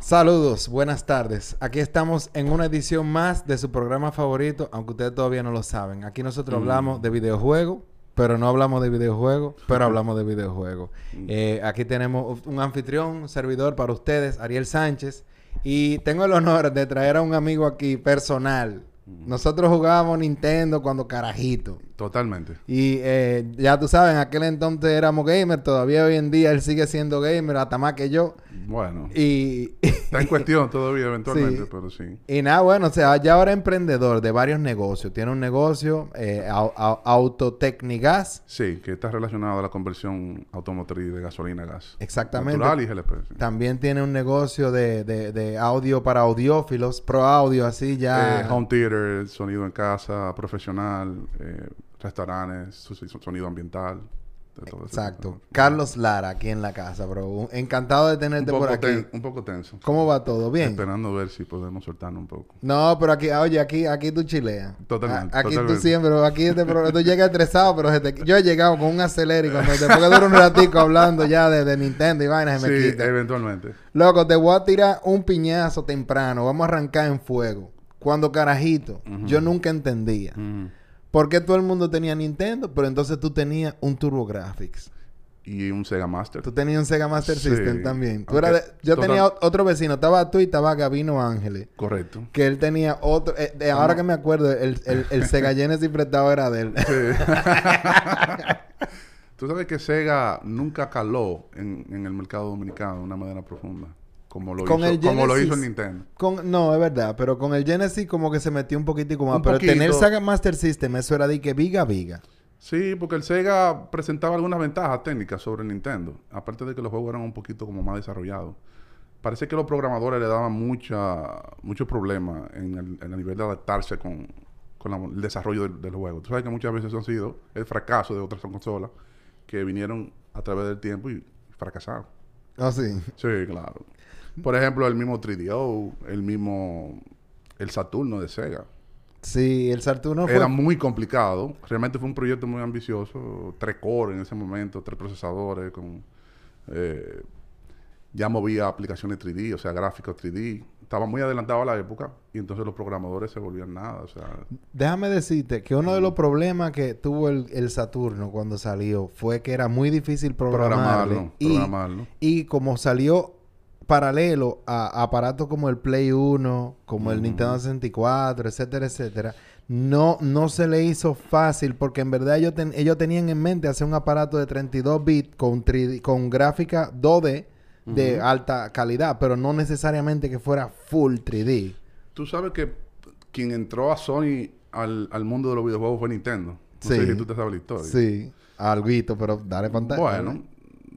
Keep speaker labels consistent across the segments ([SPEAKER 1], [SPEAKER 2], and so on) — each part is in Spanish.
[SPEAKER 1] Saludos, buenas tardes. Aquí estamos en una edición más de su programa favorito, aunque ustedes todavía no lo saben. Aquí nosotros hablamos de videojuegos, pero no hablamos de videojuegos, pero hablamos de videojuegos. Eh, aquí tenemos un anfitrión, un servidor para ustedes, Ariel Sánchez. Y tengo el honor de traer a un amigo aquí personal. Nosotros jugábamos Nintendo cuando carajito.
[SPEAKER 2] Totalmente.
[SPEAKER 1] Y eh, ya tú sabes, en aquel entonces éramos gamer, todavía hoy en día él sigue siendo gamer, hasta más que yo.
[SPEAKER 2] Bueno.
[SPEAKER 1] Y,
[SPEAKER 2] Está en cuestión todavía eventualmente,
[SPEAKER 1] Sí.
[SPEAKER 2] pero sí.
[SPEAKER 1] y nada, bueno, o sea, ya ahora es emprendedor de varios negocios. Tiene un negocio, eh, au- au- Autotecnigas,
[SPEAKER 2] Sí, que está relacionado a la conversión automotriz de gasolina a gas.
[SPEAKER 1] exactamente.
[SPEAKER 2] Natural y GLP. sí.
[SPEAKER 1] También tiene un negocio de, de- de audio para audiófilos, pro audio, así ya.
[SPEAKER 2] Eh, home theater, sonido en casa, profesional, eh, restaurantes, su- su- sonido ambiental. de todo ese
[SPEAKER 1] Exacto.
[SPEAKER 2] tipo de-
[SPEAKER 1] Carlos Lara, aquí en la casa, bro. Un- Encantado de
[SPEAKER 2] Un
[SPEAKER 1] tenerte
[SPEAKER 2] poco,
[SPEAKER 1] por aquí.
[SPEAKER 2] ten- Este un poco tenso.
[SPEAKER 1] ¿Cómo va todo? ¿Bien?
[SPEAKER 2] Esperando ver si podemos soltarnos un poco.
[SPEAKER 1] No, pero aquí, oye, aquí, aquí tú chileas.
[SPEAKER 2] Totalmente,
[SPEAKER 1] A- aquí tú
[SPEAKER 2] totalmente.
[SPEAKER 1] siempre, aquí este programa, tú llegas estresado, pero se te- yo he llegado con un acelere y cuando después que dura un ratico hablando ya de, de Nintendo y vainas, se me
[SPEAKER 2] Sí,
[SPEAKER 1] quita.
[SPEAKER 2] eventualmente.
[SPEAKER 1] Loco, te voy a tirar un piñazo temprano, vamos a arrancar en fuego. Cuando carajito, yo nunca entendía
[SPEAKER 2] Mm.
[SPEAKER 1] por qué todo el mundo tenía Nintendo, pero entonces tú tenías un Turbo Graphics.
[SPEAKER 2] Y un Sega Master.
[SPEAKER 1] Tú tenías un Sega Master
[SPEAKER 2] Sí,
[SPEAKER 1] System también. Tú
[SPEAKER 2] aunque
[SPEAKER 1] eras de- yo
[SPEAKER 2] total-
[SPEAKER 1] tenía o- otro vecino, estaba tú y estaba Gabino Ángeles.
[SPEAKER 2] Correcto.
[SPEAKER 1] Que él tenía otro. eh, de ahora que me acuerdo, el, el, el Sega Genesis prestado era de él.
[SPEAKER 2] Sí. Tú sabes que Sega nunca caló en, en el mercado dominicano de una manera profunda. Como lo,
[SPEAKER 1] Con
[SPEAKER 2] hizo,
[SPEAKER 1] el
[SPEAKER 2] como lo
[SPEAKER 1] Genesis.
[SPEAKER 2] hizo el Nintendo.
[SPEAKER 1] Con, no, es verdad, pero con el Genesis como que se metió un poquitico más.
[SPEAKER 2] Un
[SPEAKER 1] pero tener
[SPEAKER 2] poquito.
[SPEAKER 1] Sega Master System, eso era de que viga, viga.
[SPEAKER 2] Sí, porque el Sega presentaba algunas ventajas técnicas sobre el Nintendo. Aparte de que los juegos eran un poquito como más desarrollados. Parece que los programadores le daban mucha, muchos problemas en el, en el nivel de adaptarse con, con la- el desarrollo del, del juego. Tú sabes que muchas veces han sido el fracaso de otras consolas que vinieron a través del tiempo y fracasaron.
[SPEAKER 1] Oh, sí.
[SPEAKER 2] Sí, claro. Por ejemplo, el mismo 3DO, el mismo. El Saturno de Sega.
[SPEAKER 1] Sí, el Saturno fue.
[SPEAKER 2] Era muy complicado. Realmente fue un proyecto muy ambicioso. Tres cores en ese momento, tres procesadores. con eh, Ya movía aplicaciones 3D, o sea, gráficos 3D. Estaba muy adelantado a la época y entonces los programadores se volvían nada. O sea,
[SPEAKER 1] Déjame decirte que uno de
[SPEAKER 2] Mm.
[SPEAKER 1] los problemas que tuvo el, el Saturno cuando salió fue que era muy difícil programarle.
[SPEAKER 2] programarlo.
[SPEAKER 1] y,
[SPEAKER 2] Programarlo.
[SPEAKER 1] y como salió paralelo a aparatos como el Play 1, como el
[SPEAKER 2] Ujú.
[SPEAKER 1] Nintendo 64, etcétera, etcétera, no, no se le hizo fácil porque en verdad ellos, ten- ellos tenían en mente hacer un aparato de 32 bits con, 3D con gráfica 2D de alta calidad, pero no necesariamente que fuera full 3D.
[SPEAKER 2] Tú sabes que quien entró a Sony al, al mundo de los videojuegos fue Nintendo. No
[SPEAKER 1] Sí.
[SPEAKER 2] sé si tú te sabes la historia.
[SPEAKER 1] Sí, alguito, pero dale pantalla.
[SPEAKER 2] Bueno,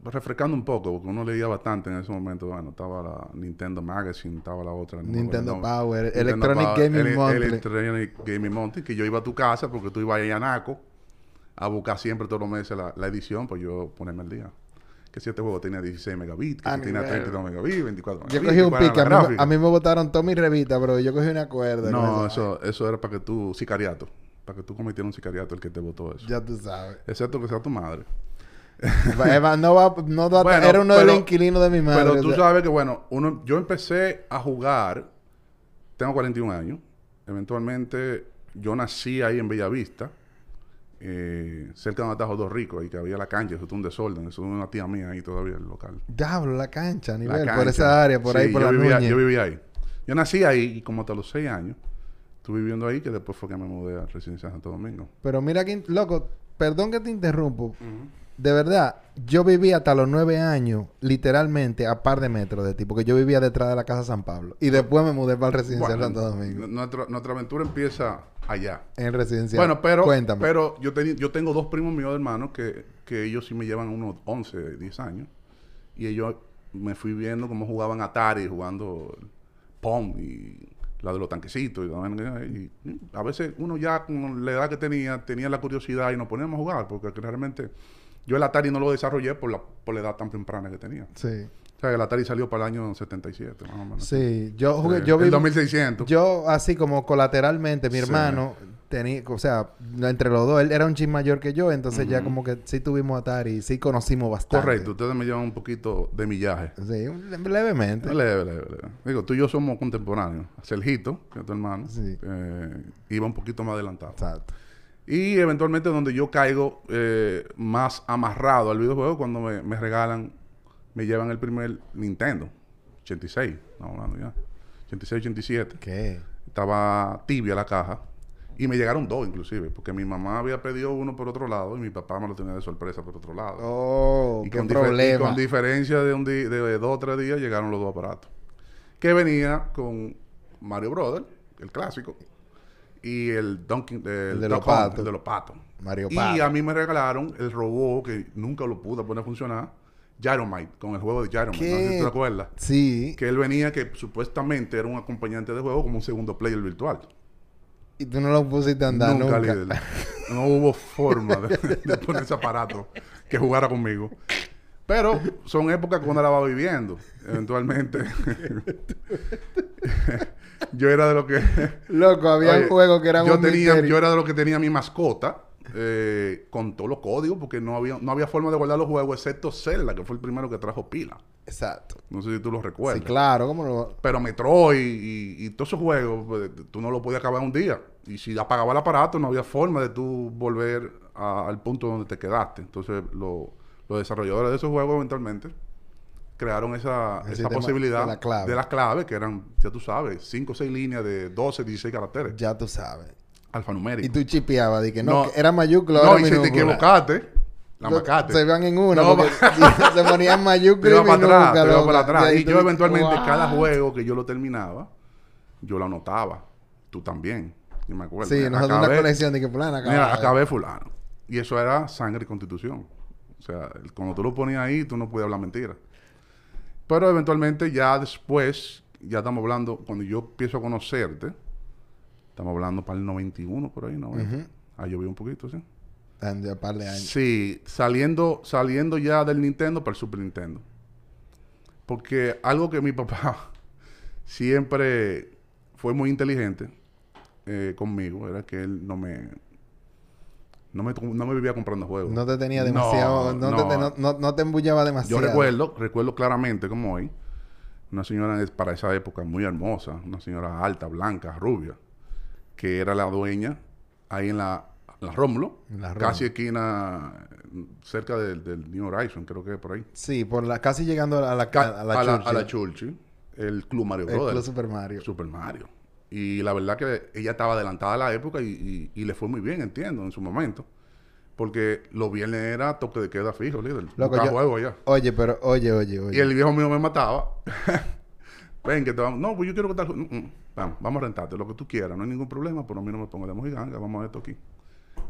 [SPEAKER 2] refrescando un poco, porque uno leía bastante en ese momento. Bueno, estaba la Nintendo Magazine, estaba la otra. no me
[SPEAKER 1] Nintendo
[SPEAKER 2] acuerdo el nombre.
[SPEAKER 1] Power, Electronic Gaming
[SPEAKER 2] Ele-
[SPEAKER 1] Monthly.
[SPEAKER 2] Electronic Gaming Monthly, que yo iba a tu casa porque tú ibas ahí a Naco a buscar siempre todos los meses la, la edición, pues yo ponerme al día. Que si este juego tenía 16 megabits, que
[SPEAKER 1] Ah,
[SPEAKER 2] si tenía
[SPEAKER 1] no,
[SPEAKER 2] 32 megabits, 24
[SPEAKER 1] Yo
[SPEAKER 2] megabits.
[SPEAKER 1] cogí un
[SPEAKER 2] cuál era
[SPEAKER 1] pique,
[SPEAKER 2] la
[SPEAKER 1] a mí, me-
[SPEAKER 2] gráfica.
[SPEAKER 1] a mí me botaron Tommy Revita, bro, y yo cogí una cuerda. con
[SPEAKER 2] No,
[SPEAKER 1] esa
[SPEAKER 2] eso, eso era para que tú, sicariato, para que tú cometieras un sicariato el que te votó eso.
[SPEAKER 1] vaina. Ya tú sabes.
[SPEAKER 2] Excepto que sea tu madre.
[SPEAKER 1] Va- Eva, no va, no va-
[SPEAKER 2] Bueno,
[SPEAKER 1] era uno de
[SPEAKER 2] pero-
[SPEAKER 1] los inquilinos de mi madre.
[SPEAKER 2] Pero tú
[SPEAKER 1] o sea,
[SPEAKER 2] sabes que, bueno, uno, yo empecé a jugar, tengo 41 años, eventualmente yo nací ahí en Bellavista, eh, cerca de un atajo Dos Ricos, ahí que había la cancha, eso es un desorden, eso es una tía mía ahí todavía, el local.
[SPEAKER 1] Diablo, la cancha, nivel,
[SPEAKER 2] La
[SPEAKER 1] por
[SPEAKER 2] cancha.
[SPEAKER 1] esa área, por
[SPEAKER 2] Sí,
[SPEAKER 1] ahí, por
[SPEAKER 2] yo
[SPEAKER 1] la
[SPEAKER 2] vivía,
[SPEAKER 1] Núñez.
[SPEAKER 2] Yo vivía ahí. Yo nací ahí y como hasta los 6 años, estuve viviendo ahí, que después fue que me mudé a Residencia Santo Domingo.
[SPEAKER 1] Pero mira que, in- loco, perdón que te interrumpo. De verdad, yo vivía hasta los nueve años, literalmente, a par de metros de ti, porque yo vivía detrás de la casa San Pablo. Y después me mudé para el residencial
[SPEAKER 2] Bueno,
[SPEAKER 1] Santo Domingo.
[SPEAKER 2] n- nuestra- nuestra aventura empieza allá.
[SPEAKER 1] En residencial.
[SPEAKER 2] Bueno, pero,
[SPEAKER 1] Cuéntame.
[SPEAKER 2] pero yo, teni- yo tengo dos primos míos hermanos que, que ellos sí me llevan unos 11, 10 años. Y ellos me fui viendo cómo jugaban Atari, jugando Pong y la de los tanquecitos. Y, la vaina, y- y a veces uno ya con la edad que tenía, tenía la curiosidad y nos poníamos a jugar. Porque realmente yo el Atari no lo desarrollé por la, por la edad tan temprana que tenía.
[SPEAKER 1] Sí.
[SPEAKER 2] O sea, el Atari salió para el año 77, más o menos.
[SPEAKER 1] Sí, yo jugué,
[SPEAKER 2] Sí,
[SPEAKER 1] yo
[SPEAKER 2] el
[SPEAKER 1] viví-
[SPEAKER 2] 2600.
[SPEAKER 1] Yo, así como colateralmente, mi
[SPEAKER 2] Sí.
[SPEAKER 1] hermano tenía, o sea, entre los dos, él era un chin mayor que yo, entonces ya como que sí tuvimos Atari, sí conocimos bastante.
[SPEAKER 2] Correcto, ustedes me llevan un poquito de millaje.
[SPEAKER 1] Sí, un- levemente.
[SPEAKER 2] Leve, leve, leve. Digo, tú y yo somos contemporáneos. Sergito, que es tu hermano,
[SPEAKER 1] Sí.
[SPEAKER 2] eh, iba un poquito más adelantado.
[SPEAKER 1] Exacto.
[SPEAKER 2] Y eventualmente donde yo caigo eh, más amarrado al videojuego cuando me, me regalan, me llevan el primer Nintendo, 86, estamos hablando ya, 86, 87.
[SPEAKER 1] ¿Qué?
[SPEAKER 2] Estaba tibia la caja y me llegaron dos inclusive, porque mi mamá había pedido uno por otro lado y mi papá me lo tenía de sorpresa por otro lado.
[SPEAKER 1] Oh,
[SPEAKER 2] Y
[SPEAKER 1] qué
[SPEAKER 2] con, difer- y
[SPEAKER 1] problema.
[SPEAKER 2] con diferencia de, un di- de dos o tres días llegaron los dos aparatos. Que venía con Mario Brother, el clásico, y el Donkey... El,
[SPEAKER 1] de
[SPEAKER 2] Duck
[SPEAKER 1] los
[SPEAKER 2] Hunt,
[SPEAKER 1] patos.
[SPEAKER 2] el de los patos.
[SPEAKER 1] Mario
[SPEAKER 2] Y
[SPEAKER 1] Pato.
[SPEAKER 2] a mí me regalaron el robot que nunca lo pude poner a funcionar, Gyromite, con el juego de Gyromite. No sé
[SPEAKER 1] ¿Qué?
[SPEAKER 2] si tú te acuerdas.
[SPEAKER 1] Sí.
[SPEAKER 2] Que él venía que supuestamente era un acompañante de juego como un segundo player virtual.
[SPEAKER 1] Y tú no lo pusiste a andar nunca.
[SPEAKER 2] líder. No hubo forma de, de poner ese aparato que jugara conmigo. Pero son épocas que uno la va viviendo. Eventualmente. yo era de lo que.
[SPEAKER 1] Loco, había
[SPEAKER 2] Oye,
[SPEAKER 1] juegos que eran
[SPEAKER 2] yo
[SPEAKER 1] un
[SPEAKER 2] tenía,
[SPEAKER 1] misterio.
[SPEAKER 2] Yo era de los que tenía mi mascota eh, con todos los códigos porque no había, no había forma de guardar los juegos excepto Zelda, que fue el primero que trajo pila.
[SPEAKER 1] Exacto.
[SPEAKER 2] No sé si tú lo
[SPEAKER 1] Sí,
[SPEAKER 2] recuerdas.
[SPEAKER 1] claro, ¿cómo lo...?
[SPEAKER 2] Pero Metroid y, y todos esos juegos, pues, tú no lo podías acabar un día. Y si apagaba el aparato, no había forma de tú volver a- al punto donde te quedaste. Entonces, lo- los desarrolladores de esos juegos eventualmente crearon esa,
[SPEAKER 1] El
[SPEAKER 2] esa
[SPEAKER 1] sistema
[SPEAKER 2] posibilidad
[SPEAKER 1] de la clave.
[SPEAKER 2] las claves, que eran, ya tú sabes, 5 o 6 líneas de 12, 16 caracteres
[SPEAKER 1] Ya tú sabes. Y
[SPEAKER 2] alfanuméricos.
[SPEAKER 1] tú chipeabas, de que no,
[SPEAKER 2] No.
[SPEAKER 1] que era mayúscula,
[SPEAKER 2] No,
[SPEAKER 1] ahora
[SPEAKER 2] y si te
[SPEAKER 1] minúscula.
[SPEAKER 2] equivocaste, la
[SPEAKER 1] Lo-
[SPEAKER 2] macaste.
[SPEAKER 1] Se van en una,
[SPEAKER 2] No,
[SPEAKER 1] porque se ponían
[SPEAKER 2] Te
[SPEAKER 1] mayúscula
[SPEAKER 2] iba
[SPEAKER 1] y
[SPEAKER 2] para atrás,
[SPEAKER 1] minúscula,
[SPEAKER 2] te iba
[SPEAKER 1] loco.
[SPEAKER 2] para atrás.
[SPEAKER 1] ahí
[SPEAKER 2] Y
[SPEAKER 1] tú
[SPEAKER 2] yo
[SPEAKER 1] di-
[SPEAKER 2] eventualmente,
[SPEAKER 1] ¡Wow!
[SPEAKER 2] cada juego que yo lo terminaba, yo lo anotaba. Tú también. Yo me acuerdo.
[SPEAKER 1] Sí,
[SPEAKER 2] Mira,
[SPEAKER 1] nosotros una
[SPEAKER 2] acabé-
[SPEAKER 1] colección de que fulana
[SPEAKER 2] Mira,
[SPEAKER 1] acababa.
[SPEAKER 2] acabé fulano. Y eso era sangre y constitución. O sea, el- cuando tú lo ponías ahí, tú no podías hablar mentira. Pero eventualmente ya después, ya estamos hablando, cuando yo empiezo a conocerte, estamos hablando para el 91 por ahí, ¿no? Ah, llovió un poquito, ¿sí?
[SPEAKER 1] Tan de par de años.
[SPEAKER 2] Sí, saliendo, saliendo ya del Nintendo para el Super Nintendo. Porque algo que mi papá siempre fue muy inteligente eh, conmigo era que él no me, no me, no me vivía comprando juegos.
[SPEAKER 1] No te tenía demasiado... No, te, no, no- no te embullaba
[SPEAKER 2] Yo
[SPEAKER 1] demasiado.
[SPEAKER 2] recuerdo, recuerdo claramente como hoy, una señora es- para esa época muy hermosa, una señora alta, blanca, rubia, que era la dueña ahí en la, la Rómulo,
[SPEAKER 1] En la Rómulo.
[SPEAKER 2] casi esquina eh, cerca del, del New Horizon, creo que por ahí.
[SPEAKER 1] Sí, por la, casi llegando a la, a la,
[SPEAKER 2] Ca-
[SPEAKER 1] a la Churchill.
[SPEAKER 2] Churchill, el Club Mario
[SPEAKER 1] El Club
[SPEAKER 2] Brothers.
[SPEAKER 1] Super Mario.
[SPEAKER 2] Super Mario. Y la verdad que ella estaba adelantada a la época y, y- y le fue muy bien, entiendo, en su momento. Porque los viernes era toque de queda fijo, líder.
[SPEAKER 1] Loco,
[SPEAKER 2] Busca
[SPEAKER 1] yo-
[SPEAKER 2] juego allá.
[SPEAKER 1] Oye, pero... Oye, oye, oye.
[SPEAKER 2] Y el viejo mío me mataba. Ven, que te vamos. No, pues yo quiero que tal. Mm, mm. Vamos, vamos a rentarte lo que tú quieras, no hay ningún problema, pero a mí no me pongo de mojiganga, vamos a ver esto aquí.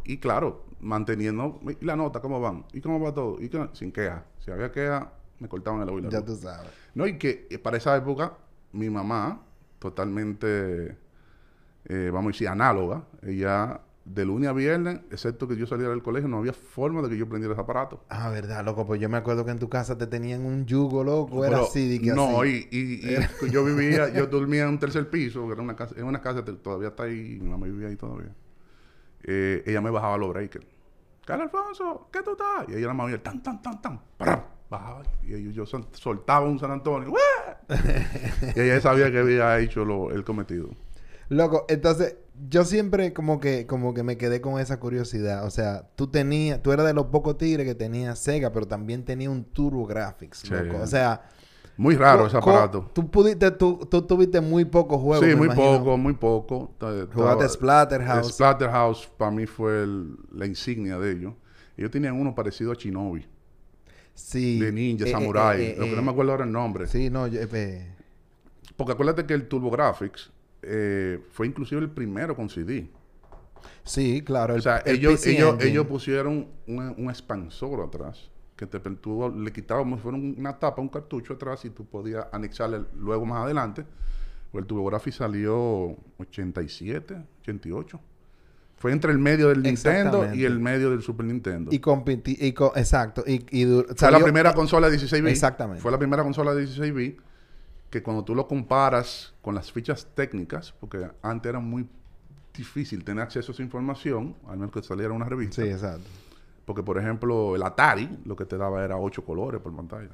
[SPEAKER 2] Y claro, manteniendo ¿y la nota, ¿cómo van? ¿Y cómo va todo? ¿Y qué- Sin queja. Si había queja, me cortaban el oído.
[SPEAKER 1] Ya tú sabes.
[SPEAKER 2] No, y que eh, para esa época, mi mamá, totalmente, eh, vamos a decir, análoga, ella de lunes a viernes, excepto que yo saliera del colegio, no había forma de que yo prendiera ese aparato.
[SPEAKER 1] Ah, verdad, loco. Pues yo me acuerdo que en tu casa te tenían un yugo, loco. Era
[SPEAKER 2] Pero,
[SPEAKER 1] así, de que
[SPEAKER 2] No,
[SPEAKER 1] así.
[SPEAKER 2] y, y- y yo vivía, yo dormía en un tercer piso, que era una casa, en una casa que todavía está ahí, mi mamá vivía ahí todavía. Eh, ella me bajaba los breakers. Carlos Alfonso, ¿qué tú estás? Y ella la mamá tan, tan, tan, tan, ¡prrr! bajaba. Y yo, yo sol- soltaba un San Antonio, ¡Uah! y ella sabía que había hecho lo- el cometido.
[SPEAKER 1] Loco, entonces, yo siempre como que, como que me quedé con esa curiosidad. O sea, tú tenías, tú eras de los pocos tigres que tenía Sega, pero también tenía un Turbo Graphics,
[SPEAKER 2] Sí.
[SPEAKER 1] loco. O sea,
[SPEAKER 2] Muy raro
[SPEAKER 1] co-
[SPEAKER 2] ese
[SPEAKER 1] co-
[SPEAKER 2] aparato.
[SPEAKER 1] Tú pudiste, tú, tú tuviste muy pocos juegos.
[SPEAKER 2] Sí,
[SPEAKER 1] me
[SPEAKER 2] muy
[SPEAKER 1] imagino.
[SPEAKER 2] poco, muy poco. Ta-
[SPEAKER 1] Jugaste
[SPEAKER 2] estaba-
[SPEAKER 1] Splatterhouse.
[SPEAKER 2] Splatterhouse para mí fue el- la insignia de ellos. Ellos tenían uno parecido a Shinobi.
[SPEAKER 1] sí.
[SPEAKER 2] de ninja,
[SPEAKER 1] Eh, eh,
[SPEAKER 2] samurai.
[SPEAKER 1] eh, eh,
[SPEAKER 2] lo que no
[SPEAKER 1] eh.
[SPEAKER 2] me acuerdo ahora el nombre.
[SPEAKER 1] Sí, no, yo, eh,
[SPEAKER 2] Porque acuérdate que el TurboGrafx eh, fue inclusive el primero con CD.
[SPEAKER 1] sí, claro. El,
[SPEAKER 2] o sea,
[SPEAKER 1] el
[SPEAKER 2] ellos,
[SPEAKER 1] PC
[SPEAKER 2] ellos,
[SPEAKER 1] Engine.
[SPEAKER 2] ellos pusieron una- un, expansor atrás que te per- tú le quitaba como si fuera un- una tapa, un cartucho atrás y tú podías anexarle luego más adelante. Pues el TurboGrafx salió 87, 88. Fue entre el medio del Nintendo y
[SPEAKER 1] Exactamente.
[SPEAKER 2] el medio del Super Nintendo.
[SPEAKER 1] Y compiti- y co- exacto. Y, y du-
[SPEAKER 2] Fue
[SPEAKER 1] salió-
[SPEAKER 2] la primera consola de 16 bits.
[SPEAKER 1] Exactamente.
[SPEAKER 2] Fue la primera consola de 16 bits que cuando tú lo comparas con las fichas técnicas, porque antes eran muy difícil tener acceso a esa información, al menos que saliera una revista.
[SPEAKER 1] Sí, exacto.
[SPEAKER 2] Porque, por ejemplo, el Atari lo que te daba era ocho colores por pantalla.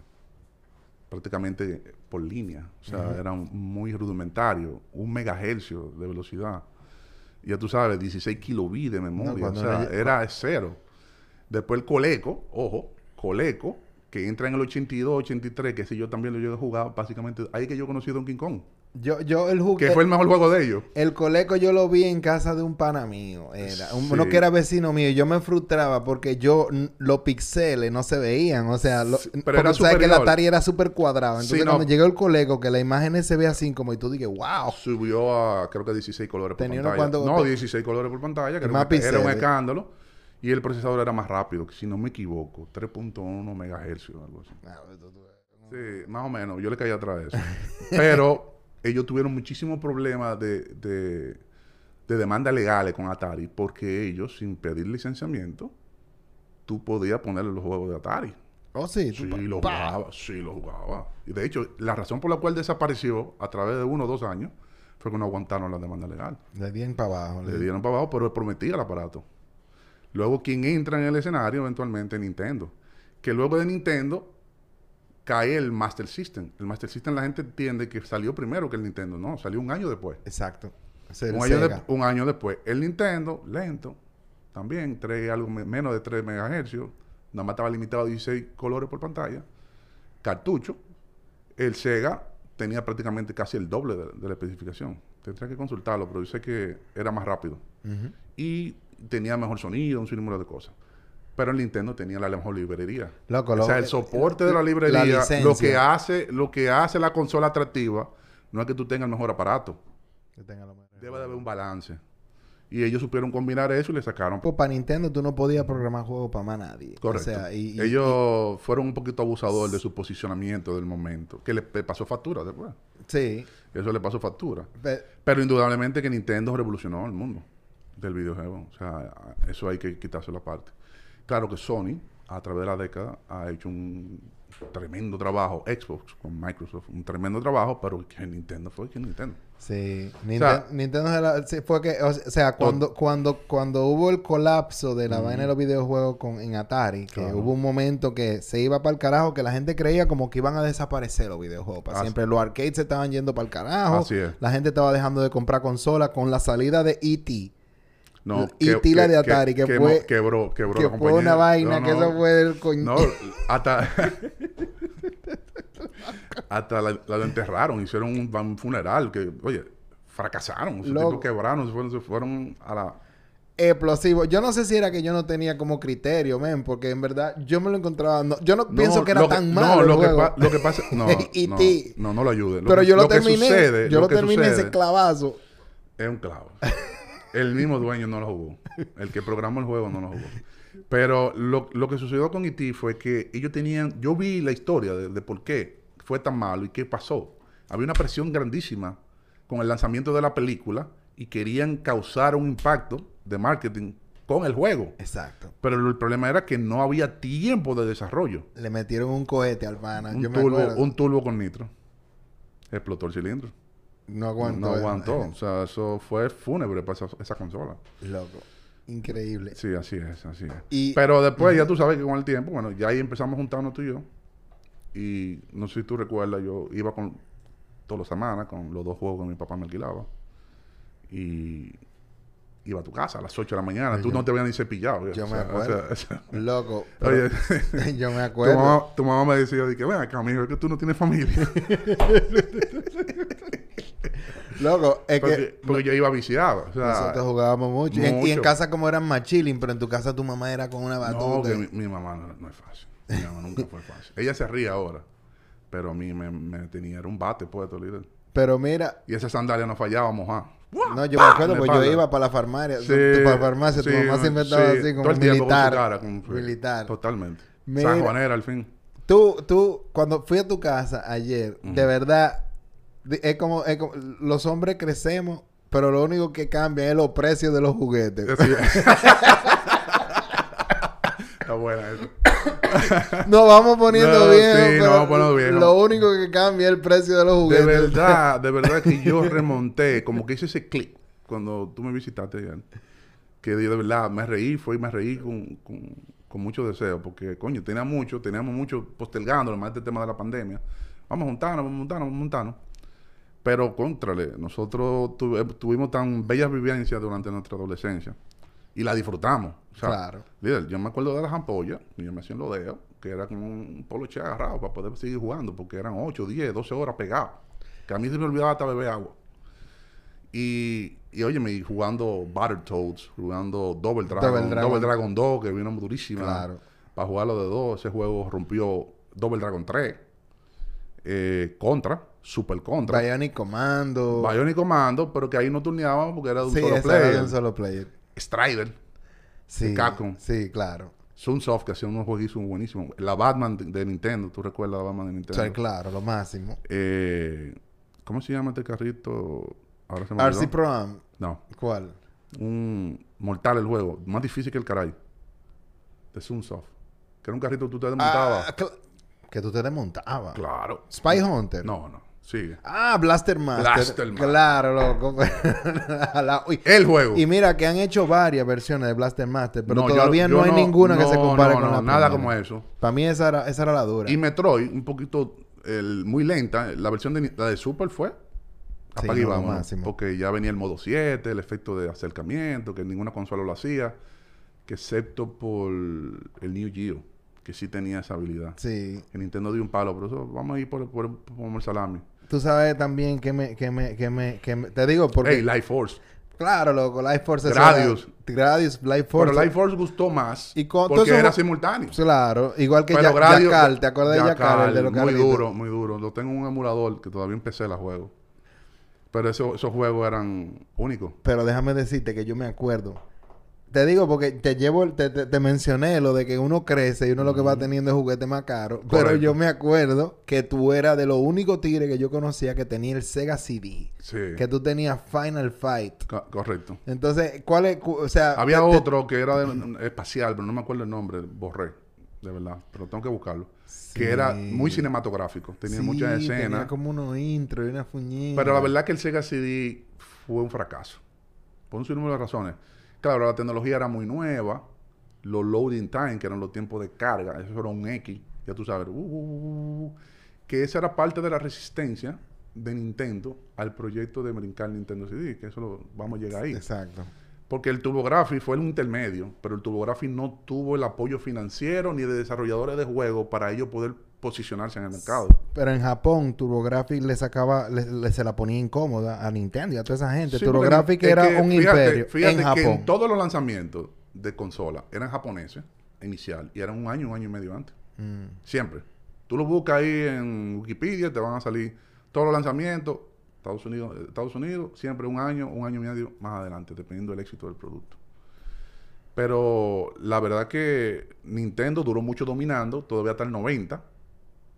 [SPEAKER 2] Prácticamente por línea. O sea, era un- muy rudimentario. Un megahercio de velocidad. Ya tú sabes, 16 kilobits de memoria. o
[SPEAKER 1] cuando
[SPEAKER 2] sea,
[SPEAKER 1] era-
[SPEAKER 2] era cero. Después el Coleco, ojo, Coleco, que entra en el 82, 83, que si yo también lo llegué a jugar, básicamente ahí que yo conocí a Donkey Kong.
[SPEAKER 1] Yo, yo el juguete.
[SPEAKER 2] Que fue el mejor juego de ellos.
[SPEAKER 1] El coleco yo lo vi en casa de un pana mío. Era un-
[SPEAKER 2] Sí.
[SPEAKER 1] uno que era vecino mío. y Yo me frustraba porque yo n- los pixeles no se veían. O sea, lo-
[SPEAKER 2] Sí, pero
[SPEAKER 1] porque
[SPEAKER 2] era
[SPEAKER 1] tú sabes que el
[SPEAKER 2] superior.
[SPEAKER 1] Atari era súper cuadrado. Entonces,
[SPEAKER 2] Sí, no.
[SPEAKER 1] cuando llegó el coleco, que las imágenes se ve así como y tú dije, wow.
[SPEAKER 2] Oh, Subió a creo que 16 colores por
[SPEAKER 1] Tenía unos
[SPEAKER 2] pantalla.
[SPEAKER 1] cuantos-
[SPEAKER 2] No, 16 colores por pantalla, que era,
[SPEAKER 1] Más
[SPEAKER 2] un, era un
[SPEAKER 1] píxeles.
[SPEAKER 2] escándalo. Y el procesador era más rápido, que si no me equivoco, 3.1 megahercios o algo así. Sí, más o menos, yo le caí atrás de eso. Pero ellos tuvieron muchísimos problemas de, de, de demandas legales con Atari, porque ellos, sin pedir licenciamiento, tú podías ponerle los juegos de Atari.
[SPEAKER 1] Oh, sí. tú
[SPEAKER 2] Sí,
[SPEAKER 1] pa-
[SPEAKER 2] lo
[SPEAKER 1] pa-
[SPEAKER 2] jugaba, sí, lo jugaba. Y de hecho, la razón por la cual desapareció a través de uno o dos años fue que no aguantaron la demanda legal.
[SPEAKER 1] Le dieron para abajo. le-
[SPEAKER 2] Le dieron para abajo, pero prometía el aparato. Luego, quien entra en el escenario eventualmente Nintendo. Que luego de Nintendo cae el Master System. El Master System la gente entiende que salió primero que el Nintendo. No, salió un año después.
[SPEAKER 1] Exacto. Es el
[SPEAKER 2] Un año, de-
[SPEAKER 1] Sega.
[SPEAKER 2] un año después. El Nintendo, lento, también, tres, algo me- menos de 3 megahercios. Nada más estaba limitado a 16 colores por pantalla. Cartucho. El Sega tenía prácticamente casi el doble de, de la especificación. Tendría que consultarlo, pero yo sé que era más rápido.
[SPEAKER 1] Ujú.
[SPEAKER 2] Y tenía mejor sonido, un sinnúmero de cosas. Pero el Nintendo tenía la mejor librería.
[SPEAKER 1] Loco,
[SPEAKER 2] o sea,
[SPEAKER 1] lo- eh,
[SPEAKER 2] el soporte de la librería, lo,
[SPEAKER 1] licencia.
[SPEAKER 2] que hace, lo que hace la consola atractiva, no es que tú tengas el mejor aparato.
[SPEAKER 1] Que tenga lo mejor.
[SPEAKER 2] Debe de haber un balance. Y ellos supieron combinar eso y le sacaron.
[SPEAKER 1] Pues, para Nintendo tú no podías programar juegos para más nadie.
[SPEAKER 2] Correcto.
[SPEAKER 1] O sea, y, y-
[SPEAKER 2] ellos fueron un poquito abusadores de su posicionamiento del momento. Que le le pasó factura después.
[SPEAKER 1] sí.
[SPEAKER 2] Eso le pasó factura.
[SPEAKER 1] Pe-
[SPEAKER 2] Pero indudablemente que Nintendo revolucionó el mundo del videojuego. O sea, eso hay que quitarse la parte. Claro que Sony, a través de la década, ha hecho un tremendo trabajo. Xbox con Microsoft, un tremendo trabajo, pero que Nintendo fue que Nintendo.
[SPEAKER 1] Sí, Ninten-
[SPEAKER 2] sea-
[SPEAKER 1] Nintendo se la- se fue que, o sea, cuando, cuando, cuando hubo el colapso de la vaina de los videojuegos con, en Atari, que
[SPEAKER 2] Claro.
[SPEAKER 1] hubo un momento que se iba para el carajo, que la gente creía como que iban a desaparecer los videojuegos para
[SPEAKER 2] Así-
[SPEAKER 1] siempre. Los arcades se estaban yendo para el carajo,
[SPEAKER 2] Así es.
[SPEAKER 1] la gente estaba dejando de comprar consolas con la salida de E E.T.,
[SPEAKER 2] No,
[SPEAKER 1] Y
[SPEAKER 2] que-
[SPEAKER 1] tila
[SPEAKER 2] que-
[SPEAKER 1] de Atari, que
[SPEAKER 2] quemo-
[SPEAKER 1] fue-
[SPEAKER 2] quebró, quebró la
[SPEAKER 1] que fue
[SPEAKER 2] compañía.
[SPEAKER 1] una vaina,
[SPEAKER 2] No,
[SPEAKER 1] que
[SPEAKER 2] no.
[SPEAKER 1] eso fue el coño.
[SPEAKER 2] No, hasta. hasta la, la enterraron, hicieron un, un funeral. que Oye, fracasaron. Esos
[SPEAKER 1] Loco.
[SPEAKER 2] tipos quebraron, se fueron, se fueron a la.
[SPEAKER 1] Explosivo. Yo no sé si era que yo no tenía como criterio, men, porque en verdad yo me lo encontraba. no- yo no pienso
[SPEAKER 2] No,
[SPEAKER 1] que era
[SPEAKER 2] lo
[SPEAKER 1] tan malo.
[SPEAKER 2] No,
[SPEAKER 1] el
[SPEAKER 2] lo que,
[SPEAKER 1] juego.
[SPEAKER 2] pa- lo que pasa. No,
[SPEAKER 1] Y
[SPEAKER 2] no,
[SPEAKER 1] ti.
[SPEAKER 2] no, no lo ayude.
[SPEAKER 1] Pero
[SPEAKER 2] que-
[SPEAKER 1] yo lo,
[SPEAKER 2] que
[SPEAKER 1] terminé.
[SPEAKER 2] sucede-
[SPEAKER 1] yo lo,
[SPEAKER 2] que
[SPEAKER 1] terminé ese
[SPEAKER 2] sucede
[SPEAKER 1] clavazo.
[SPEAKER 2] Es un clavo. El mismo dueño no lo jugó. El que programó el juego no lo jugó. Pero lo, lo que sucedió con E.T. fue que ellos tenían... Yo vi la historia de, de por qué fue tan malo y qué pasó. Había una presión grandísima con el lanzamiento de la película y querían causar un impacto de marketing con el juego.
[SPEAKER 1] Exacto.
[SPEAKER 2] Pero el problema era que no había tiempo de desarrollo.
[SPEAKER 1] Le metieron un cohete al pana.
[SPEAKER 2] Un
[SPEAKER 1] Ah, Yo me
[SPEAKER 2] turbo,
[SPEAKER 1] acuerdo.
[SPEAKER 2] un turbo con nitro. Explotó el cilindro.
[SPEAKER 1] No aguantó. eh,
[SPEAKER 2] No aguantó. O sea, eso fue fúnebre para esa- esa consola.
[SPEAKER 1] Loco. Increíble.
[SPEAKER 2] Sí, así es, así es.
[SPEAKER 1] Y-
[SPEAKER 2] Pero después ya tú sabes que con el tiempo, bueno, ya ahí empezamos a juntarnos tú y yo. Y no sé si tú recuerdas, yo iba con todas las semanas con los dos juegos que mi papá me alquilaba. Y iba a tu casa a las 8 de la mañana. Tú no te habías ni cepillado. ya,
[SPEAKER 1] Yo
[SPEAKER 2] o
[SPEAKER 1] me
[SPEAKER 2] sea, o
[SPEAKER 1] acuerdo.
[SPEAKER 2] sea, o sea,
[SPEAKER 1] Loco.
[SPEAKER 2] Oye,
[SPEAKER 1] pero- yo me
[SPEAKER 2] tu
[SPEAKER 1] acuerdo.
[SPEAKER 2] mamá, tu mamá me decía, de que ven acá, mijo, es que tú no tienes familia.
[SPEAKER 1] Loco, es que
[SPEAKER 2] porque, porque yo iba viciado. O sea,
[SPEAKER 1] nosotros jugábamos mucho. Y en, y en
[SPEAKER 2] mucho.
[SPEAKER 1] casa, como eran más chilling, pero en tu casa tu mamá era con una
[SPEAKER 2] No,
[SPEAKER 1] batuta.
[SPEAKER 2] que mi, mi mamá no, no es fácil. Mi mamá nunca fue fácil. Ella se ríe ahora. Pero a mí me, me tenía era un bate puesto, líder.
[SPEAKER 1] Pero mira.
[SPEAKER 2] Y esa sandalia no fallaba, mojá.
[SPEAKER 1] No, yo me acuerdo,
[SPEAKER 2] En la
[SPEAKER 1] pues yo
[SPEAKER 2] espalda.
[SPEAKER 1] iba para la farmacia.
[SPEAKER 2] Sí,
[SPEAKER 1] tu, para la farmacia, tu
[SPEAKER 2] sí,
[SPEAKER 1] mamá siempre estaba
[SPEAKER 2] sí,
[SPEAKER 1] así
[SPEAKER 2] todo
[SPEAKER 1] como
[SPEAKER 2] el tiempo con su
[SPEAKER 1] militar.
[SPEAKER 2] cara, con- sí,
[SPEAKER 1] militar.
[SPEAKER 2] Totalmente.
[SPEAKER 1] Mira.
[SPEAKER 2] San Juanera, al fin.
[SPEAKER 1] Tú, tú, cuando fui a tu casa ayer, de verdad, de- es como, es como- los hombres crecemos, pero lo único que cambia es los precios de los juguetes.
[SPEAKER 2] Así es. Está buena eso.
[SPEAKER 1] Nos vamos poniendo
[SPEAKER 2] No,
[SPEAKER 1] bien,
[SPEAKER 2] sí,
[SPEAKER 1] pero
[SPEAKER 2] nos vamos poniendo viejos.
[SPEAKER 1] lo único que cambia es el precio de los
[SPEAKER 2] De
[SPEAKER 1] juguetes.
[SPEAKER 2] verdad, de verdad que yo remonté, como que hice ese clic. cuando tú me visitaste, Jan, que yo de verdad me reí, fue y me reí con, con, con mucho deseo, porque coño, tenía mucho, teníamos mucho postergando, además este tema de la pandemia. Vamos a juntarnos, vamos a juntarnos, vamos a juntarnos. Pero, contrale, nosotros tuve- tuvimos tan bellas vivencias durante nuestra adolescencia y la disfrutamos. o sea,
[SPEAKER 1] Claro.
[SPEAKER 2] Líder, yo me acuerdo de las ampollas, y yo me hacía en los dedos, que era como un poloche agarrado para poder seguir jugando, porque eran 8, 10, 12 horas pegados. Que a mí se me olvidaba hasta beber agua. Y, y óyeme, y jugando Battletoads, jugando Double Dragon,
[SPEAKER 1] Double
[SPEAKER 2] Double
[SPEAKER 1] Dragon.
[SPEAKER 2] Dragon, 2, que vino durísima.
[SPEAKER 1] Claro.
[SPEAKER 2] Para jugarlo de dos, ese juego rompió Double Dragon 3, eh, Contra, Super Contra.
[SPEAKER 1] Bionic Commando.
[SPEAKER 2] Bionic Commando, pero que ahí no turneábamos porque era de un
[SPEAKER 1] sí,
[SPEAKER 2] solo
[SPEAKER 1] esa era
[SPEAKER 2] player.
[SPEAKER 1] de un solo player.
[SPEAKER 2] Strider,
[SPEAKER 1] Sí.
[SPEAKER 2] Capcom.
[SPEAKER 1] Sí, claro.
[SPEAKER 2] Sunsoft, que hacía unos jueguizos buenísimos. La Batman de, de Nintendo, ¿tú recuerdas la Batman de
[SPEAKER 1] O
[SPEAKER 2] Nintendo?
[SPEAKER 1] sea, claro, lo máximo.
[SPEAKER 2] Eh, ¿Cómo se llama este carrito? Ahora se me olvidó.
[SPEAKER 1] RC Pro Am.
[SPEAKER 2] No,
[SPEAKER 1] ¿Cuál?
[SPEAKER 2] un mortal el juego, más difícil que el caray. De Sunsoft. Que era un carrito que tú te desmontabas.
[SPEAKER 1] Ah, cl- que tú te desmontabas.
[SPEAKER 2] claro.
[SPEAKER 1] Spy Hunter.
[SPEAKER 2] No, no, sigue.
[SPEAKER 1] Ah, Blaster Master.
[SPEAKER 2] Blaster Master.
[SPEAKER 1] Claro, loco. A la- uy.
[SPEAKER 2] El juego.
[SPEAKER 1] Y mira que han hecho varias versiones de Blaster Master, pero
[SPEAKER 2] No, yo-
[SPEAKER 1] todavía
[SPEAKER 2] yo
[SPEAKER 1] no hay ninguna que se
[SPEAKER 2] no,
[SPEAKER 1] compare
[SPEAKER 2] no,
[SPEAKER 1] con
[SPEAKER 2] no,
[SPEAKER 1] la
[SPEAKER 2] nada
[SPEAKER 1] primera.
[SPEAKER 2] como eso.
[SPEAKER 1] Para mí esa era, esa era la dura.
[SPEAKER 2] Y Metroid, un poquito el, muy lenta. La versión de, ni- la de Super fue. Apague
[SPEAKER 1] no,
[SPEAKER 2] y
[SPEAKER 1] lo
[SPEAKER 2] vámonos,
[SPEAKER 1] máximo.
[SPEAKER 2] Porque ya venía el modo 7, el efecto de acercamiento, que ninguna consola lo hacía, que excepto por el New Geo, que sí tenía esa habilidad.
[SPEAKER 1] Sí.
[SPEAKER 2] Que Nintendo dio un palo, por eso vamos a ir por, por, por el salami.
[SPEAKER 1] Tú sabes también que me, que me, que me, que me- te digo porque
[SPEAKER 2] Hey, Life Force.
[SPEAKER 1] claro, loco, Life Force eso
[SPEAKER 2] Gradius.
[SPEAKER 1] era- Gradius, Life Force.
[SPEAKER 2] Pero Life Force gustó más
[SPEAKER 1] Y con-
[SPEAKER 2] porque
[SPEAKER 1] entonces-
[SPEAKER 2] era simultáneo.
[SPEAKER 1] Claro, igual que
[SPEAKER 2] Pero
[SPEAKER 1] ya,
[SPEAKER 2] Gradius-
[SPEAKER 1] Yakal, ¿te acuerdas de Yakal? El de los
[SPEAKER 2] Muy
[SPEAKER 1] carritos?
[SPEAKER 2] duro, muy duro. Lo tengo en un emulador que todavía empecé la juego. Pero eso- esos juegos eran únicos.
[SPEAKER 1] Pero déjame decirte que yo me acuerdo. Te digo porque te llevo, el- te, te- te mencioné lo de que uno crece y uno lo que va teniendo es juguete más caro. Pero
[SPEAKER 2] Correcto.
[SPEAKER 1] yo me acuerdo que tú eras de los únicos tigres que yo conocía que tenía el Sega CD.
[SPEAKER 2] Sí.
[SPEAKER 1] Que tú tenías Final Fight.
[SPEAKER 2] Co- correcto.
[SPEAKER 1] Entonces, ¿cuál es? cu- O sea,
[SPEAKER 2] Había
[SPEAKER 1] Ah, te- te-
[SPEAKER 2] otro que era de- mm, espacial, pero no me acuerdo el nombre. Borré, de verdad. Pero tengo que buscarlo.
[SPEAKER 1] Sí.
[SPEAKER 2] Que era muy cinematográfico. Tenía
[SPEAKER 1] Sí,
[SPEAKER 2] muchas
[SPEAKER 1] Tenía
[SPEAKER 2] escenas.
[SPEAKER 1] como unos intro y una fuñita.
[SPEAKER 2] Pero la verdad que el Sega CD fue un fracaso. Por un sinnúmero de razones. Claro, la tecnología era muy nueva. Los loading time, que eran los tiempos de carga, eso era un X, ya tú sabes. uh, uh, uh, que esa era parte de la resistencia de Nintendo al proyecto de brincar Nintendo CD, que eso lo, vamos a llegar ahí.
[SPEAKER 1] Exacto.
[SPEAKER 2] Porque el TurboGrafx fue el intermedio, pero el TurboGrafx no tuvo el apoyo financiero ni de desarrolladores de juegos para ellos poder posicionarse en el mercado.
[SPEAKER 1] Pero en Japón, TurboGrafx le sacaba, le, le- se la ponía incómoda a Nintendo y a toda esa gente.
[SPEAKER 2] Sí,
[SPEAKER 1] TurboGrafx
[SPEAKER 2] porque
[SPEAKER 1] era
[SPEAKER 2] es que
[SPEAKER 1] un
[SPEAKER 2] fíjate-
[SPEAKER 1] imperio
[SPEAKER 2] Fíjate
[SPEAKER 1] en
[SPEAKER 2] que
[SPEAKER 1] Japón.
[SPEAKER 2] en todos los lanzamientos de consola eran japoneses inicial y eran un año, un año y medio antes.
[SPEAKER 1] Mm.
[SPEAKER 2] Siempre. Tú lo buscas ahí en Wikipedia, te van a salir todos los lanzamientos. Estados Unidos, eh, Estados Unidos, siempre un año, un año y medio más adelante, dependiendo del éxito del producto. Pero la verdad que Nintendo duró mucho dominando, todavía hasta el 90,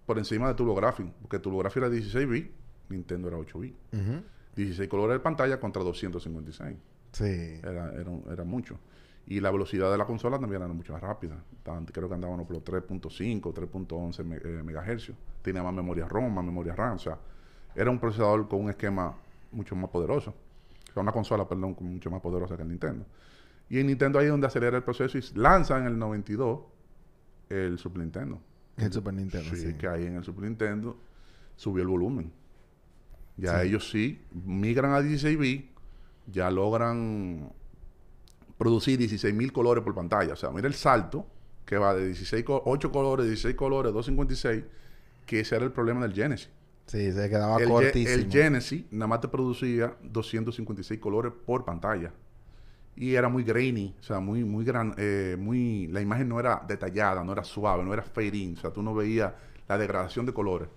[SPEAKER 2] por encima de TurboGrafx, porque TurboGrafx era 16 bits, Nintendo era 8 bits.
[SPEAKER 1] Ujú.
[SPEAKER 2] 16 colores de pantalla contra 256.
[SPEAKER 1] Sí.
[SPEAKER 2] Era, era, un- era mucho. Y la velocidad de la consola también era mucho más rápida. Estaban- creo que andábamos por los 3.5, 3.11 me- eh, megahercios. Tenía más memoria ROM, más memoria RAM. O sea, era un procesador con un esquema mucho más poderoso. O sea, una consola, perdón, con mucho más poderosa que el Nintendo. Y en Nintendo ahí es donde acelera el proceso y lanza en el 92 el Super Nintendo.
[SPEAKER 1] El Super Nintendo,
[SPEAKER 2] Sí,
[SPEAKER 1] sí.
[SPEAKER 2] que ahí en el Super Nintendo subió el volumen. Ya ellos sí migran a 16 bits, ya logran producir 16.000 colores por pantalla. O sea, mira el salto que va de 16 co- 8 colores, 16 colores, 256, que ese era el problema del Genesis.
[SPEAKER 1] Sí, se quedaba
[SPEAKER 2] El,
[SPEAKER 1] Ah,
[SPEAKER 2] Ge-
[SPEAKER 1] cortísimo.
[SPEAKER 2] el Genesis nada más te producía 256 colores por pantalla. Y era muy grainy, o sea, muy, muy gran, eh, muy, la imagen no era detallada, no era suave, no era fade in, o sea, tú no veías la degradación de colores.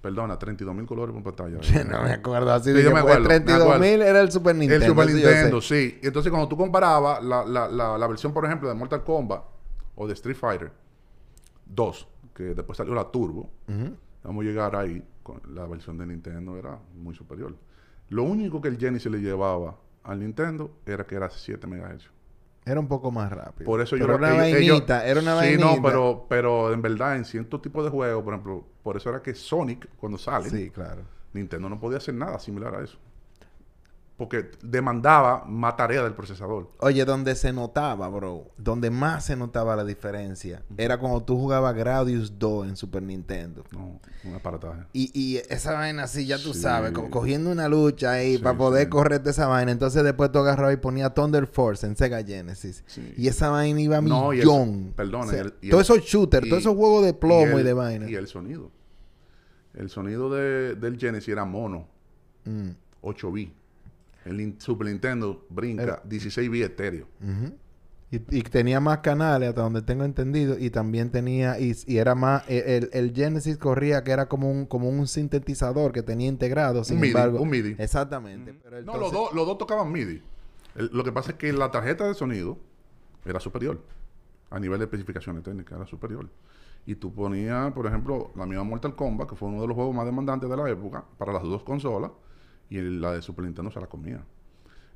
[SPEAKER 2] Perdona, 32 mil colores por pantalla.
[SPEAKER 1] no me acuerdo así. pues, de
[SPEAKER 2] Sí, yo
[SPEAKER 1] que
[SPEAKER 2] me
[SPEAKER 1] fue
[SPEAKER 2] acuerdo, me acuerdo.
[SPEAKER 1] 32.000 era el Super Nintendo.
[SPEAKER 2] El Super
[SPEAKER 1] sí, yo sé.
[SPEAKER 2] Nintendo, sí. Entonces, cuando tú comparabas la, la- la- la versión, por ejemplo, de Mortal Kombat o de Street Fighter 2, que después salió la Turbo,
[SPEAKER 1] Ujú.
[SPEAKER 2] vamos a llegar ahí, con la versión de Nintendo era muy superior. Lo único que el Genesis le llevaba al Nintendo era que era 7 MHz.
[SPEAKER 1] Era un poco más rápido.
[SPEAKER 2] Por eso yo
[SPEAKER 1] Pero
[SPEAKER 2] lo-
[SPEAKER 1] era una
[SPEAKER 2] ellos- ellos-
[SPEAKER 1] vainita. Era una vainita.
[SPEAKER 2] Sí, no, pero, pero en verdad, en ciertos tipos de juegos, por ejemplo, por eso era que Sonic, cuando sale,
[SPEAKER 1] Sí, claro.
[SPEAKER 2] Nintendo no podía hacer nada similar a eso. porque demandaba más tarea del procesador.
[SPEAKER 1] Oye, donde se notaba, bro, donde más se notaba la diferencia, era cuando tú jugabas Gradius 2 en Super Nintendo.
[SPEAKER 2] No, un aparataje.
[SPEAKER 1] Y, y esa vaina así, ya tú
[SPEAKER 2] Sí.
[SPEAKER 1] sabes, co- cogiendo una lucha ahí
[SPEAKER 2] Sí,
[SPEAKER 1] para poder
[SPEAKER 2] sí.
[SPEAKER 1] correrte esa vaina. Entonces después tú agarrabas y ponías Thunder Force en Sega Genesis.
[SPEAKER 2] Sí.
[SPEAKER 1] Y esa vaina iba a
[SPEAKER 2] No, y el-
[SPEAKER 1] millón.
[SPEAKER 2] perdona, y el- y
[SPEAKER 1] todos
[SPEAKER 2] el-
[SPEAKER 1] esos shooters,
[SPEAKER 2] y-
[SPEAKER 1] todos esos juegos de plomo y,
[SPEAKER 2] el-
[SPEAKER 1] de vaina.
[SPEAKER 2] Y el sonido. El sonido de- del Genesis era mono,
[SPEAKER 1] Mm,
[SPEAKER 2] 8 b El in- Super Nintendo brinca 16 b estéreo.
[SPEAKER 1] ujú. Y, y tenía más canales, hasta donde tengo entendido, y también tenía, y, y era más, e- el, el Genesis corría que era como un, como un sintetizador que tenía integrado, sin
[SPEAKER 2] un MIDI,
[SPEAKER 1] embargo.
[SPEAKER 2] un MIDI.
[SPEAKER 1] Exactamente. pero
[SPEAKER 2] no, los
[SPEAKER 1] entonces-
[SPEAKER 2] dos, los dos tocaban MIDI. El- lo que pasa es que la tarjeta de sonido era superior. A nivel de especificaciones técnicas era superior. Y tú ponías, por ejemplo, la misma Mortal Kombat, que fue uno de los juegos más demandantes de la época, para las dos consolas, y el- la de Super Nintendo se la comía.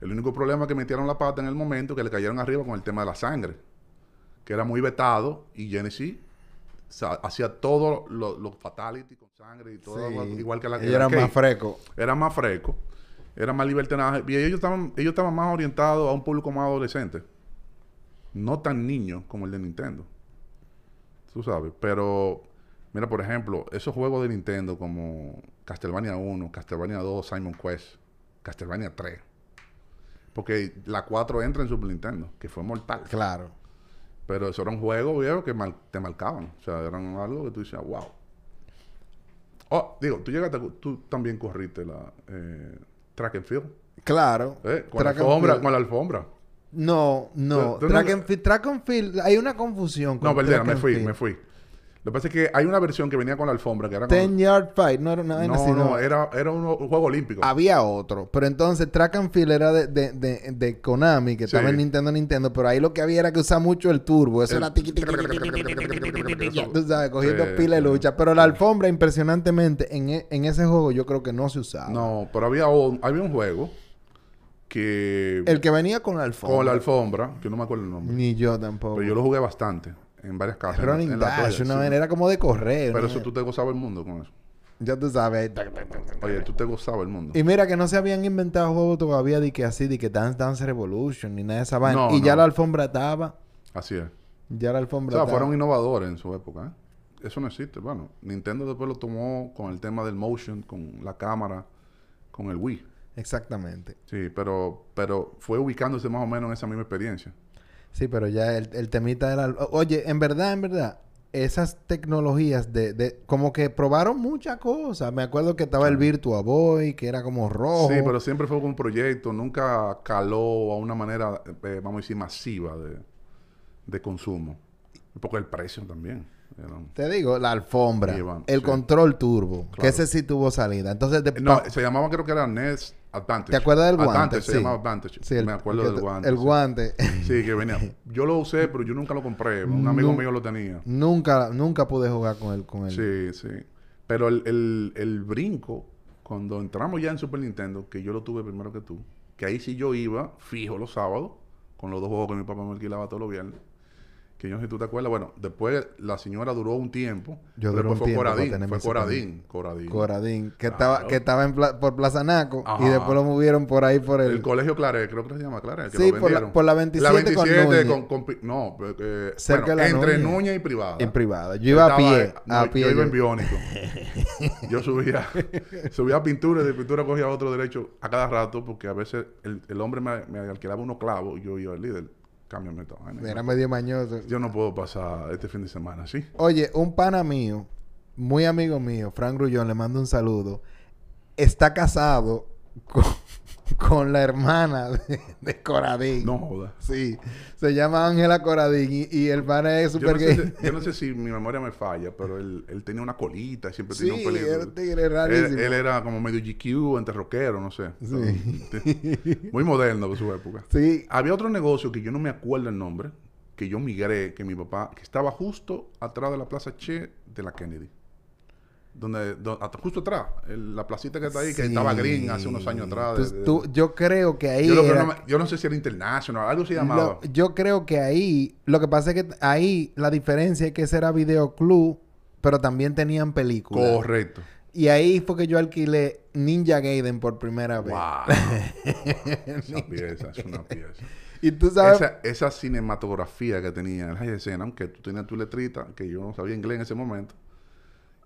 [SPEAKER 2] El único problema que metieron la pata en el momento que le cayeron arriba con el tema de la sangre, que era muy vetado, y Genesis sa- hacía todo lo, lo fatality con sangre y todo,
[SPEAKER 1] Sí.
[SPEAKER 2] igual que la
[SPEAKER 1] Ellos
[SPEAKER 2] el
[SPEAKER 1] eran
[SPEAKER 2] arcade
[SPEAKER 1] más fresco.
[SPEAKER 2] era más fresco, era más libertinaje, y ellos estaban, ellos estaban más orientados a un público más adolescente, no tan niño como el de Nintendo. Tú sabes, pero mira, por ejemplo, esos juegos de Nintendo como Castlevania 1, Castlevania 2, Simon Quest, Castlevania 3. Porque la 4 entra en Super Nintendo, que fue mortal.
[SPEAKER 1] Claro.
[SPEAKER 2] Pero eso era un juego, viejo, que mar- te marcaban. O sea, eran algo que tú decías, wow. Oh, digo, tú llegaste, a cu- tú también corriste la eh, track and field.
[SPEAKER 1] Claro.
[SPEAKER 2] ¿eh? Con, la
[SPEAKER 1] Track and
[SPEAKER 2] alfombra,
[SPEAKER 1] field.
[SPEAKER 2] con la alfombra.
[SPEAKER 1] No, no.
[SPEAKER 2] Tú- tú no-
[SPEAKER 1] Track, and field, track and field, hay una confusión.
[SPEAKER 2] No, perdón,
[SPEAKER 1] perdón,
[SPEAKER 2] me fui, me fui. Lo que pasa es que hay una versión que venía con la alfombra, que era con-
[SPEAKER 1] Ten Yard Fight, no Ah, era una vaina
[SPEAKER 2] No,
[SPEAKER 1] así,
[SPEAKER 2] no, era, era uno- un juego olímpico.
[SPEAKER 1] Había otro, pero entonces Track and Field era de, de, de, de Konami, que estaba
[SPEAKER 2] Sí.
[SPEAKER 1] en Nintendo, Nintendo, pero ahí lo que había era que usaba mucho el turbo, eso
[SPEAKER 2] El-
[SPEAKER 1] era tiqui, tiqui, tiqui, tiqui, tiqui,
[SPEAKER 2] Eso-
[SPEAKER 1] tú sabes, cogiendo
[SPEAKER 2] Sí,
[SPEAKER 1] pila de
[SPEAKER 2] sí.
[SPEAKER 1] lucha, pero la alfombra, impresionantemente, en, e- en ese juego yo creo que no se usaba.
[SPEAKER 2] No, pero había un, había un juego que...
[SPEAKER 1] El que venía con la alfombra,
[SPEAKER 2] con la alfombra, que no me acuerdo el nombre.
[SPEAKER 1] ni yo tampoco.
[SPEAKER 2] Pero yo lo jugué bastante, en varias casas. en la-
[SPEAKER 1] Running
[SPEAKER 2] en la
[SPEAKER 1] Dash,
[SPEAKER 2] playa,
[SPEAKER 1] una
[SPEAKER 2] sí.
[SPEAKER 1] vaina, era como de correr.
[SPEAKER 2] Pero
[SPEAKER 1] una
[SPEAKER 2] eso
[SPEAKER 1] vaina.
[SPEAKER 2] tú te gozabas el mundo con eso.
[SPEAKER 1] Ya tú sabes.
[SPEAKER 2] Oye, tú te gozabas el mundo.
[SPEAKER 1] Y mira que no se habían inventado juegos todavía de que así, de que Dance Dance Revolution, ni nada de esa vaina.
[SPEAKER 2] No,
[SPEAKER 1] y ya
[SPEAKER 2] no.
[SPEAKER 1] la alfombra estaba.
[SPEAKER 2] Así es.
[SPEAKER 1] Ya la
[SPEAKER 2] O
[SPEAKER 1] alfombra
[SPEAKER 2] sea,
[SPEAKER 1] estaba.
[SPEAKER 2] fueron innovadores en su época. ¿eh? Eso no existe. Bueno, Nintendo después lo tomó con el tema del motion, con la cámara, con el Wii.
[SPEAKER 1] Exactamente.
[SPEAKER 2] Sí, pero, pero fue ubicándose más o menos en esa misma experiencia.
[SPEAKER 1] Sí, pero ya el, el temita de la... o- Oye, en verdad, en verdad, esas tecnologías de... de- como que probaron muchas cosas. Me acuerdo que estaba el Virtua Boy, que era como rojo.
[SPEAKER 2] Sí, pero siempre fue con un proyecto, nunca caló a una manera, eh, vamos a decir, masiva de, de consumo. Porque el precio también. era un-
[SPEAKER 1] Te digo, la alfombra,
[SPEAKER 2] Sí, bueno,
[SPEAKER 1] el
[SPEAKER 2] sí.
[SPEAKER 1] control turbo, que
[SPEAKER 2] Claro.
[SPEAKER 1] ese sí tuvo salida. Entonces, de-
[SPEAKER 2] No,
[SPEAKER 1] pa-
[SPEAKER 2] se llamaba, creo que era NES Advantage.
[SPEAKER 1] ¿te acuerdas del guante?
[SPEAKER 2] Advantage, se
[SPEAKER 1] Sí.
[SPEAKER 2] llamaba Advantage.
[SPEAKER 1] Sí, el-
[SPEAKER 2] Me acuerdo
[SPEAKER 1] que
[SPEAKER 2] del
[SPEAKER 1] te-
[SPEAKER 2] guante.
[SPEAKER 1] El
[SPEAKER 2] sí.
[SPEAKER 1] guante.
[SPEAKER 2] Sí, que venía. Yo lo usé, pero yo nunca lo compré. Un amigo
[SPEAKER 1] Nu-
[SPEAKER 2] mío lo tenía.
[SPEAKER 1] nunca, nunca pude jugar con él. Con él.
[SPEAKER 2] Sí, sí. Pero el, el- el brinco, cuando entramos ya en Super Nintendo, que yo lo tuve primero que tú, que ahí sí yo iba fijo los sábados, con los dos juegos que mi papá me alquilaba todos los viernes. Que yo no sé si tú te acuerdas. Bueno, después la señora duró un tiempo.
[SPEAKER 1] Yo duré
[SPEAKER 2] pero
[SPEAKER 1] un
[SPEAKER 2] después fue
[SPEAKER 1] tiempo para
[SPEAKER 2] Coradín.
[SPEAKER 1] tener
[SPEAKER 2] fue
[SPEAKER 1] mi Super
[SPEAKER 2] Coradín. Coradín.
[SPEAKER 1] Coradín, que
[SPEAKER 2] Claro.
[SPEAKER 1] estaba, que estaba en pla- por Plaza Naco y
[SPEAKER 2] Ajá.
[SPEAKER 1] después lo movieron por ahí por
[SPEAKER 2] El,
[SPEAKER 1] el,
[SPEAKER 2] colegio Claret, creo que se llama Claret. que
[SPEAKER 1] Sí,
[SPEAKER 2] lo
[SPEAKER 1] por la-
[SPEAKER 2] vendieron.
[SPEAKER 1] por la 27 con Núñez.
[SPEAKER 2] con, con pi- no, eh,
[SPEAKER 1] Cerca
[SPEAKER 2] bueno,
[SPEAKER 1] de la
[SPEAKER 2] entre
[SPEAKER 1] Núñez.
[SPEAKER 2] Núñez y Privada.
[SPEAKER 1] en privada. Yo iba a
[SPEAKER 2] Estaba,
[SPEAKER 1] pie,
[SPEAKER 2] eh,
[SPEAKER 1] a
[SPEAKER 2] yo-
[SPEAKER 1] pie.
[SPEAKER 2] Yo iba en
[SPEAKER 1] yo-
[SPEAKER 2] biónico. yo subía, subía pintura y de pintura cogía otro derecho a cada rato porque a veces el, el hombre me, me alquilaba unos clavos y yo iba al líder. Cámbiame esta vaina.
[SPEAKER 1] Era medio mañoso.
[SPEAKER 2] Yo no puedo pasar este fin de semana así.
[SPEAKER 1] Oye, un pana mío, muy amigo mío, Frank Grullón, le mando un saludo. Está casado con, con la hermana de, de Coradín.
[SPEAKER 2] No joda.
[SPEAKER 1] Sí, se llama Ángela Coradín y, y el pana es
[SPEAKER 2] Yo
[SPEAKER 1] súper
[SPEAKER 2] no, sé
[SPEAKER 1] gay.
[SPEAKER 2] si, yo no sé si mi memoria me falla, pero él, él tenía una colita, siempre
[SPEAKER 1] Sí,
[SPEAKER 2] tenía pues un pelito.
[SPEAKER 1] era un tigre
[SPEAKER 2] Él,
[SPEAKER 1] rarísimo.
[SPEAKER 2] él era como medio GQ, entre rockero, no sé.
[SPEAKER 1] Sí.
[SPEAKER 2] Muy moderno de su época.
[SPEAKER 1] Sí,
[SPEAKER 2] Había otro negocio que yo no me acuerdo el nombre, que yo migré, que mi papá, que estaba justo atrás de la Plaza Che de la Kennedy. Donde, do- at- justo atrás, el- la placita que está ahí, que estaba
[SPEAKER 1] Sí.
[SPEAKER 2] green hace unos años atrás. de-
[SPEAKER 1] Tú-
[SPEAKER 2] de-
[SPEAKER 1] tú- yo creo que ahí
[SPEAKER 2] yo, lo que
[SPEAKER 1] era-
[SPEAKER 2] no me- yo no sé si era International, algo se
[SPEAKER 1] lo-
[SPEAKER 2] llamaba.
[SPEAKER 1] yo creo que ahí... Lo que pasa es que ahí la diferencia es que ese era videoclub, pero también tenían películas.
[SPEAKER 2] Correcto.
[SPEAKER 1] Y ahí fue que yo alquilé Ninja Gaiden por primera vez.
[SPEAKER 2] Wow. esa pieza, es una pieza.
[SPEAKER 1] Y tú sabes...
[SPEAKER 2] Esa, esa cinematografía que tenía en la escena, aunque tú tenías tu letrita, que yo no sabía inglés en ese momento,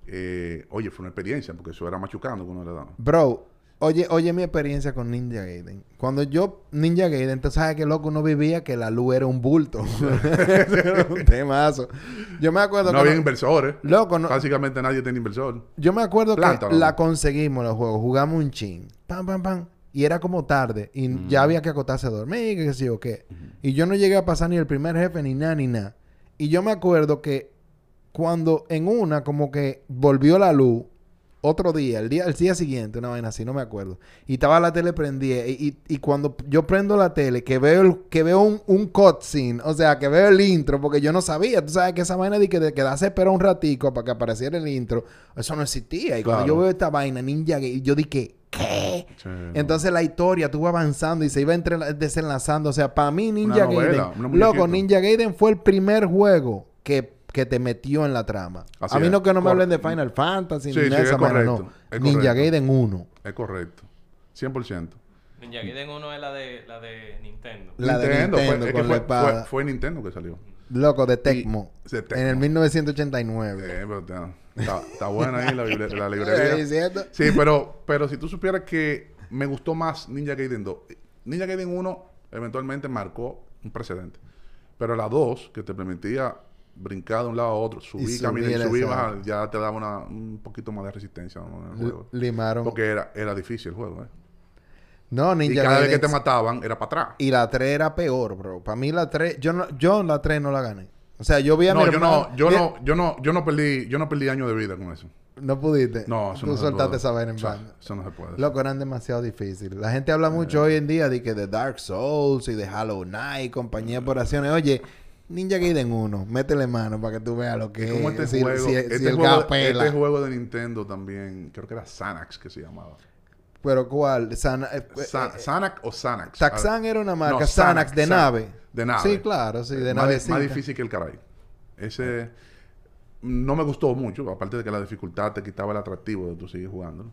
[SPEAKER 2] eh, oye, fue una experiencia, porque eso era machucando que uno le daba.
[SPEAKER 1] Bro, oye, oye mi experiencia con Ninja Gaiden. Cuando yo, Ninja Gaiden, tú sabes que loco uno vivía que la luz era un bulto. Eso era un temazo. Yo me acuerdo
[SPEAKER 2] No
[SPEAKER 1] que
[SPEAKER 2] había
[SPEAKER 1] no-
[SPEAKER 2] inversores.
[SPEAKER 1] Loco, no-
[SPEAKER 2] Básicamente nadie tenía inversor.
[SPEAKER 1] yo me acuerdo
[SPEAKER 2] Plántalo.
[SPEAKER 1] que la conseguimos en los juegos. Jugamos un chin. Pam, pam, pam. Y era como tarde. Y ya había que acotarse a dormir, que qué sé yo qué. Y yo no llegué a pasar ni el primer jefe, ni nada, ni nada. Y yo me acuerdo que cuando en una como que volvió la luz otro día, el día, el día siguiente, una vaina así, no me acuerdo. Y estaba la tele prendida y, y- y cuando yo prendo la tele, que veo el- que veo un, un cutscene, o sea, que veo el intro, porque yo no sabía, tú sabes que esa vaina de que de quedarse espera un ratico para que apareciera el intro, eso no existía. Y cuando
[SPEAKER 2] Claro.
[SPEAKER 1] yo veo esta vaina, Ninja Gaiden, yo dije, ¿qué?
[SPEAKER 2] Sí, no.
[SPEAKER 1] Entonces la historia estuvo avanzando y se iba entrela- desenlazando. O sea, para mí Ninja
[SPEAKER 2] novela, una
[SPEAKER 1] Gaiden,
[SPEAKER 2] muñequita.
[SPEAKER 1] loco, Ninja Gaiden fue el primer juego que, que te metió en la trama.
[SPEAKER 2] Así
[SPEAKER 1] a mí
[SPEAKER 2] es.
[SPEAKER 1] no que no me
[SPEAKER 2] Cor-
[SPEAKER 1] hablen de Final Fantasy
[SPEAKER 2] Sí,
[SPEAKER 1] ni
[SPEAKER 2] sí,
[SPEAKER 1] nada de
[SPEAKER 2] es
[SPEAKER 1] esa manera,
[SPEAKER 2] correcto,
[SPEAKER 1] no.
[SPEAKER 2] es
[SPEAKER 1] Ninja
[SPEAKER 2] correcto.
[SPEAKER 1] Gaiden 1.
[SPEAKER 2] Es correcto. 100%.
[SPEAKER 3] Ninja Gaiden 1 es la de, la de Nintendo.
[SPEAKER 1] La de
[SPEAKER 2] fue-
[SPEAKER 1] Nintendo
[SPEAKER 2] es que
[SPEAKER 1] con
[SPEAKER 2] fue,
[SPEAKER 1] la espada.
[SPEAKER 2] fue- fue Nintendo que salió.
[SPEAKER 1] Loco, de Tecmo.
[SPEAKER 2] de Tecmo.
[SPEAKER 1] En el 1989.
[SPEAKER 2] Eh, pero está, está- está buena ahí la, bibli- la
[SPEAKER 1] ¿Estás
[SPEAKER 2] librería.
[SPEAKER 1] diciendo?
[SPEAKER 2] Sí, pero, pero si tú supieras que me gustó más Ninja Gaiden 2. Ninja Gaiden 1 eventualmente marcó un precedente. Pero la 2, que te permitía brincar de un lado a otro, subir,
[SPEAKER 1] subir
[SPEAKER 2] caminar
[SPEAKER 1] el
[SPEAKER 2] y subir,
[SPEAKER 1] escenario.
[SPEAKER 2] bajar, ya te daba una- un poquito más de resistencia ¿no? en el
[SPEAKER 1] L-
[SPEAKER 2] juego.
[SPEAKER 1] Limaron.
[SPEAKER 2] Porque era, era difícil el juego, ¿eh?
[SPEAKER 1] No,
[SPEAKER 2] Y
[SPEAKER 1] Ninja
[SPEAKER 2] cada vez que
[SPEAKER 1] Gaiden.
[SPEAKER 2] te mataban, era para atrás.
[SPEAKER 1] y la 3 era peor, bro. Para mí la 3, yo no, yo la 3 no la gané. O sea, yo vi a mi
[SPEAKER 2] No, yo
[SPEAKER 1] hermano- eh,
[SPEAKER 2] no, yo
[SPEAKER 1] vi-
[SPEAKER 2] no, yo no, yo no perdí, yo no perdí años de vida con eso.
[SPEAKER 1] No pudiste.
[SPEAKER 2] No, eso
[SPEAKER 1] Tú
[SPEAKER 2] no se
[SPEAKER 1] soltaste
[SPEAKER 2] puede.
[SPEAKER 1] esa vaina en
[SPEAKER 2] Eso-
[SPEAKER 1] banda.
[SPEAKER 2] Eso no se puede.
[SPEAKER 1] Loco, eran demasiado difíciles. La gente habla mucho hoy en día de que de Dark Souls y de Hollow Knight, compañía de oraciones. Oye, Ninja Gaiden 1, métele mano para que tú veas lo que
[SPEAKER 2] Como este
[SPEAKER 1] Eh, si-
[SPEAKER 2] juego,
[SPEAKER 1] si- si
[SPEAKER 2] este,
[SPEAKER 1] el
[SPEAKER 2] juego
[SPEAKER 1] gas pela.
[SPEAKER 2] este juego de Nintendo también, creo que era Xanax que se llamaba.
[SPEAKER 1] Pero ¿cuál? Sana- eh, eh,
[SPEAKER 2] Sa- ¿Xanax o Xanax?
[SPEAKER 1] Taxan era una marca.
[SPEAKER 2] No,
[SPEAKER 1] Xanax,
[SPEAKER 2] Xanax,
[SPEAKER 1] de
[SPEAKER 2] Xanax.
[SPEAKER 1] nave.
[SPEAKER 2] De nave. Eh,
[SPEAKER 1] Sí, claro, sí, de
[SPEAKER 2] Más,
[SPEAKER 1] nave.
[SPEAKER 2] di- más difícil que el caray. Ese no me gustó mucho, aparte de que la dificultad te quitaba el atractivo de tú seguir jugando.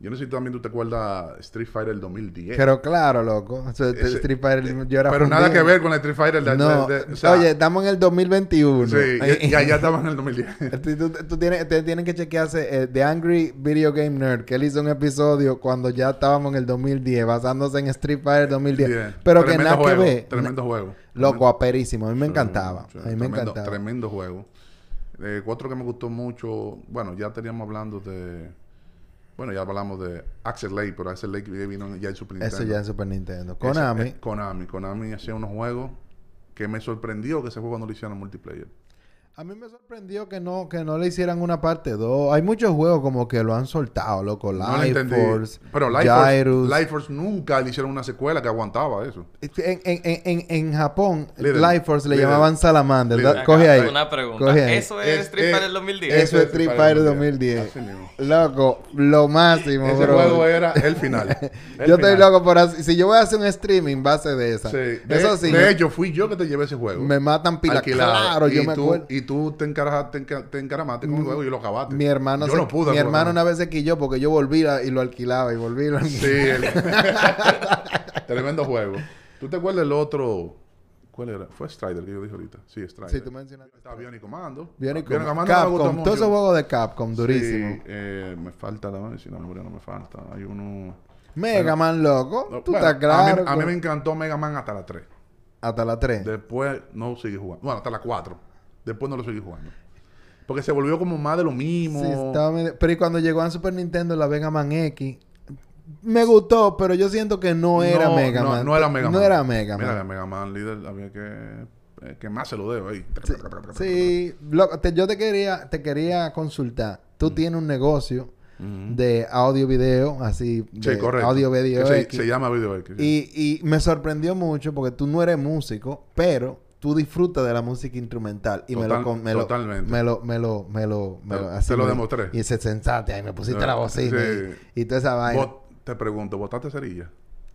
[SPEAKER 2] Yo no sé si también tú te acuerdas Street Fighter del 2010.
[SPEAKER 1] Pero claro, loco. O sea,
[SPEAKER 2] Ese-
[SPEAKER 1] Street Fighter,
[SPEAKER 2] eh,
[SPEAKER 1] yo era
[SPEAKER 2] pero nada
[SPEAKER 1] fundín.
[SPEAKER 2] que ver con el Street Fighter del
[SPEAKER 1] No.
[SPEAKER 2] de- de- o sea,
[SPEAKER 1] Oye, estamos en el 2021.
[SPEAKER 2] sí, ya, ya, ya estaban en el 2010.
[SPEAKER 1] Tú, tú- tú tienes, ustedes tienen que chequearse eh, The Angry Video Game Nerd, que él hizo un episodio cuando ya estábamos en el 2010, basándose en Street Fighter 2010. Pero que
[SPEAKER 2] Tremendo
[SPEAKER 1] nada
[SPEAKER 2] juego,
[SPEAKER 1] que ver.
[SPEAKER 2] Tremendo juego.
[SPEAKER 1] Loco, aperísimo. A mí me encantaba. a mí
[SPEAKER 2] Sí,
[SPEAKER 1] me
[SPEAKER 2] tremendo,
[SPEAKER 1] encantaba.
[SPEAKER 2] Tremendo juego. Eh, otro que me gustó mucho, bueno, ya teníamos hablando de. Bueno, ya hablamos de Axel Lake, pero Axel Lake vino ya en Super Nintendo.
[SPEAKER 1] Eso ya en Super Nintendo.
[SPEAKER 2] Ese-
[SPEAKER 1] Konami.
[SPEAKER 2] eh, Konami. Konami hacía unos juegos que me sorprendió que ese juego no lo hicieran en multiplayer.
[SPEAKER 1] A mí me sorprendió que no, que no le hicieran una parte 2. Hay muchos juegos como que lo han soltado, loco.
[SPEAKER 2] No lo
[SPEAKER 1] Life
[SPEAKER 2] entendí.
[SPEAKER 1] Force,
[SPEAKER 2] pero Life
[SPEAKER 1] Gyrus.
[SPEAKER 2] Force, Life Force nunca le hicieron una secuela que aguantaba eso.
[SPEAKER 1] Este, En, en, en, en, en Japón,
[SPEAKER 2] Líder.
[SPEAKER 1] Life Force le
[SPEAKER 2] Líder.
[SPEAKER 1] llamaban Salamander.
[SPEAKER 2] Líder.
[SPEAKER 1] Da- Coge ahí.
[SPEAKER 3] Una pregunta.
[SPEAKER 1] Coge ahí.
[SPEAKER 3] ¿Eso es,
[SPEAKER 2] Es-
[SPEAKER 3] Street Fighter
[SPEAKER 2] es-
[SPEAKER 3] 2010?
[SPEAKER 1] Eso es Street Fighter 2010.
[SPEAKER 2] Así mismo.
[SPEAKER 1] Loco, lo máximo,
[SPEAKER 2] Ese
[SPEAKER 1] bro.
[SPEAKER 2] juego era el final. El
[SPEAKER 1] yo estoy
[SPEAKER 2] final.
[SPEAKER 1] loco por hacer- Si yo voy a hacer un streaming base de esa.
[SPEAKER 2] Sí. De,
[SPEAKER 1] eso sí.
[SPEAKER 2] de
[SPEAKER 1] me-
[SPEAKER 2] hecho, fui yo que te llevé ese juego.
[SPEAKER 1] me matan pila.
[SPEAKER 2] Alquilado.
[SPEAKER 1] Claro,
[SPEAKER 2] y
[SPEAKER 1] yo me
[SPEAKER 2] tú,
[SPEAKER 1] acuerdo. Mm.
[SPEAKER 2] Y tú te, encaraja- te, enca- te encaramaste con el juego y lo acabaste.
[SPEAKER 1] Mi hermano,
[SPEAKER 2] Yo
[SPEAKER 1] se-
[SPEAKER 2] no pude.
[SPEAKER 1] mi
[SPEAKER 2] jugar.
[SPEAKER 1] hermano una vez se quilló porque yo volví a- y lo alquilaba y volví y lo
[SPEAKER 2] Sí.
[SPEAKER 1] alquilaba.
[SPEAKER 2] el- Tremendo juego. ¿Tú te acuerdas del otro? ¿Cuál era? Fue Strider que yo dije ahorita. Sí, Strider.
[SPEAKER 1] Sí, tú mencionaste.
[SPEAKER 2] Estaba Bionic Commando.
[SPEAKER 1] Bionic
[SPEAKER 2] Commando me gustó
[SPEAKER 1] Capcom,
[SPEAKER 2] mucho.
[SPEAKER 1] todos esos juegos de Capcom, durísimo.
[SPEAKER 2] Sí, eh, me falta la si la memoria no me falta. Hay uno.
[SPEAKER 1] Mega Man, loco.
[SPEAKER 2] No,
[SPEAKER 1] Tú
[SPEAKER 2] bueno,
[SPEAKER 1] estás
[SPEAKER 2] a mí-
[SPEAKER 1] claro.
[SPEAKER 2] A mí,
[SPEAKER 1] con-
[SPEAKER 2] me encantó Mega Man hasta la 3.
[SPEAKER 1] Hasta la 3.
[SPEAKER 2] Después no seguí jugando. Bueno, hasta la 4. Después no lo seguí jugando. Porque se volvió como más de lo mismo.
[SPEAKER 1] Sí, estaba medio- Pero y cuando llegó a Super Nintendo la Mega Man X, me gustó, pero yo siento que no era Mega
[SPEAKER 2] no,
[SPEAKER 1] Man.
[SPEAKER 2] No era Mega
[SPEAKER 1] No
[SPEAKER 2] Man.
[SPEAKER 1] era Mega
[SPEAKER 2] Mira,
[SPEAKER 1] Man.
[SPEAKER 2] que Mega Man líder había que... eh, que más se lo debo ahí.
[SPEAKER 1] Sí, lo- te- yo te quería, te quería consultar.
[SPEAKER 2] Mm.
[SPEAKER 1] Tú tienes un negocio
[SPEAKER 2] Ujú.
[SPEAKER 1] de audio-video, así,
[SPEAKER 2] Mm. Sí,
[SPEAKER 1] de
[SPEAKER 2] correcto.
[SPEAKER 1] audio-video.
[SPEAKER 2] Que se,
[SPEAKER 1] X.
[SPEAKER 2] se llama Video X. sí.
[SPEAKER 1] Y, y me sorprendió mucho porque tú no eres músico, pero tú disfrutas de la música instrumental. Y me, lo,
[SPEAKER 2] Total-
[SPEAKER 1] con- me lo-
[SPEAKER 2] totalmente.
[SPEAKER 1] me lo, me lo, me lo, me
[SPEAKER 2] Te-
[SPEAKER 1] lo-
[SPEAKER 2] te
[SPEAKER 1] así
[SPEAKER 2] lo
[SPEAKER 1] me-
[SPEAKER 2] demostré.
[SPEAKER 1] Y se sensaste, ahí me pusiste
[SPEAKER 2] Ah,
[SPEAKER 1] la bocina
[SPEAKER 2] sí.
[SPEAKER 1] y, y toda esa vaina.
[SPEAKER 2] Vos- te pregunto, ¿botaste cerilla?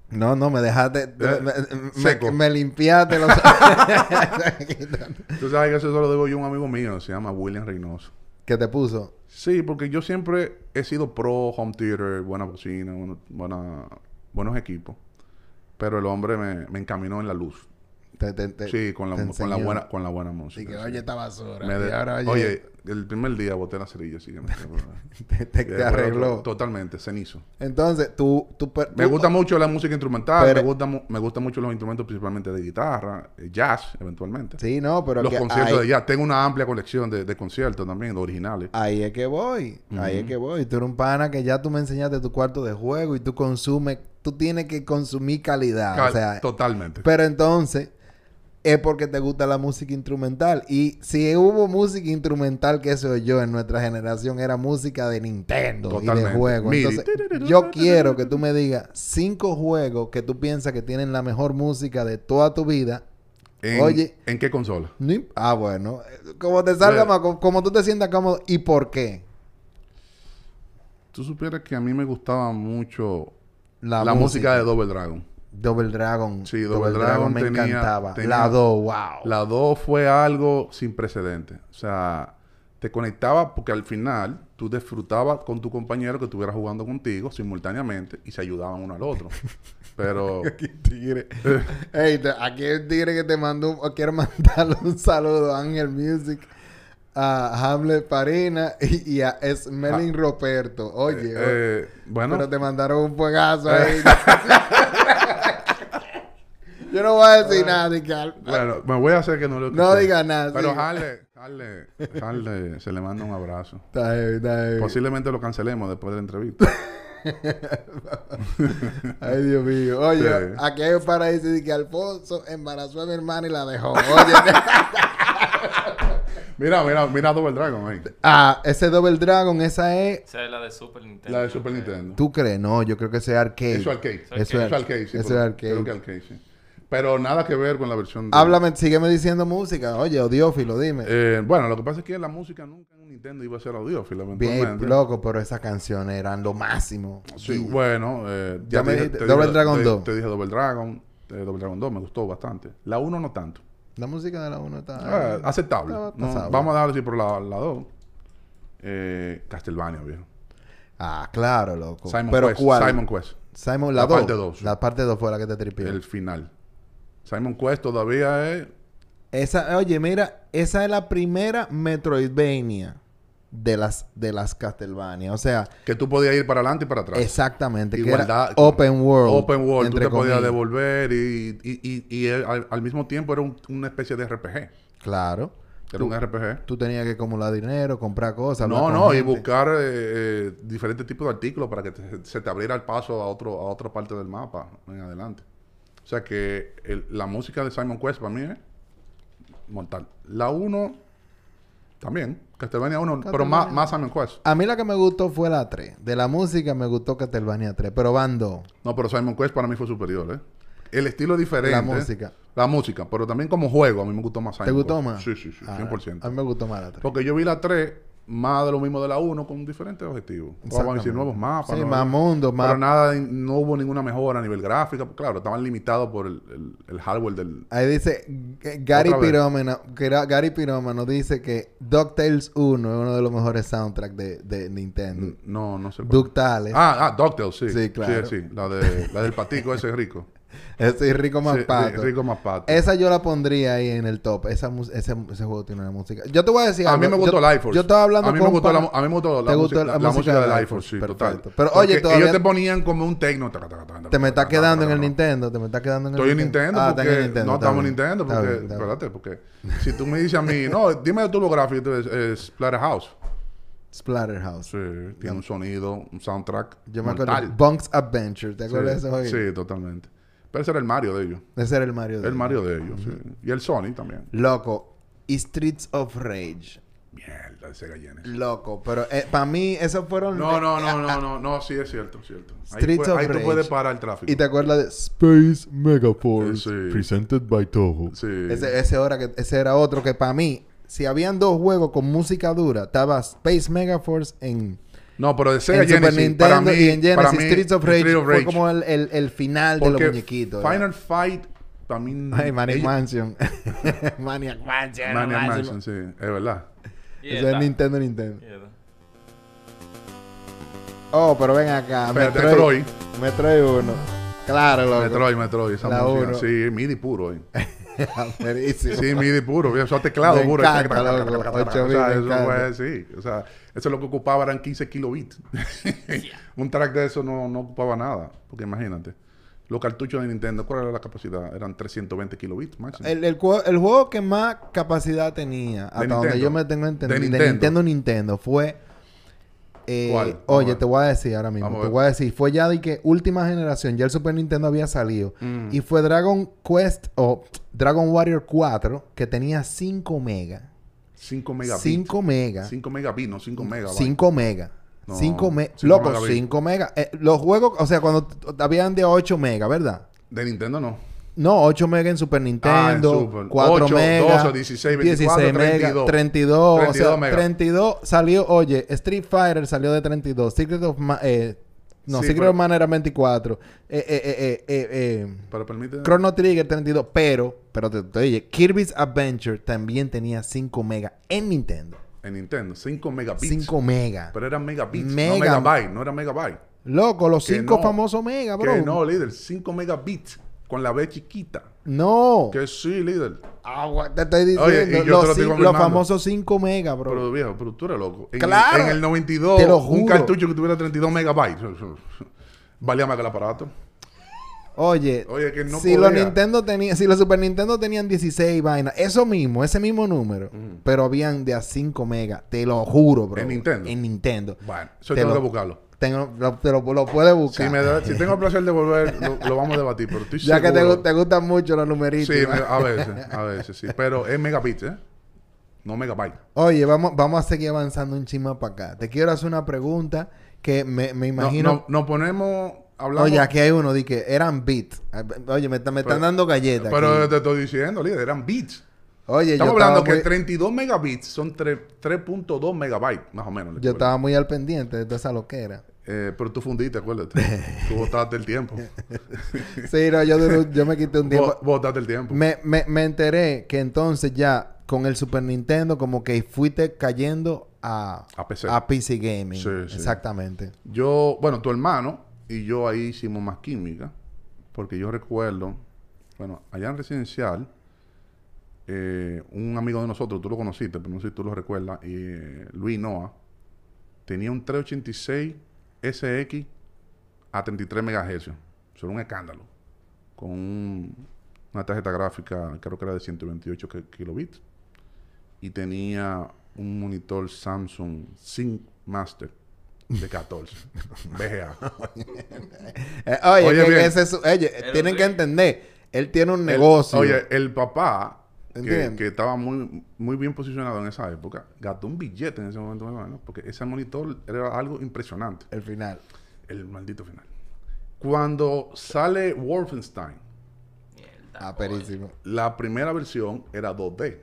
[SPEAKER 1] No, no, me dejaste.
[SPEAKER 2] Eh,
[SPEAKER 1] me,
[SPEAKER 2] seco.
[SPEAKER 1] me- me limpiaste los.
[SPEAKER 2] Tú sabes que eso se lo debo yo a un amigo mío. Se llama William Reynoso.
[SPEAKER 1] que te puso.
[SPEAKER 2] Sí, porque yo siempre he sido pro home theater, buena bocina, bueno- buena- buenos equipos. Pero el hombre me, me encaminó en la luz.
[SPEAKER 1] Te, te- te-
[SPEAKER 2] sí, con la,
[SPEAKER 1] te
[SPEAKER 2] mu- con la
[SPEAKER 1] enseñó.
[SPEAKER 2] buena, con la buena
[SPEAKER 1] Y
[SPEAKER 2] música.
[SPEAKER 1] que
[SPEAKER 2] sí.
[SPEAKER 1] oye esta basura.
[SPEAKER 2] Me de-
[SPEAKER 1] y ahora oye.
[SPEAKER 2] Oye, el primer día boté la cerilla, sí que me
[SPEAKER 1] te, te- te
[SPEAKER 2] Y después
[SPEAKER 1] arregló.
[SPEAKER 2] to- Totalmente, cenizo.
[SPEAKER 1] Entonces, tú. tú per-
[SPEAKER 2] Me
[SPEAKER 1] tú-
[SPEAKER 2] gusta mucho la música instrumental,
[SPEAKER 1] Pero-
[SPEAKER 2] me, gusta, mu- me gusta mucho los instrumentos principalmente de guitarra, eh, jazz, eventualmente.
[SPEAKER 1] Sí, no, pero.
[SPEAKER 2] los
[SPEAKER 1] que
[SPEAKER 2] conciertos
[SPEAKER 1] ahí-
[SPEAKER 2] de jazz. Tengo una amplia colección de, de conciertos también, de originales.
[SPEAKER 1] Ahí es que voy, ahí es que voy. Tú eres un pana que ya tú me enseñaste tu cuarto de juego y tú consumes, tú tienes que consumir calidad.
[SPEAKER 2] Cal-
[SPEAKER 1] Ah, o sea,
[SPEAKER 2] totalmente.
[SPEAKER 1] pero entonces es porque te gusta la música instrumental. Y si hubo música instrumental que se oyó en nuestra generación, era música de Nintendo y de
[SPEAKER 2] Totalmente.
[SPEAKER 1] juegos.
[SPEAKER 2] Miri.
[SPEAKER 1] Entonces, yo quiero que tú me digas cinco juegos que tú piensas que tienen la mejor música de toda tu vida.
[SPEAKER 2] En-
[SPEAKER 1] Oye.
[SPEAKER 2] ¿En qué consola?
[SPEAKER 1] No im- Ah, bueno. Como te salga, más,
[SPEAKER 2] Bueno.
[SPEAKER 1] como- como tú te sientas cómodo. ¿Y por qué?
[SPEAKER 2] Tú supieras que a mí me gustaba mucho
[SPEAKER 1] La,
[SPEAKER 2] la, música. de Double Dragon.
[SPEAKER 1] Double Dragon.
[SPEAKER 2] Sí, Double Dragon
[SPEAKER 1] me
[SPEAKER 2] tenía-
[SPEAKER 1] encantaba.
[SPEAKER 2] tenía-
[SPEAKER 1] la 2, wow.
[SPEAKER 2] La 2 fue algo sin precedente. O sea, te conectaba porque al final tú disfrutabas con tu compañero que estuviera jugando contigo simultáneamente y se ayudaban uno al otro. Pero
[SPEAKER 1] Aquí tigre. Ey, te- aquí hay un tigre que te mandó, un- quiero mandarle un saludo a Ángel Music, a Hamlet Parina y, y a Smelling Roberto. Oye, oye,
[SPEAKER 2] Ah. eh, bueno,
[SPEAKER 1] pero te mandaron un fuegazo ahí. Yo no voy a decir nada, de que al-
[SPEAKER 2] Ah. bueno, me voy a hacer que no lo
[SPEAKER 1] No
[SPEAKER 2] escuché.
[SPEAKER 1] diga nada,
[SPEAKER 2] Pero
[SPEAKER 1] sí.
[SPEAKER 2] Harle, Harle, Harle, se le manda un abrazo.
[SPEAKER 1] Está heavy, está heavy.
[SPEAKER 2] Posiblemente lo cancelemos después de la entrevista.
[SPEAKER 1] Ay, Dios mío. Oye,
[SPEAKER 2] Sí.
[SPEAKER 1] aquí hay un paraíso de que Alfonso embarazó a mi hermana y la dejó. Oye,
[SPEAKER 2] Mira, mira, mira Double Dragon ahí.
[SPEAKER 1] Ah, ese Double Dragon, esa es.
[SPEAKER 3] Esa es la de Super Nintendo.
[SPEAKER 2] La de Super Nintendo.
[SPEAKER 1] ¿Tú crees? No, yo creo que ese es arcade.
[SPEAKER 2] Eso arcade.
[SPEAKER 3] Eso
[SPEAKER 1] Eso es
[SPEAKER 2] Eso arcade, sí.
[SPEAKER 1] Eso
[SPEAKER 2] pero-
[SPEAKER 1] es arcade.
[SPEAKER 2] Creo que arcade, sí. Pero nada que ver con la versión de...
[SPEAKER 1] Háblame, sígueme diciendo música. Oye, odiófilo, dime.
[SPEAKER 2] Eh, bueno, lo que pasa es que la música nunca en Nintendo iba a ser audiófila
[SPEAKER 1] Bien,
[SPEAKER 2] eventualmente.
[SPEAKER 1] loco, pero esas canciones eran lo máximo.
[SPEAKER 2] pues, Sí, bueno, eh,
[SPEAKER 1] Ya me dijiste, Double Dragon
[SPEAKER 2] te-
[SPEAKER 1] 2.
[SPEAKER 2] Te dije Double Dragon, eh, Double Dragon 2, me gustó bastante. La 1 no tanto.
[SPEAKER 1] La música de la 1 está...
[SPEAKER 2] Eh, aceptable.
[SPEAKER 1] Ah, está
[SPEAKER 2] No,
[SPEAKER 1] pasable.
[SPEAKER 2] vamos a darle sí por la, la 2. Eh, Castlevania, viejo.
[SPEAKER 1] Ah, claro, loco.
[SPEAKER 2] Simon
[SPEAKER 1] pero
[SPEAKER 2] Quest.
[SPEAKER 1] ¿cuál?
[SPEAKER 2] Simon Quest.
[SPEAKER 1] Simon, la
[SPEAKER 2] La
[SPEAKER 1] 2.
[SPEAKER 2] parte dos.
[SPEAKER 1] La parte 2 fue la que te tripió.
[SPEAKER 2] El final. Simon Quest todavía es.
[SPEAKER 1] Esa, oye, mira, esa es la primera Metroidvania de las, de las Castlevania. O sea,
[SPEAKER 2] Que tú podías ir para adelante y para atrás.
[SPEAKER 1] exactamente.
[SPEAKER 2] Igualdad-
[SPEAKER 1] que era Open World.
[SPEAKER 2] Open World, tú
[SPEAKER 1] entre
[SPEAKER 2] te podías
[SPEAKER 1] comillas.
[SPEAKER 2] devolver y, y, y- y él, al, al mismo tiempo era un- una especie de RPG.
[SPEAKER 1] Claro.
[SPEAKER 2] Era un RPG.
[SPEAKER 1] Tú tenías que acumular dinero, comprar cosas.
[SPEAKER 2] No,
[SPEAKER 1] hablar con
[SPEAKER 2] no, y
[SPEAKER 1] gente.
[SPEAKER 2] buscar eh, eh, diferentes tipos de artículos para que te- se te abriera el paso a, otro, a otra parte del mapa en adelante. O sea que el- la música de Simon Quest para mí es mortal. La 1 también, Castlevania 1, pero más, más Simon Quest.
[SPEAKER 1] A mí la que me gustó fue la 3. De la música me gustó Castlevania 3, pero bando.
[SPEAKER 2] No, pero Simon Quest para mí fue superior, ¿eh? El estilo diferente.
[SPEAKER 1] La música.
[SPEAKER 2] La música, pero también como juego a mí me gustó más Simon
[SPEAKER 1] ¿Te gustó
[SPEAKER 2] Quest.
[SPEAKER 1] más?
[SPEAKER 2] Sí, sí, sí,
[SPEAKER 1] Ah,
[SPEAKER 2] 100%.
[SPEAKER 1] a mí me gustó más la 3.
[SPEAKER 2] Porque yo vi la 3 más de lo mismo de la 1 con diferentes objetivos. Vamos a
[SPEAKER 1] Exactamente.
[SPEAKER 2] decir nuevos mapas.
[SPEAKER 1] Sí,
[SPEAKER 2] nuevos-
[SPEAKER 1] más mundo, más-
[SPEAKER 2] Pero nada, no hubo ninguna mejora a nivel gráfico. Claro, estaban limitados por el, el- el hardware del...
[SPEAKER 1] Ahí dice G- Gary
[SPEAKER 2] Otra vez.
[SPEAKER 1] Pirómano, que era- Gary Pirómano dice que DuckTales 1 es uno de los mejores soundtracks de, de Nintendo.
[SPEAKER 2] No, no sé. cuál.
[SPEAKER 1] DuckTales.
[SPEAKER 2] Mm. Ah, ah, DuckTales, sí.
[SPEAKER 1] Sí, claro.
[SPEAKER 2] Sí, sí, la, de, la del patico ese rico.
[SPEAKER 1] Ese es rico más
[SPEAKER 2] Sí,
[SPEAKER 1] pato.
[SPEAKER 2] rico más pato.
[SPEAKER 1] Esa yo la pondría ahí en el top. Esa mus- ese, ese juego tiene una música. Yo te voy a decir
[SPEAKER 2] A mí Ah, me
[SPEAKER 1] algo.
[SPEAKER 2] gustó
[SPEAKER 1] yo,
[SPEAKER 2] Life Force.
[SPEAKER 1] Yo estaba hablando
[SPEAKER 2] a mí me
[SPEAKER 1] con
[SPEAKER 2] gustó la,
[SPEAKER 1] pana-
[SPEAKER 2] a mí me gustó la,
[SPEAKER 1] ¿Te
[SPEAKER 2] música,
[SPEAKER 1] gustó
[SPEAKER 2] la, música de Life Force, sí,
[SPEAKER 1] Perfecto.
[SPEAKER 2] total.
[SPEAKER 1] Pero, oye,
[SPEAKER 2] Porque
[SPEAKER 1] todavía-
[SPEAKER 2] ellos te ponían como un techno. taca, taca, taca, taca,
[SPEAKER 1] Te me está
[SPEAKER 2] taca,
[SPEAKER 1] quedando en
[SPEAKER 2] taca,
[SPEAKER 1] el
[SPEAKER 2] taca.
[SPEAKER 1] Nintendo, te me está quedando en el
[SPEAKER 2] Estoy en Nintendo
[SPEAKER 1] Ah, está
[SPEAKER 2] porque
[SPEAKER 1] en el Nintendo,
[SPEAKER 2] no
[SPEAKER 1] está
[SPEAKER 2] estamos en
[SPEAKER 1] bien.
[SPEAKER 2] Nintendo
[SPEAKER 1] Está
[SPEAKER 2] porque
[SPEAKER 1] bien, está bien.
[SPEAKER 2] espérate porque si tú me dices a mí no dime de tu gráfico entonces es Splatterhouse
[SPEAKER 1] Splatterhouse.
[SPEAKER 2] sí, tiene un sonido un soundtrack
[SPEAKER 1] Yo me
[SPEAKER 2] mortal.
[SPEAKER 1] acuerdo. Bunk's Adventure. ¿Te
[SPEAKER 2] Sí,
[SPEAKER 1] acuerdas de ese juego?
[SPEAKER 2] sí, totalmente pero ese era el Mario de ellos
[SPEAKER 1] Ese era el Mario. de
[SPEAKER 2] el Mario de ellos sí. y el Sony también
[SPEAKER 1] Loco. Y Streets of Rage.
[SPEAKER 2] mierda ese gallenes
[SPEAKER 1] Loco. Pero para mí, esos fueron.
[SPEAKER 2] no no no no no no sí es cierto es cierto ahí,
[SPEAKER 1] Streets
[SPEAKER 2] fue-
[SPEAKER 1] of
[SPEAKER 2] ahí tú
[SPEAKER 1] Rage.
[SPEAKER 2] puedes parar el tráfico
[SPEAKER 1] Y te acuerdas de.
[SPEAKER 4] Space Megaforce,
[SPEAKER 2] Sí.
[SPEAKER 4] presented by Toho.
[SPEAKER 2] sí
[SPEAKER 1] Ese, ese hora que, ese era otro que para mí. Si habían dos juegos con música dura, estaba Space Megaforce en,
[SPEAKER 2] no pero de Sega
[SPEAKER 1] en Super
[SPEAKER 2] Genesis para
[SPEAKER 1] Nintendo
[SPEAKER 2] mí
[SPEAKER 1] y en
[SPEAKER 2] para
[SPEAKER 1] Genesis.
[SPEAKER 2] mí,
[SPEAKER 1] Streets of Rage
[SPEAKER 2] Streets
[SPEAKER 1] fue como el, el- el final de los
[SPEAKER 2] porque
[SPEAKER 1] muñequitos. ¿verdad?
[SPEAKER 2] Final Fight también
[SPEAKER 1] Ay, Maniac
[SPEAKER 2] ellos-
[SPEAKER 1] Mansion. Maniac Mansion. máximo.
[SPEAKER 2] Maniac
[SPEAKER 1] Ah,
[SPEAKER 2] Mansion, sí, es verdad.
[SPEAKER 1] Eso
[SPEAKER 3] Quieta.
[SPEAKER 1] es Nintendo, Nintendo.
[SPEAKER 3] Quieto.
[SPEAKER 1] Oh, pero ven acá.
[SPEAKER 2] Espérate,
[SPEAKER 1] Metroid. Metroid 1. Claro, loco.
[SPEAKER 2] Metroid, Metroid, esa
[SPEAKER 1] La
[SPEAKER 2] música.
[SPEAKER 1] uno.
[SPEAKER 2] Sí, MIDI puro. eh.
[SPEAKER 1] Verísimo.
[SPEAKER 2] Sí, MIDI puro. Eso es teclado
[SPEAKER 1] Me
[SPEAKER 2] puro.
[SPEAKER 1] encanta,
[SPEAKER 2] O
[SPEAKER 1] loco.
[SPEAKER 2] sea,
[SPEAKER 1] Ocho mil, me
[SPEAKER 2] eso
[SPEAKER 1] encanta.
[SPEAKER 2] fue, sí. O sea, eso es lo que ocupaba eran 15 kilobits. Un track de eso no, no ocupaba nada. Porque imagínate. Los cartuchos de Nintendo, ¿cuál era la capacidad? Eran 320 kilobits máximo.
[SPEAKER 1] El, el cua- el juego que más capacidad tenía, hasta donde
[SPEAKER 2] Nintendo.
[SPEAKER 1] yo me tengo entendido,
[SPEAKER 2] De
[SPEAKER 1] de,
[SPEAKER 2] Nintendo.
[SPEAKER 1] Nintendo Nintendo, fue. eh,
[SPEAKER 2] ¿Cuál? Vamos a
[SPEAKER 1] Oye,
[SPEAKER 2] ver.
[SPEAKER 1] te voy a decir ahora mismo,
[SPEAKER 2] Vamos a
[SPEAKER 1] te
[SPEAKER 2] ver.
[SPEAKER 1] voy a decir, fue ya de que última generación, ya el Super Nintendo había salido.
[SPEAKER 2] Mm.
[SPEAKER 1] Y fue Dragon Quest o Dragon Warrior 4, que tenía 5 megas.
[SPEAKER 2] 5 megabits.
[SPEAKER 1] 5 megas.
[SPEAKER 2] 5 megabits, no 5 megas.
[SPEAKER 1] 5 megas.
[SPEAKER 2] No,
[SPEAKER 1] 5 megas.
[SPEAKER 2] cinco
[SPEAKER 1] Loco,
[SPEAKER 2] megabytes.
[SPEAKER 1] 5 megas. Eh, los juegos, o sea, cuando t- habían de 8 megas, ¿verdad?
[SPEAKER 2] De Nintendo no.
[SPEAKER 1] No, 8 megas en Super Nintendo,
[SPEAKER 2] Ah, Super.
[SPEAKER 1] 4
[SPEAKER 2] 8,
[SPEAKER 1] megas,
[SPEAKER 2] 12, 16, 24,
[SPEAKER 1] megas,
[SPEAKER 2] 32.
[SPEAKER 1] 32, o
[SPEAKER 2] 32
[SPEAKER 1] sea,
[SPEAKER 2] megas.
[SPEAKER 1] 32 salió, oye, Street Fighter salió de 32, Secret of Ma- eh, no,
[SPEAKER 2] Sí,
[SPEAKER 1] Secret
[SPEAKER 2] pero-
[SPEAKER 1] of Mana era 24, eh, eh, eh, eh, eh, eh,
[SPEAKER 2] Pero permite.
[SPEAKER 1] Chrono Trigger 32, pero, pero te, te oye, Kirby's Adventure también tenía 5 megas en Nintendo,
[SPEAKER 2] En Nintendo, 5 megabits.
[SPEAKER 1] 5 megas.
[SPEAKER 2] Pero eran megabits, no
[SPEAKER 1] Mega-
[SPEAKER 2] megabytes, no era megabytes.
[SPEAKER 1] Loco, los
[SPEAKER 2] Que
[SPEAKER 1] 5
[SPEAKER 2] no,
[SPEAKER 1] famosos megas, bro.
[SPEAKER 2] Que no, líder, 5 megabits con la B chiquita.
[SPEAKER 1] No.
[SPEAKER 2] Que sí, líder.
[SPEAKER 1] Agua, te estoy diciendo,
[SPEAKER 2] Oye, y yo te lo
[SPEAKER 1] los,
[SPEAKER 2] estoy
[SPEAKER 1] cin- los
[SPEAKER 2] confirmando.
[SPEAKER 1] famosos 5 megas, bro.
[SPEAKER 2] Pero viejo, pero tú eres loco. En,
[SPEAKER 1] Claro.
[SPEAKER 2] en el 92,
[SPEAKER 1] Te lo
[SPEAKER 2] un
[SPEAKER 1] juro.
[SPEAKER 2] cartucho que tuviera 32 megabytes. Valía más que el aparato.
[SPEAKER 1] Oye,
[SPEAKER 2] Oye, que no
[SPEAKER 1] si
[SPEAKER 2] podía.
[SPEAKER 1] los Nintendo tenían, si los Super Nintendo tenían 16 vainas, eso mismo, ese mismo número, pero habían de a 5 megas, te lo juro, bro.
[SPEAKER 2] ¿En Nintendo?
[SPEAKER 1] En Nintendo.
[SPEAKER 2] Bueno, eso
[SPEAKER 1] Te
[SPEAKER 2] tengo
[SPEAKER 1] lo-
[SPEAKER 2] que buscarlo.
[SPEAKER 1] Tengo- lo, te lo, lo puedes
[SPEAKER 2] Si,
[SPEAKER 1] buscar.
[SPEAKER 2] me da- si tengo el placer de volver, lo, lo vamos a debatir. Pero estoy
[SPEAKER 1] ya que te,
[SPEAKER 2] seguro-
[SPEAKER 1] gu- te gustan mucho los numeritos.
[SPEAKER 2] Sí,
[SPEAKER 1] ¿verdad?
[SPEAKER 2] me- a veces, a veces, sí. Pero es megabits, ¿eh? No megabytes.
[SPEAKER 1] Oye, vamos, vamos a seguir avanzando un chisme para acá. Te quiero hacer una pregunta que me, me
[SPEAKER 2] No,
[SPEAKER 1] imagino.
[SPEAKER 2] no- nos ponemos... Hablamos,
[SPEAKER 1] Oye, aquí hay uno de que eran bits. Oye, me, está- me están
[SPEAKER 2] Pero-
[SPEAKER 1] dando galletas.
[SPEAKER 2] pero
[SPEAKER 1] aquí.
[SPEAKER 2] te estoy diciendo, líder, eran bits.
[SPEAKER 1] Oye, yo
[SPEAKER 2] Estamos hablando
[SPEAKER 1] estaba
[SPEAKER 2] que
[SPEAKER 1] muy-
[SPEAKER 2] 32 megabits son tre- 3.2 megabytes, más o menos.
[SPEAKER 1] Yo
[SPEAKER 2] recuerdo.
[SPEAKER 1] estaba muy al pendiente de toda esa loquera.
[SPEAKER 2] Eh, pero tú fundiste, acuérdate. tú botaste el tiempo.
[SPEAKER 1] Sí, no, yo, duré un- yo me quité un tiempo.
[SPEAKER 2] Bo- botaste el tiempo.
[SPEAKER 1] Me, me, me enteré que entonces ya con el Super Nintendo como que fuiste cayendo a,
[SPEAKER 2] A PC.
[SPEAKER 1] Gaming.
[SPEAKER 2] Sí, sí.
[SPEAKER 1] Exactamente.
[SPEAKER 2] Yo, bueno, tu hermano y yo ahí hicimos más química. Porque yo recuerdo, bueno, allá en residencial, eh, un amigo de nosotros, tú lo conociste, pero no sé si tú lo recuerdas, y, eh, Luis Noah, tenía un 386 SX a 33 MHz. Eso era un escándalo. Con un- una tarjeta gráfica, creo que era de 128 ki- kilobits. Y tenía un monitor Samsung Sync Master de 14. VGA.
[SPEAKER 1] Eh, oye,
[SPEAKER 2] Oye,
[SPEAKER 1] que-
[SPEAKER 2] bien.
[SPEAKER 1] que ese es su- oye,
[SPEAKER 3] Pero
[SPEAKER 1] tienen
[SPEAKER 3] sí.
[SPEAKER 1] que entender. Él tiene un negocio.
[SPEAKER 2] El- oye, el papá, que,
[SPEAKER 1] ¿Entiendes?
[SPEAKER 2] que estaba muy, muy bien posicionado en esa época, gastó un billete en ese momento, mi hermano, porque ese monitor era algo impresionante.
[SPEAKER 1] El final.
[SPEAKER 2] El maldito final. Cuando sale Wolfenstein,
[SPEAKER 3] Mierda.
[SPEAKER 1] Ah, perísimo.
[SPEAKER 2] la primera versión era 2D.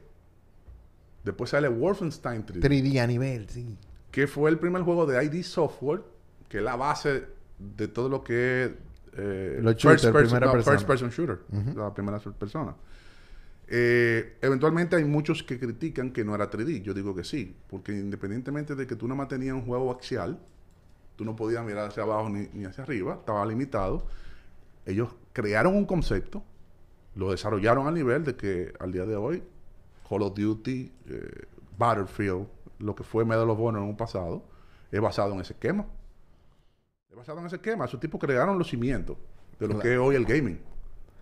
[SPEAKER 2] Después sale Wolfenstein 3D,
[SPEAKER 1] 3D a nivel, sí.
[SPEAKER 2] que fue el primer juego de ID Software, que es la base de todo lo que es eh,
[SPEAKER 1] Los shooters,
[SPEAKER 2] person,
[SPEAKER 1] primera persona.
[SPEAKER 2] first person shooter, la primera sur- persona. Eh, eventualmente hay muchos que critican que no era 3D. Yo digo que sí, porque independientemente de que tú nada más tenías un juego axial, tú no podías mirar hacia abajo ni, ni hacia arriba, estaba limitado. Ellos crearon un concepto, lo desarrollaron a nivel de que al día de hoy Call of Duty, eh, Battlefield, lo que fue Medal of Honor en un pasado, es basado en ese esquema. Es basado en ese esquema. Esos tipos crearon los cimientos de lo que es hoy el gaming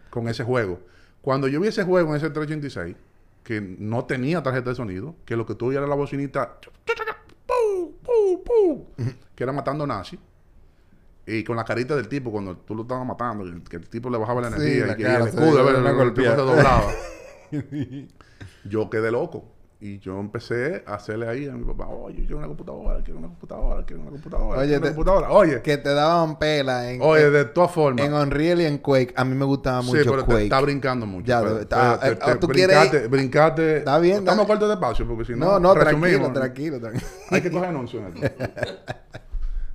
[SPEAKER 2] con ese juego. Cuando yo vi ese juego en ese 386, que no tenía tarjeta de sonido, que lo que tú oías era la bocinita, ¡pum, pum, pum! que era matando nazis, y con la carita del tipo cuando tú lo estabas matando, que el- que el tipo le bajaba la
[SPEAKER 1] Sí,
[SPEAKER 2] energía,
[SPEAKER 1] la
[SPEAKER 2] y que
[SPEAKER 1] cara,
[SPEAKER 2] el
[SPEAKER 1] se
[SPEAKER 2] escudo,
[SPEAKER 1] veía
[SPEAKER 2] el- el-
[SPEAKER 1] una
[SPEAKER 2] el tipo se
[SPEAKER 1] golpeada.
[SPEAKER 2] doblaba. yo quedé loco. Y yo empecé a hacerle ahí a mi papá, oye, quiero una computadora, quiero una computadora, quiero una computadora,
[SPEAKER 1] Oye,
[SPEAKER 2] quiero una
[SPEAKER 1] te-
[SPEAKER 2] computadora. Oye,
[SPEAKER 1] Que te daban pela en,
[SPEAKER 2] oye,
[SPEAKER 1] en,
[SPEAKER 2] de todas formas.
[SPEAKER 1] en Unreal y en Quake. A mí me gustaba
[SPEAKER 2] Sí,
[SPEAKER 1] mucho
[SPEAKER 2] pero
[SPEAKER 1] Quake.
[SPEAKER 2] te está brincando mucho.
[SPEAKER 1] Ya,
[SPEAKER 2] Pero-
[SPEAKER 1] está-
[SPEAKER 2] pero
[SPEAKER 1] eh, oh, tú quieres
[SPEAKER 2] brincaste, brincaste.
[SPEAKER 1] Está bien,
[SPEAKER 2] Estamos
[SPEAKER 1] dale.
[SPEAKER 2] cortos de espacio porque si no.
[SPEAKER 1] No, no,
[SPEAKER 2] resumimos.
[SPEAKER 1] tranquilo, tranquilo, tranquilo.
[SPEAKER 2] Hay que coger anuncios en esto.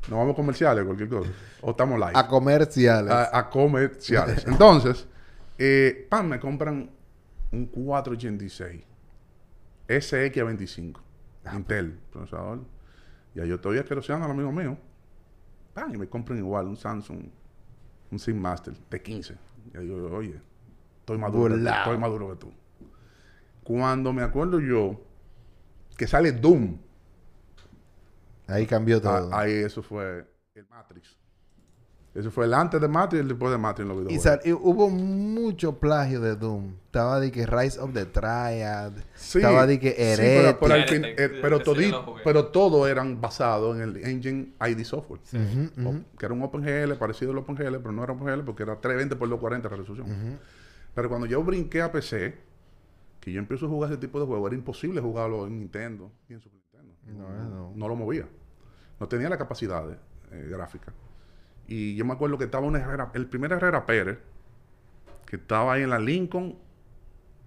[SPEAKER 2] Nos vamos comerciales, cualquier cosa. O estamos live.
[SPEAKER 1] A comerciales.
[SPEAKER 2] A, a comerciales. Entonces, eh, pan, me compran un 486 SX a 25.
[SPEAKER 1] Ah, pues.
[SPEAKER 2] Intel, procesador. Ya yo todavía quiero ser al amigo mío. Pan, y me compren igual un Samsung, un Sim Master de 15. Ya yo, oye, estoy maduro, que tú, estoy maduro que tú. Cuando me acuerdo yo que sale Doom,
[SPEAKER 1] Ahí cambió todo.
[SPEAKER 2] a- ahí eso fue el Matrix. Eso fue el antes de Matrix y el después de Matrix en los
[SPEAKER 1] y,
[SPEAKER 2] videojuegos.
[SPEAKER 1] sal- y hubo mucho plagio de Doom. Estaba de que Rise of the Triad.
[SPEAKER 2] Sí,
[SPEAKER 1] Estaba de que
[SPEAKER 2] sí,
[SPEAKER 1] Heretic.
[SPEAKER 2] pero, pero al fin-
[SPEAKER 3] Heretic,
[SPEAKER 2] eh,
[SPEAKER 3] sí,
[SPEAKER 2] pero
[SPEAKER 3] ese sí
[SPEAKER 2] todi-
[SPEAKER 3] lo jugué.
[SPEAKER 2] pero todo eran basados en el engine ID software.
[SPEAKER 1] Ujú,
[SPEAKER 2] O-
[SPEAKER 1] ujú.
[SPEAKER 2] que era un OpenGL, parecido al OpenGL, pero no era OpenGL porque era 320 por 240 la resolución. Pero cuando yo brinqué a PC, que yo empiezo a jugar ese tipo de juegos, era imposible jugarlo en Nintendo y en Super Nintendo.
[SPEAKER 1] No, no.
[SPEAKER 2] No lo movía. No tenía la capacidad eh, gráfica. Y yo me acuerdo que estaba un Herrera- el primer Herrera Pérez, que estaba ahí en la Lincoln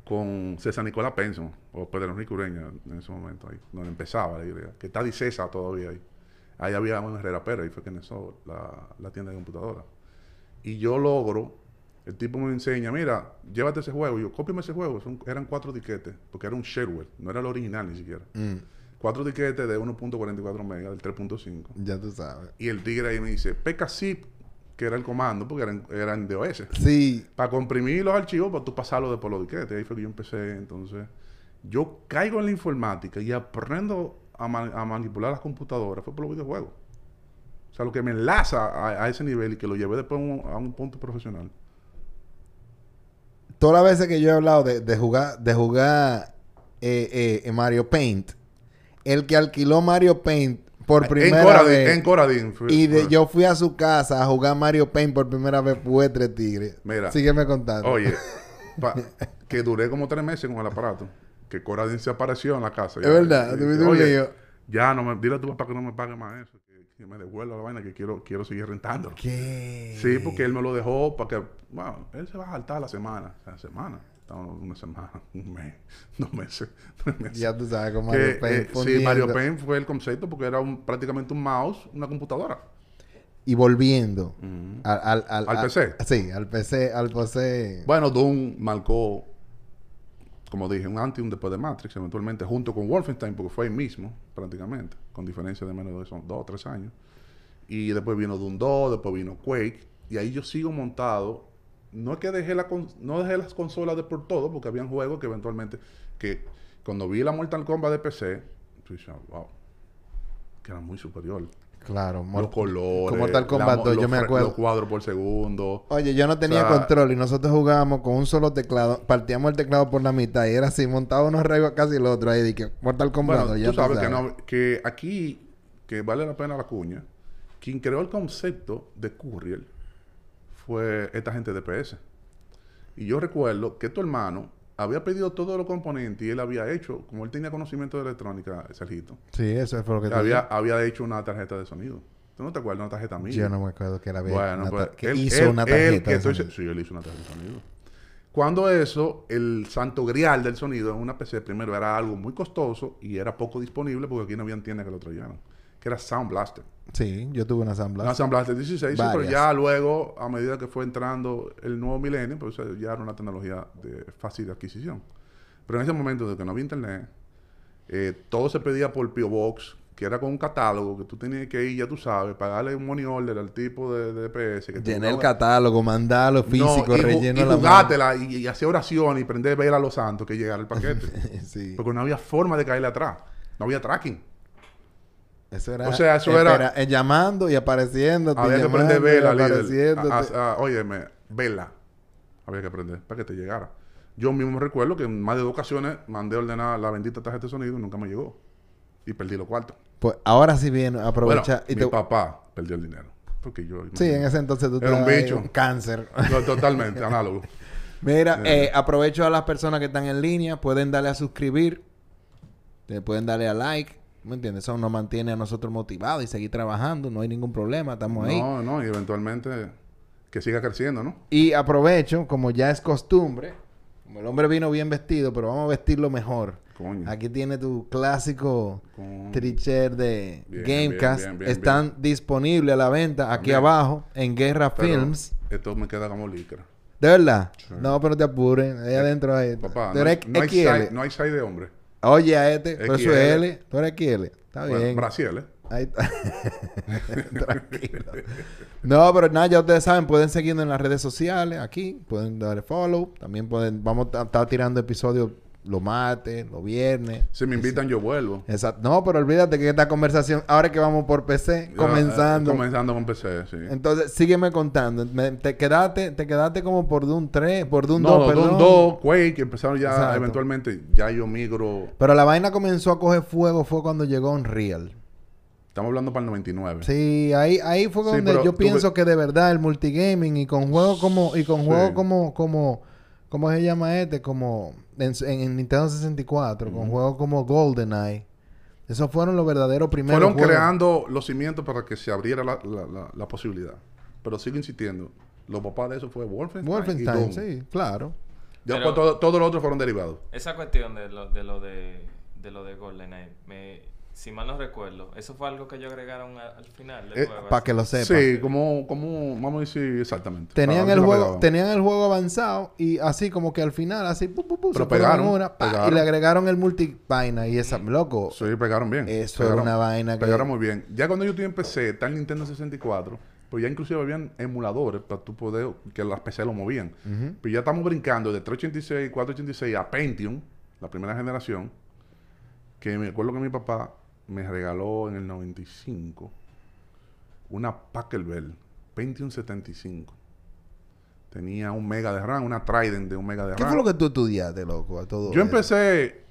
[SPEAKER 2] con César Nicolás Penson, o Pedro Enrique Ureña en ese momento, ahí, donde empezaba la idea, que está Di César todavía ahí. Ahí había un Herrera Pérez, ahí fue que empezó la, la tienda de computadoras. Y yo logro, el tipo me enseña, mira, llévate ese juego. Y yo, cópiame ese juego. Son- eran cuatro tiquetes, porque era un shareware, no era el original ni siquiera.
[SPEAKER 1] Mm,
[SPEAKER 2] Cuatro tiquetes de 1.44 megas, del 3.5.
[SPEAKER 1] ya tú sabes.
[SPEAKER 2] Y el tigre ahí me dice, peca zip, que era el comando, porque eran, eran DOS.
[SPEAKER 1] Sí.
[SPEAKER 2] Para comprimir los archivos, para tú pasarlos después los disquetes. Ahí fue que yo empecé. Entonces, yo caigo en la informática y aprendo a, ma- a manipular las computadoras. Fue por los videojuegos. O sea, lo que me enlaza a, a ese nivel y que lo llevé después a un, a un punto profesional.
[SPEAKER 1] Todas las veces que yo he hablado de, de jugar, de jugar eh, eh, en Mario Paint, el que alquiló Mario Paint por primera
[SPEAKER 2] en Coradin,
[SPEAKER 1] vez.
[SPEAKER 2] En Coradin. fue-
[SPEAKER 1] y de,
[SPEAKER 2] fue.
[SPEAKER 1] yo fui a su casa a jugar Mario Paint por primera vez, fue tres tigres.
[SPEAKER 2] Mira.
[SPEAKER 1] Sígueme contando.
[SPEAKER 2] Oye, pa- que duré como tres meses con el aparato. Que Coradin se apareció en la casa.
[SPEAKER 1] Es verdad,
[SPEAKER 2] Y- y-
[SPEAKER 1] tuviste un
[SPEAKER 2] oye,
[SPEAKER 1] lío.
[SPEAKER 2] Ya, no me, dile a tu papá que no me pague más eso. Que, que me devuelva la vaina que quiero, quiero seguir rentándolo.
[SPEAKER 1] ¿Qué?
[SPEAKER 2] Sí, porque él me lo dejó para que, bueno, él se va a saltar la semana, la semana, estamos una semana, un mes, dos meses, tres meses.
[SPEAKER 1] Ya tú sabes con
[SPEAKER 2] Que,
[SPEAKER 1] Mario
[SPEAKER 2] eh,
[SPEAKER 1] Paint.
[SPEAKER 2] sí, Mario
[SPEAKER 1] fundiendo
[SPEAKER 2] Paint fue el concepto porque era un, prácticamente un mouse, una computadora.
[SPEAKER 1] Y volviendo al, al,
[SPEAKER 2] Al PC.
[SPEAKER 1] Sí, al PC, al PC.
[SPEAKER 2] Bueno, Doom marcó, como dije, un antes y un después de Matrix, eventualmente, junto con Wolfenstein, porque fue ahí mismo, prácticamente, con diferencia de menos de esos dos o tres años. Y después vino Doom 2, después vino Quake, y ahí yo sigo montado. No es que dejé, la con- no dejé las consolas de por todo, porque habían juegos que eventualmente, que cuando vi la Mortal Kombat de PC, yo dije, wow, que era muy superior.
[SPEAKER 1] claro.
[SPEAKER 2] Los
[SPEAKER 1] mor-
[SPEAKER 2] colores.
[SPEAKER 1] Como tal
[SPEAKER 2] la
[SPEAKER 1] Kombat
[SPEAKER 2] mo-
[SPEAKER 1] 2,
[SPEAKER 2] los
[SPEAKER 1] yo me
[SPEAKER 2] fra-
[SPEAKER 1] acuerdo.
[SPEAKER 2] Los cuadros por segundo.
[SPEAKER 1] Oye, yo no tenía
[SPEAKER 2] O sea-
[SPEAKER 1] control y nosotros jugábamos con un solo teclado. Partíamos el teclado por la mitad y era así, montaba uno arriba casi el otro. Ahí dije, Mortal Kombat.
[SPEAKER 2] Bueno,
[SPEAKER 1] ya
[SPEAKER 2] tú sabes, Que, no- que aquí, que vale la pena la cuña, quien creó el concepto de courier fue esta gente de PS. Y yo recuerdo que tu hermano había pedido todos los componentes y él había hecho, como él tenía conocimiento de electrónica, Sergito,
[SPEAKER 1] Sí, eso fue lo que te
[SPEAKER 2] había, había hecho una tarjeta de sonido. ¿Tú no te acuerdas? Una tarjeta mía.
[SPEAKER 1] dije. Yo no me acuerdo que era había
[SPEAKER 2] Bueno,
[SPEAKER 1] una
[SPEAKER 2] pues,
[SPEAKER 1] tar- que
[SPEAKER 2] él-
[SPEAKER 1] hizo
[SPEAKER 2] él-
[SPEAKER 1] una
[SPEAKER 2] él
[SPEAKER 1] tarjeta.
[SPEAKER 2] que
[SPEAKER 1] de
[SPEAKER 2] estoy
[SPEAKER 1] sonido.
[SPEAKER 2] dic- sí, él hizo una tarjeta de sonido. Cuando eso, el santo grial del sonido en una PC primero era algo muy costoso y era poco disponible porque aquí no había tiendas que lo traían, que era Sound Blaster.
[SPEAKER 1] Sí, yo tuve una
[SPEAKER 2] Una
[SPEAKER 1] asamblea.
[SPEAKER 2] Sound Blaster 16, sí, pero
[SPEAKER 1] Varias.
[SPEAKER 2] ya luego, a medida que fue entrando el nuevo milenio, pues eh, ya era una tecnología de fácil de adquisición. Pero en ese momento, de que no había internet, eh, todo se pedía por P.O. Box, que era con un catálogo que tú tenías que ir, ya tú sabes, pagarle un money order al tipo de, de DPS. Que te
[SPEAKER 1] Llené el
[SPEAKER 2] mandaba-
[SPEAKER 1] catálogo, mandalo físico,
[SPEAKER 2] no, y, ju-
[SPEAKER 1] relleno
[SPEAKER 2] y
[SPEAKER 1] la mano.
[SPEAKER 2] jugátela y, y hacía oración y prender vela a los santos que llegara el paquete.
[SPEAKER 1] Sí.
[SPEAKER 2] Porque no había forma de caerle atrás. No había tracking.
[SPEAKER 1] Eso era.
[SPEAKER 2] O sea, eso era-
[SPEAKER 1] espera, eh, llamando y apareciendo.
[SPEAKER 2] había que
[SPEAKER 1] llamando,
[SPEAKER 2] prender vela,
[SPEAKER 1] y
[SPEAKER 2] líder. Ah,
[SPEAKER 1] apareciendo.
[SPEAKER 2] A- a- a- óyeme, vela. Había que prender para que te llegara. Yo mismo recuerdo que en más de dos ocasiones mandé a ordenar la bendita tarjeta de sonido y nunca me llegó. Y perdí los cuartos.
[SPEAKER 1] Pues ahora sí viene a
[SPEAKER 2] Bueno,
[SPEAKER 1] aprovechar. y
[SPEAKER 2] mi
[SPEAKER 1] te-
[SPEAKER 2] papá perdió el dinero. Porque yo...
[SPEAKER 1] Sí, en ese entonces tú
[SPEAKER 2] Era un
[SPEAKER 1] estabas ahí,
[SPEAKER 2] bicho.
[SPEAKER 1] un cáncer.
[SPEAKER 2] No, Totalmente, análogo.
[SPEAKER 1] Mira, eh, aprovecho a las personas que están en línea. Pueden darle a suscribir. Le pueden darle a like. ¿Me entiendes? Eso nos mantiene a nosotros motivados y seguir trabajando. No hay ningún problema. Estamos ahí.
[SPEAKER 2] No, no, y eventualmente que siga creciendo, ¿no?
[SPEAKER 1] Y aprovecho, como ya es costumbre, como el hombre vino bien vestido, pero vamos a vestirlo mejor.
[SPEAKER 2] Coño.
[SPEAKER 1] Aquí tiene tu clásico
[SPEAKER 2] Coño.
[SPEAKER 1] tricher de
[SPEAKER 2] Bien,
[SPEAKER 1] Gamecast.
[SPEAKER 2] bien, bien, bien,
[SPEAKER 1] Están disponibles a la venta aquí
[SPEAKER 2] Bien.
[SPEAKER 1] abajo en Guerra
[SPEAKER 2] Pero
[SPEAKER 1] Films.
[SPEAKER 2] Esto me queda como licra.
[SPEAKER 1] ¿De verdad? No, pero no te apuren. Ahí adentro hay.
[SPEAKER 2] Eh, Papá,
[SPEAKER 1] Tú
[SPEAKER 2] no,
[SPEAKER 1] eres
[SPEAKER 2] hay- no hay
[SPEAKER 1] XL.
[SPEAKER 2] sai- no hay sai de hombre.
[SPEAKER 1] Oye, a este, pero eso es
[SPEAKER 2] XL.
[SPEAKER 1] L. Tú eres XL. Está
[SPEAKER 2] Bueno,
[SPEAKER 1] bien.
[SPEAKER 2] Brasil, ¿eh?
[SPEAKER 1] Ahí está. Tranquilo. No, pero nada, ya ustedes saben, pueden seguirnos en las redes sociales aquí, pueden darle follow, también pueden, vamos a estar tirando episodios los martes, los viernes.
[SPEAKER 2] Si me invitan, yo vuelvo.
[SPEAKER 1] Exacto. No, pero olvídate que esta conversación, ahora que vamos por PC, comenzando.
[SPEAKER 2] Ah, eh, comenzando con PC, sí.
[SPEAKER 1] Entonces, sígueme contando. Me- te quedaste, te quedaste como por Doom 3, por Doom
[SPEAKER 2] No,
[SPEAKER 1] 2,
[SPEAKER 2] no,
[SPEAKER 1] perdón.
[SPEAKER 2] Doom 2, Quake, empezaron ya
[SPEAKER 1] Exacto.
[SPEAKER 2] eventualmente, ya yo migro.
[SPEAKER 1] Pero la vaina comenzó a coger fuego fue cuando llegó Unreal.
[SPEAKER 2] Estamos hablando para el 99.
[SPEAKER 1] Sí, ahí, ahí fue
[SPEAKER 2] Sí,
[SPEAKER 1] donde
[SPEAKER 2] pero
[SPEAKER 1] yo
[SPEAKER 2] tú
[SPEAKER 1] pienso
[SPEAKER 2] ve-
[SPEAKER 1] que de verdad el multigaming y con juegos como, y con
[SPEAKER 2] Sí.
[SPEAKER 1] juegos como, como, ¿cómo se llama este? Como en, su- en- en Nintendo 64, con juegos como GoldenEye. Esos fueron los verdaderos primeros
[SPEAKER 2] Fueron
[SPEAKER 1] juegos.
[SPEAKER 2] creando los cimientos para que se abriera la, la- la- la posibilidad. Pero sigo insistiendo. Los papás de eso fue Wolfenstein. y
[SPEAKER 1] Wolfenstein,
[SPEAKER 2] Doom.
[SPEAKER 1] sí, claro.
[SPEAKER 2] Ya
[SPEAKER 3] Pero-
[SPEAKER 2] pues, todo- todos los otros fueron derivados.
[SPEAKER 3] Esa cuestión de lo de, lo de, de lo de GoldenEye, me, si mal no recuerdo, eso fue algo que ellos agregaron a- al final del
[SPEAKER 2] Eh,
[SPEAKER 3] juego.
[SPEAKER 1] Para
[SPEAKER 3] así.
[SPEAKER 1] que lo sepan.
[SPEAKER 2] Sí, como, como vamos a decir exactamente.
[SPEAKER 1] Tenían
[SPEAKER 2] Para
[SPEAKER 1] el
[SPEAKER 2] dónde la
[SPEAKER 1] juego,
[SPEAKER 2] pegaban.
[SPEAKER 1] tenían el juego avanzado y así como que al final, así, pu, pu, pu,
[SPEAKER 2] Pero
[SPEAKER 1] se fueron
[SPEAKER 2] pegaron,
[SPEAKER 1] una, pa, y
[SPEAKER 2] pegaron.
[SPEAKER 1] le agregaron el multi vaina y esa, loco.
[SPEAKER 2] Sí, pegaron bien.
[SPEAKER 1] Eso
[SPEAKER 2] Pegaron-
[SPEAKER 1] era una vaina que-
[SPEAKER 2] Pegaron muy bien. Ya cuando yo estuve en PC, está el Nintendo 64, pues ya inclusive habían emuladores para tu poder, que las PC lo movían. Pero ya estamos brincando de 386, 486 a Pentium, la primera generación, que me acuerdo que mi papá me regaló en el 95 una Packer Bell, Pentium 75. Tenía un mega de RAM, una Trident de un mega de RAM.
[SPEAKER 1] ¿Qué fue lo que tú estudiaste, loco? A todo
[SPEAKER 2] yo
[SPEAKER 1] esto?
[SPEAKER 2] empecé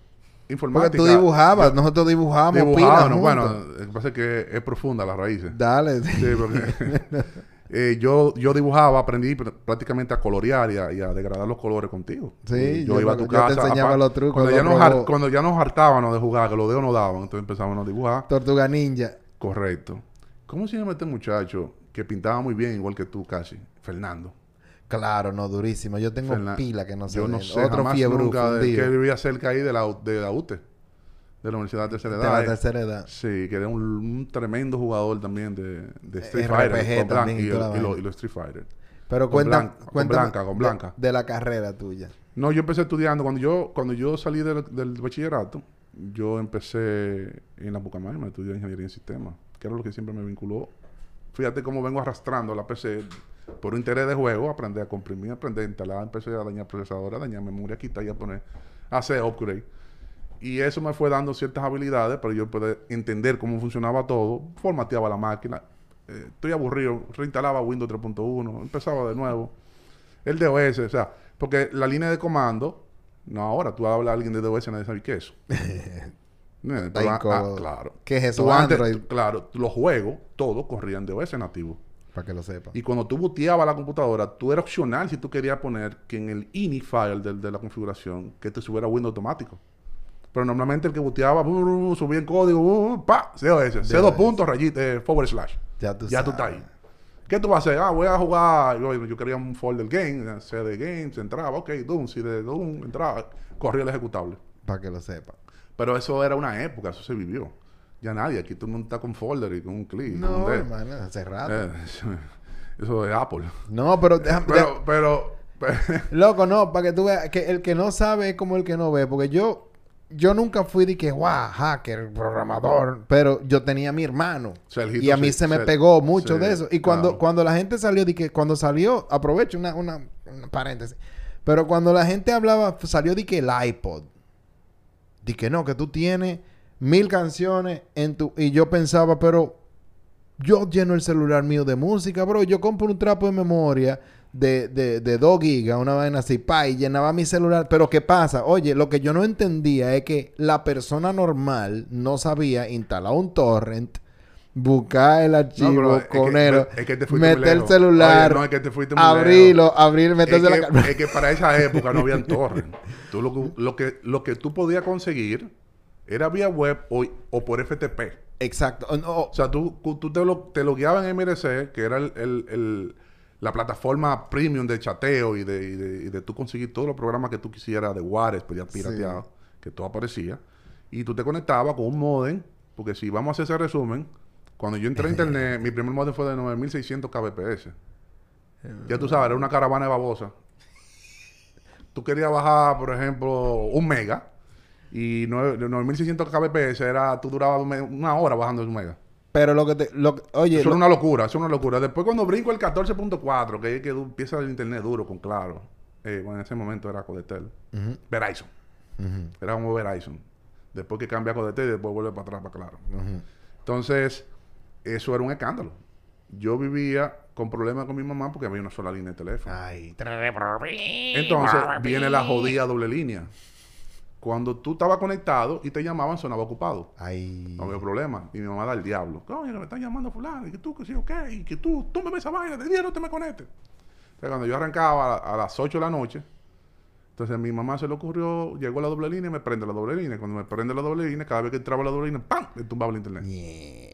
[SPEAKER 2] informática.
[SPEAKER 1] Porque tú dibujabas, nosotros dibujamos.
[SPEAKER 2] Dibujado,
[SPEAKER 1] pilas
[SPEAKER 2] no, bueno,
[SPEAKER 1] juntos.
[SPEAKER 2] lo que pasa es que es profunda las raíces.
[SPEAKER 1] Dale.
[SPEAKER 2] Sí, porque eh, yo, yo dibujaba, aprendí pr- prácticamente a colorear y a, y a degradar los colores contigo.
[SPEAKER 1] Sí,
[SPEAKER 2] Y yo,
[SPEAKER 1] yo
[SPEAKER 2] iba a
[SPEAKER 1] me-
[SPEAKER 2] tu
[SPEAKER 1] yo te
[SPEAKER 2] casa.
[SPEAKER 1] enseñaba
[SPEAKER 2] apa-
[SPEAKER 1] los trucos,
[SPEAKER 2] Cuando, ya
[SPEAKER 1] los
[SPEAKER 2] nos har-
[SPEAKER 1] robots.
[SPEAKER 2] cuando ya nos hartábamos de jugar, que los dedos no daban, entonces empezábamos a dibujar.
[SPEAKER 1] Tortuga Ninja.
[SPEAKER 2] Correcto. ¿Cómo se llama este muchacho que pintaba muy bien, igual que tú casi? Fernando.
[SPEAKER 1] Claro, no, durísimo. Yo tengo
[SPEAKER 2] Fernan-
[SPEAKER 1] pila que no sé.
[SPEAKER 2] Yo
[SPEAKER 1] de
[SPEAKER 2] no
[SPEAKER 1] él.
[SPEAKER 2] sé,
[SPEAKER 1] Otro
[SPEAKER 2] jamás
[SPEAKER 1] fiebre
[SPEAKER 2] nunca de- que él
[SPEAKER 1] fundido.
[SPEAKER 2] vivía cerca ahí de la, U- de la UTE, de la Universidad de Tercera
[SPEAKER 1] De
[SPEAKER 2] Edad.
[SPEAKER 1] la
[SPEAKER 2] eh.
[SPEAKER 1] tercera edad.
[SPEAKER 2] Sí, que era un, un tremendo jugador también de,
[SPEAKER 1] Eh,
[SPEAKER 2] de Street
[SPEAKER 1] RPG
[SPEAKER 2] Fighter. Con Blanca
[SPEAKER 1] también
[SPEAKER 2] y,
[SPEAKER 1] y toda
[SPEAKER 2] el-
[SPEAKER 1] la
[SPEAKER 2] y lo-
[SPEAKER 1] vaina.
[SPEAKER 2] y los Street Fighter.
[SPEAKER 1] Pero
[SPEAKER 2] Con
[SPEAKER 1] cuentan
[SPEAKER 2] Blanca,
[SPEAKER 1] cuenta,
[SPEAKER 2] con
[SPEAKER 1] cuéntame
[SPEAKER 2] Blanca, con
[SPEAKER 1] de-
[SPEAKER 2] Blanca.
[SPEAKER 1] De, la carrera tuya.
[SPEAKER 2] No, yo empecé estudiando. Cuando yo, cuando yo salí del, del bachillerato, yo empecé en la Bucamarma, estudié ingeniería en sistemas, que era lo que siempre me vinculó. Fíjate cómo vengo arrastrando la PC por un interés de juego, aprender a comprimir, aprender a instalar, empecé a dañar procesadora, a dañar memoria, quitar y a poner, hacer upgrade. Y eso me fue dando ciertas habilidades para yo poder entender cómo funcionaba todo, formateaba la máquina. eh, estoy aburrido, reinstalaba Windows 3.1, empezaba de nuevo. El DOS, o sea, porque la línea de comando, no ahora, tú hablas a alguien de DOS y nadie sabe qué es eso. No,
[SPEAKER 1] Está
[SPEAKER 2] tú a- ah,
[SPEAKER 1] incómodo.
[SPEAKER 2] claro.
[SPEAKER 1] ¿Qué es eso?
[SPEAKER 2] Tú antes-
[SPEAKER 1] Android.
[SPEAKER 2] claro, los juegos, todos corrían DOS nativo.
[SPEAKER 1] Para que lo sepan.
[SPEAKER 2] Y cuando tú boteabas la computadora, tú era opcional si tú querías poner que en el ini file del- de, la configuración que te subiera Windows automático. Pero normalmente el que boteaba, bu, bu, bu, uh, subía el código, bu, bu, pa, COS, C dos puntos, rayita, eh, forward slash.
[SPEAKER 1] Ya tú
[SPEAKER 2] ya tú estás
[SPEAKER 1] sabes.
[SPEAKER 2] ahí. ¿Qué tú vas a hacer? Ah, voy a jugar. Yo, yo quería un folder game, eh, CD Games, entraba, ok, Doom, CD Doom, entraba, corría el ejecutable.
[SPEAKER 1] Para que lo sepan.
[SPEAKER 2] Pero eso era una época, eso se vivió. Ya nadie, aquí todo el mundo está con folder y con un clic. con
[SPEAKER 1] No,
[SPEAKER 2] un dedo.
[SPEAKER 1] hermano, hace rato.
[SPEAKER 2] Eh, eso de Apple.
[SPEAKER 1] No, pero déjame.
[SPEAKER 2] Pero, pero, pero-
[SPEAKER 1] Loco, no, para que tú veas que el que no sabe es como el que no ve, porque yo yo nunca fui de que, guau, hacker, programador, pero yo tenía a mi hermano
[SPEAKER 2] Sergito,
[SPEAKER 1] y a mí
[SPEAKER 2] sí,
[SPEAKER 1] se me
[SPEAKER 2] Ser-
[SPEAKER 1] pegó mucho
[SPEAKER 2] sí,
[SPEAKER 1] de eso. Y cuando
[SPEAKER 2] claro.
[SPEAKER 1] cuando la gente salió de que cuando salió, aprovecho una una, una paréntesis. Pero cuando la gente hablaba salió de que el iPod de que no, que tú tienes mil canciones en tu y yo pensaba, pero yo lleno el celular mío de música, bro. Yo compro un trapo de memoria de, de, de 2 gigas, una vaina así, pa, y llenaba mi celular. Pero ¿qué pasa? Oye, lo que yo no entendía es que la persona normal no sabía instalar un torrent, buscar el
[SPEAKER 2] No, pero
[SPEAKER 1] archivo,
[SPEAKER 2] es que-
[SPEAKER 1] conero,
[SPEAKER 2] es que te fuiste muy
[SPEAKER 1] meter el
[SPEAKER 2] lejos.
[SPEAKER 1] celular,
[SPEAKER 2] Oye, no, es que te fuiste muy lejos.
[SPEAKER 1] abrirlo, abrir, meterse la
[SPEAKER 2] es, que,
[SPEAKER 1] ca-
[SPEAKER 2] es que para esa época no habían torres. Tú lo, que- lo que, lo que tú podías conseguir era vía web o, o por FTP.
[SPEAKER 1] Exacto. Oh, O- o-
[SPEAKER 2] O sea, tú, cu- tú te, lo, te logueabas en MRC, que era el- el- el- la plataforma premium de chateo y de, y de, y de tú conseguir todos los programas que tú quisieras de Juárez, pero ya pirateado, que todo aparecía. Y tú te conectabas con un modem, porque si vamos a hacer ese resumen, cuando yo entré a internet, mi primer modem fue de 9600 kbps. Ya tú sabes, era una caravana de babosa. Tú querías bajar, por ejemplo, un mega. Y nueve- 9600 kbps era, tú durabas me- una hora bajando el mega.
[SPEAKER 1] Pero lo que te. Lo, oye,
[SPEAKER 2] Eso
[SPEAKER 1] lo-
[SPEAKER 2] era una locura, eso era una locura. Después cuando brinco el 14.4, que es que du- empieza el internet duro con claro. Eh, bueno, en ese momento era Codetel.
[SPEAKER 1] Ujú,
[SPEAKER 2] Verizon.
[SPEAKER 1] ujú,
[SPEAKER 2] Era como Verizon. Después que cambia a Codetel y después vuelve para atrás para claro.
[SPEAKER 1] ujú.
[SPEAKER 2] Entonces, eso era un escándalo. Yo vivía con problemas con mi mamá porque había una sola línea de teléfono.
[SPEAKER 1] Ay.
[SPEAKER 2] Entonces, viene la jodida doble línea. Cuando tú estabas conectado y te llamaban, sonaba ocupado.
[SPEAKER 1] Ay.
[SPEAKER 2] No había problema. Y mi mamá da el diablo. Coño, que me están llamando fulano. Y que tú, que sí, ok. Y que tú, tú me esa vaina. De día no te me conectes. Pero cuando yo arrancaba a, a las 8 de la noche, entonces a mi mamá se le ocurrió, llegó la doble línea y me prende la doble línea. Cuando me prende la doble línea, cada vez que entraba la doble línea, ¡pam! Le tumbaba el internet.
[SPEAKER 1] Mierda.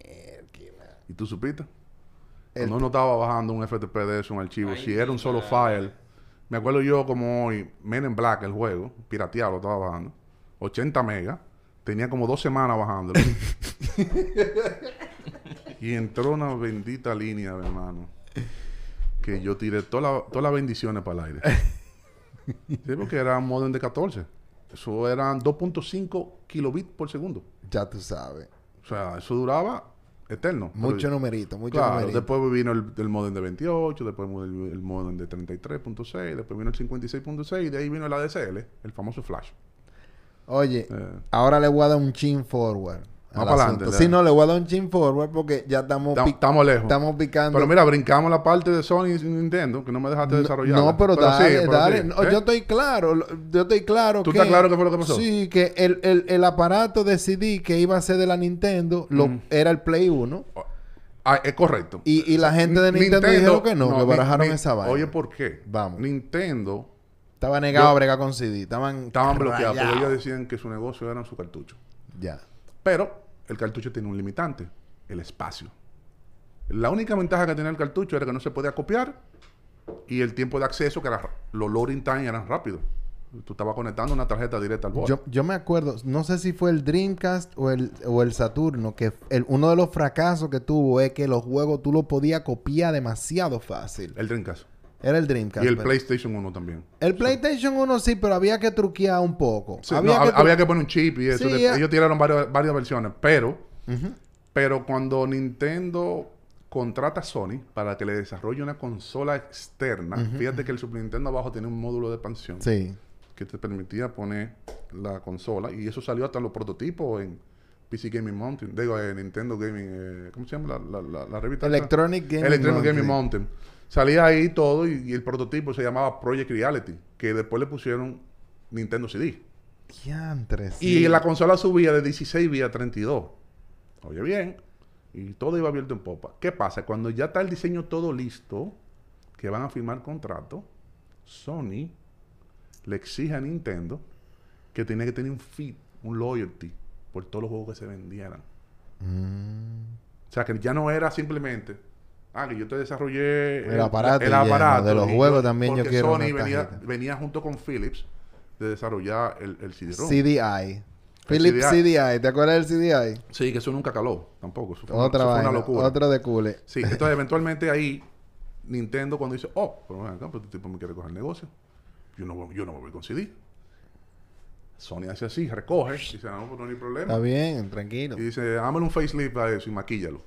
[SPEAKER 2] ¿Y tú supiste?
[SPEAKER 1] El-
[SPEAKER 2] No, no estaba bajando un FTP de eso, un archivo.
[SPEAKER 3] Ay,
[SPEAKER 2] si era un solo
[SPEAKER 3] madre.
[SPEAKER 2] file. Me acuerdo yo como hoy, Men in Black, el juego, pirateado, lo estaba bajando. 80 megas. Tenía como dos semanas bajándolo. y entró una bendita línea, hermano. Que yo tiré toda la- todas las bendiciones para el aire. sí, porque era un modem de 14. Eso eran 2.5 kilobits por segundo.
[SPEAKER 1] Ya tú sabes.
[SPEAKER 2] O sea, eso duraba eterno. Pero-
[SPEAKER 1] Mucho numerito, mucho
[SPEAKER 2] claro,
[SPEAKER 1] numerito.
[SPEAKER 2] después vino el, el modem de 28, después vino el, el modem de 33.6, después vino el 56.6 y de ahí vino el ADSL, el famoso flash.
[SPEAKER 1] Oye,
[SPEAKER 2] Eh,
[SPEAKER 1] ahora le voy a dar un chin forward. al
[SPEAKER 2] Más pa'lante,
[SPEAKER 1] asunto.
[SPEAKER 2] dale.
[SPEAKER 1] Sí, no, le voy a dar un chin forward porque ya estamos,
[SPEAKER 2] tam-
[SPEAKER 1] pic-
[SPEAKER 2] Estamos lejos.
[SPEAKER 1] estamos picando.
[SPEAKER 2] pero mira, brincamos la parte de Sony y Nintendo, que no me dejaste desarrollar.
[SPEAKER 1] No, pero, dale,
[SPEAKER 2] sí, pero
[SPEAKER 1] dale.
[SPEAKER 2] sí,
[SPEAKER 1] No,
[SPEAKER 2] ¿eh?
[SPEAKER 1] Yo estoy claro, lo- yo estoy claro
[SPEAKER 2] ¿Tú
[SPEAKER 1] que...
[SPEAKER 2] estás claro qué fue lo que pasó?
[SPEAKER 1] Sí, que el, el, el aparato de CD que iba a ser de la Nintendo lo,
[SPEAKER 2] Mm.
[SPEAKER 1] era el Play 1
[SPEAKER 2] Ah, es correcto.
[SPEAKER 1] y, y la gente de Nintendo, dijeron que no, que
[SPEAKER 2] ni-
[SPEAKER 1] barajaron
[SPEAKER 2] ni-
[SPEAKER 1] esa vaina.
[SPEAKER 2] Oye, ¿por qué?
[SPEAKER 1] Vamos.
[SPEAKER 2] Nintendo
[SPEAKER 1] Estaba negado
[SPEAKER 2] yo-
[SPEAKER 1] a bregar con CD. Estaban...
[SPEAKER 2] estaban bloqueados porque ellos
[SPEAKER 1] rayados.
[SPEAKER 2] decían que su negocio era su cartucho.
[SPEAKER 1] Ya.
[SPEAKER 2] Pero el cartucho tiene un limitante, el espacio. La única ventaja que tenía el cartucho era que no se podía copiar y el tiempo de acceso, que era, los loading time eran rápidos. Tú estabas conectando una tarjeta directa al board.
[SPEAKER 1] Yo, yo me acuerdo, no sé si fue el Dreamcast o el, o el Saturno, que el- uno de los fracasos que tuvo es que los juegos tú los podías copiar demasiado fácil.
[SPEAKER 2] el Dreamcast.
[SPEAKER 1] Era el Dreamcast.
[SPEAKER 2] Y el
[SPEAKER 1] pero- Eh,
[SPEAKER 2] PlayStation 1 también.
[SPEAKER 1] El PlayStation 1 sí, pero había que truquear un poco.
[SPEAKER 2] Sí, no,
[SPEAKER 1] había,
[SPEAKER 2] hab-
[SPEAKER 1] que
[SPEAKER 2] había,
[SPEAKER 1] tru-
[SPEAKER 2] que poner un chip y eso.
[SPEAKER 1] Sí,
[SPEAKER 2] de-
[SPEAKER 1] ya.
[SPEAKER 2] Ellos tiraron varias, varias versiones, pero,
[SPEAKER 1] Ujú.
[SPEAKER 2] pero cuando Nintendo contrata a Sony para que le desarrolle una consola externa, fíjate que el Super Nintendo abajo tiene un módulo de expansión.
[SPEAKER 1] Sí.
[SPEAKER 2] que te permitía poner la consola y eso salió hasta los prototipos en PC Gaming Mountain, digo, en Nintendo Gaming, eh, ¿cómo se llama la, la, la, la revista? esta?
[SPEAKER 1] Electronic Gaming
[SPEAKER 2] Electronic
[SPEAKER 1] Monthly.
[SPEAKER 2] Gaming Mountain. Salía ahí todo y, y el prototipo se llamaba Project Reality, que después le pusieron Nintendo CD.
[SPEAKER 1] Diantres.
[SPEAKER 2] Y la consola subía de 16 vías a 32. Oye bien, y todo iba abierto en popa. ¿Qué pasa? Cuando ya está el diseño todo listo, que van a firmar contrato, Sony le exige a Nintendo que tenía que tener un fee, un loyalty, por todos los juegos que se vendieran.
[SPEAKER 1] Mm.
[SPEAKER 2] O sea, que ya no era simplemente, ah, que yo te desarrollé
[SPEAKER 1] El aparato y ya, ¿no? De los
[SPEAKER 2] y
[SPEAKER 1] juegos también yo
[SPEAKER 2] porque
[SPEAKER 1] quiero
[SPEAKER 2] Sony
[SPEAKER 1] una
[SPEAKER 2] venía,
[SPEAKER 1] tarjeta.
[SPEAKER 2] venía junto con Philips de desarrollar el, el CD-ROM.
[SPEAKER 1] CDI. Philips
[SPEAKER 2] CDI.
[SPEAKER 1] CDI. ¿Te acuerdas del CDI?
[SPEAKER 2] Sí, que eso nunca caló, tampoco. Eso fue, una-
[SPEAKER 1] Otra
[SPEAKER 2] eso fue
[SPEAKER 1] vaina.
[SPEAKER 2] una locura.
[SPEAKER 1] Otra de cule.
[SPEAKER 2] Sí, entonces eventualmente ahí Nintendo cuando dice, oh, pero ven acá, pero este tipo me quiere coger el negocio. Yo no, voy- yo no me voy a conseguir. Sony hace así, recoge, y dice, no, pues no hay
[SPEAKER 1] Está
[SPEAKER 2] problema.
[SPEAKER 1] bien, tranquilo.
[SPEAKER 2] Y dice, hámele un facelift a eso y maquíllalo.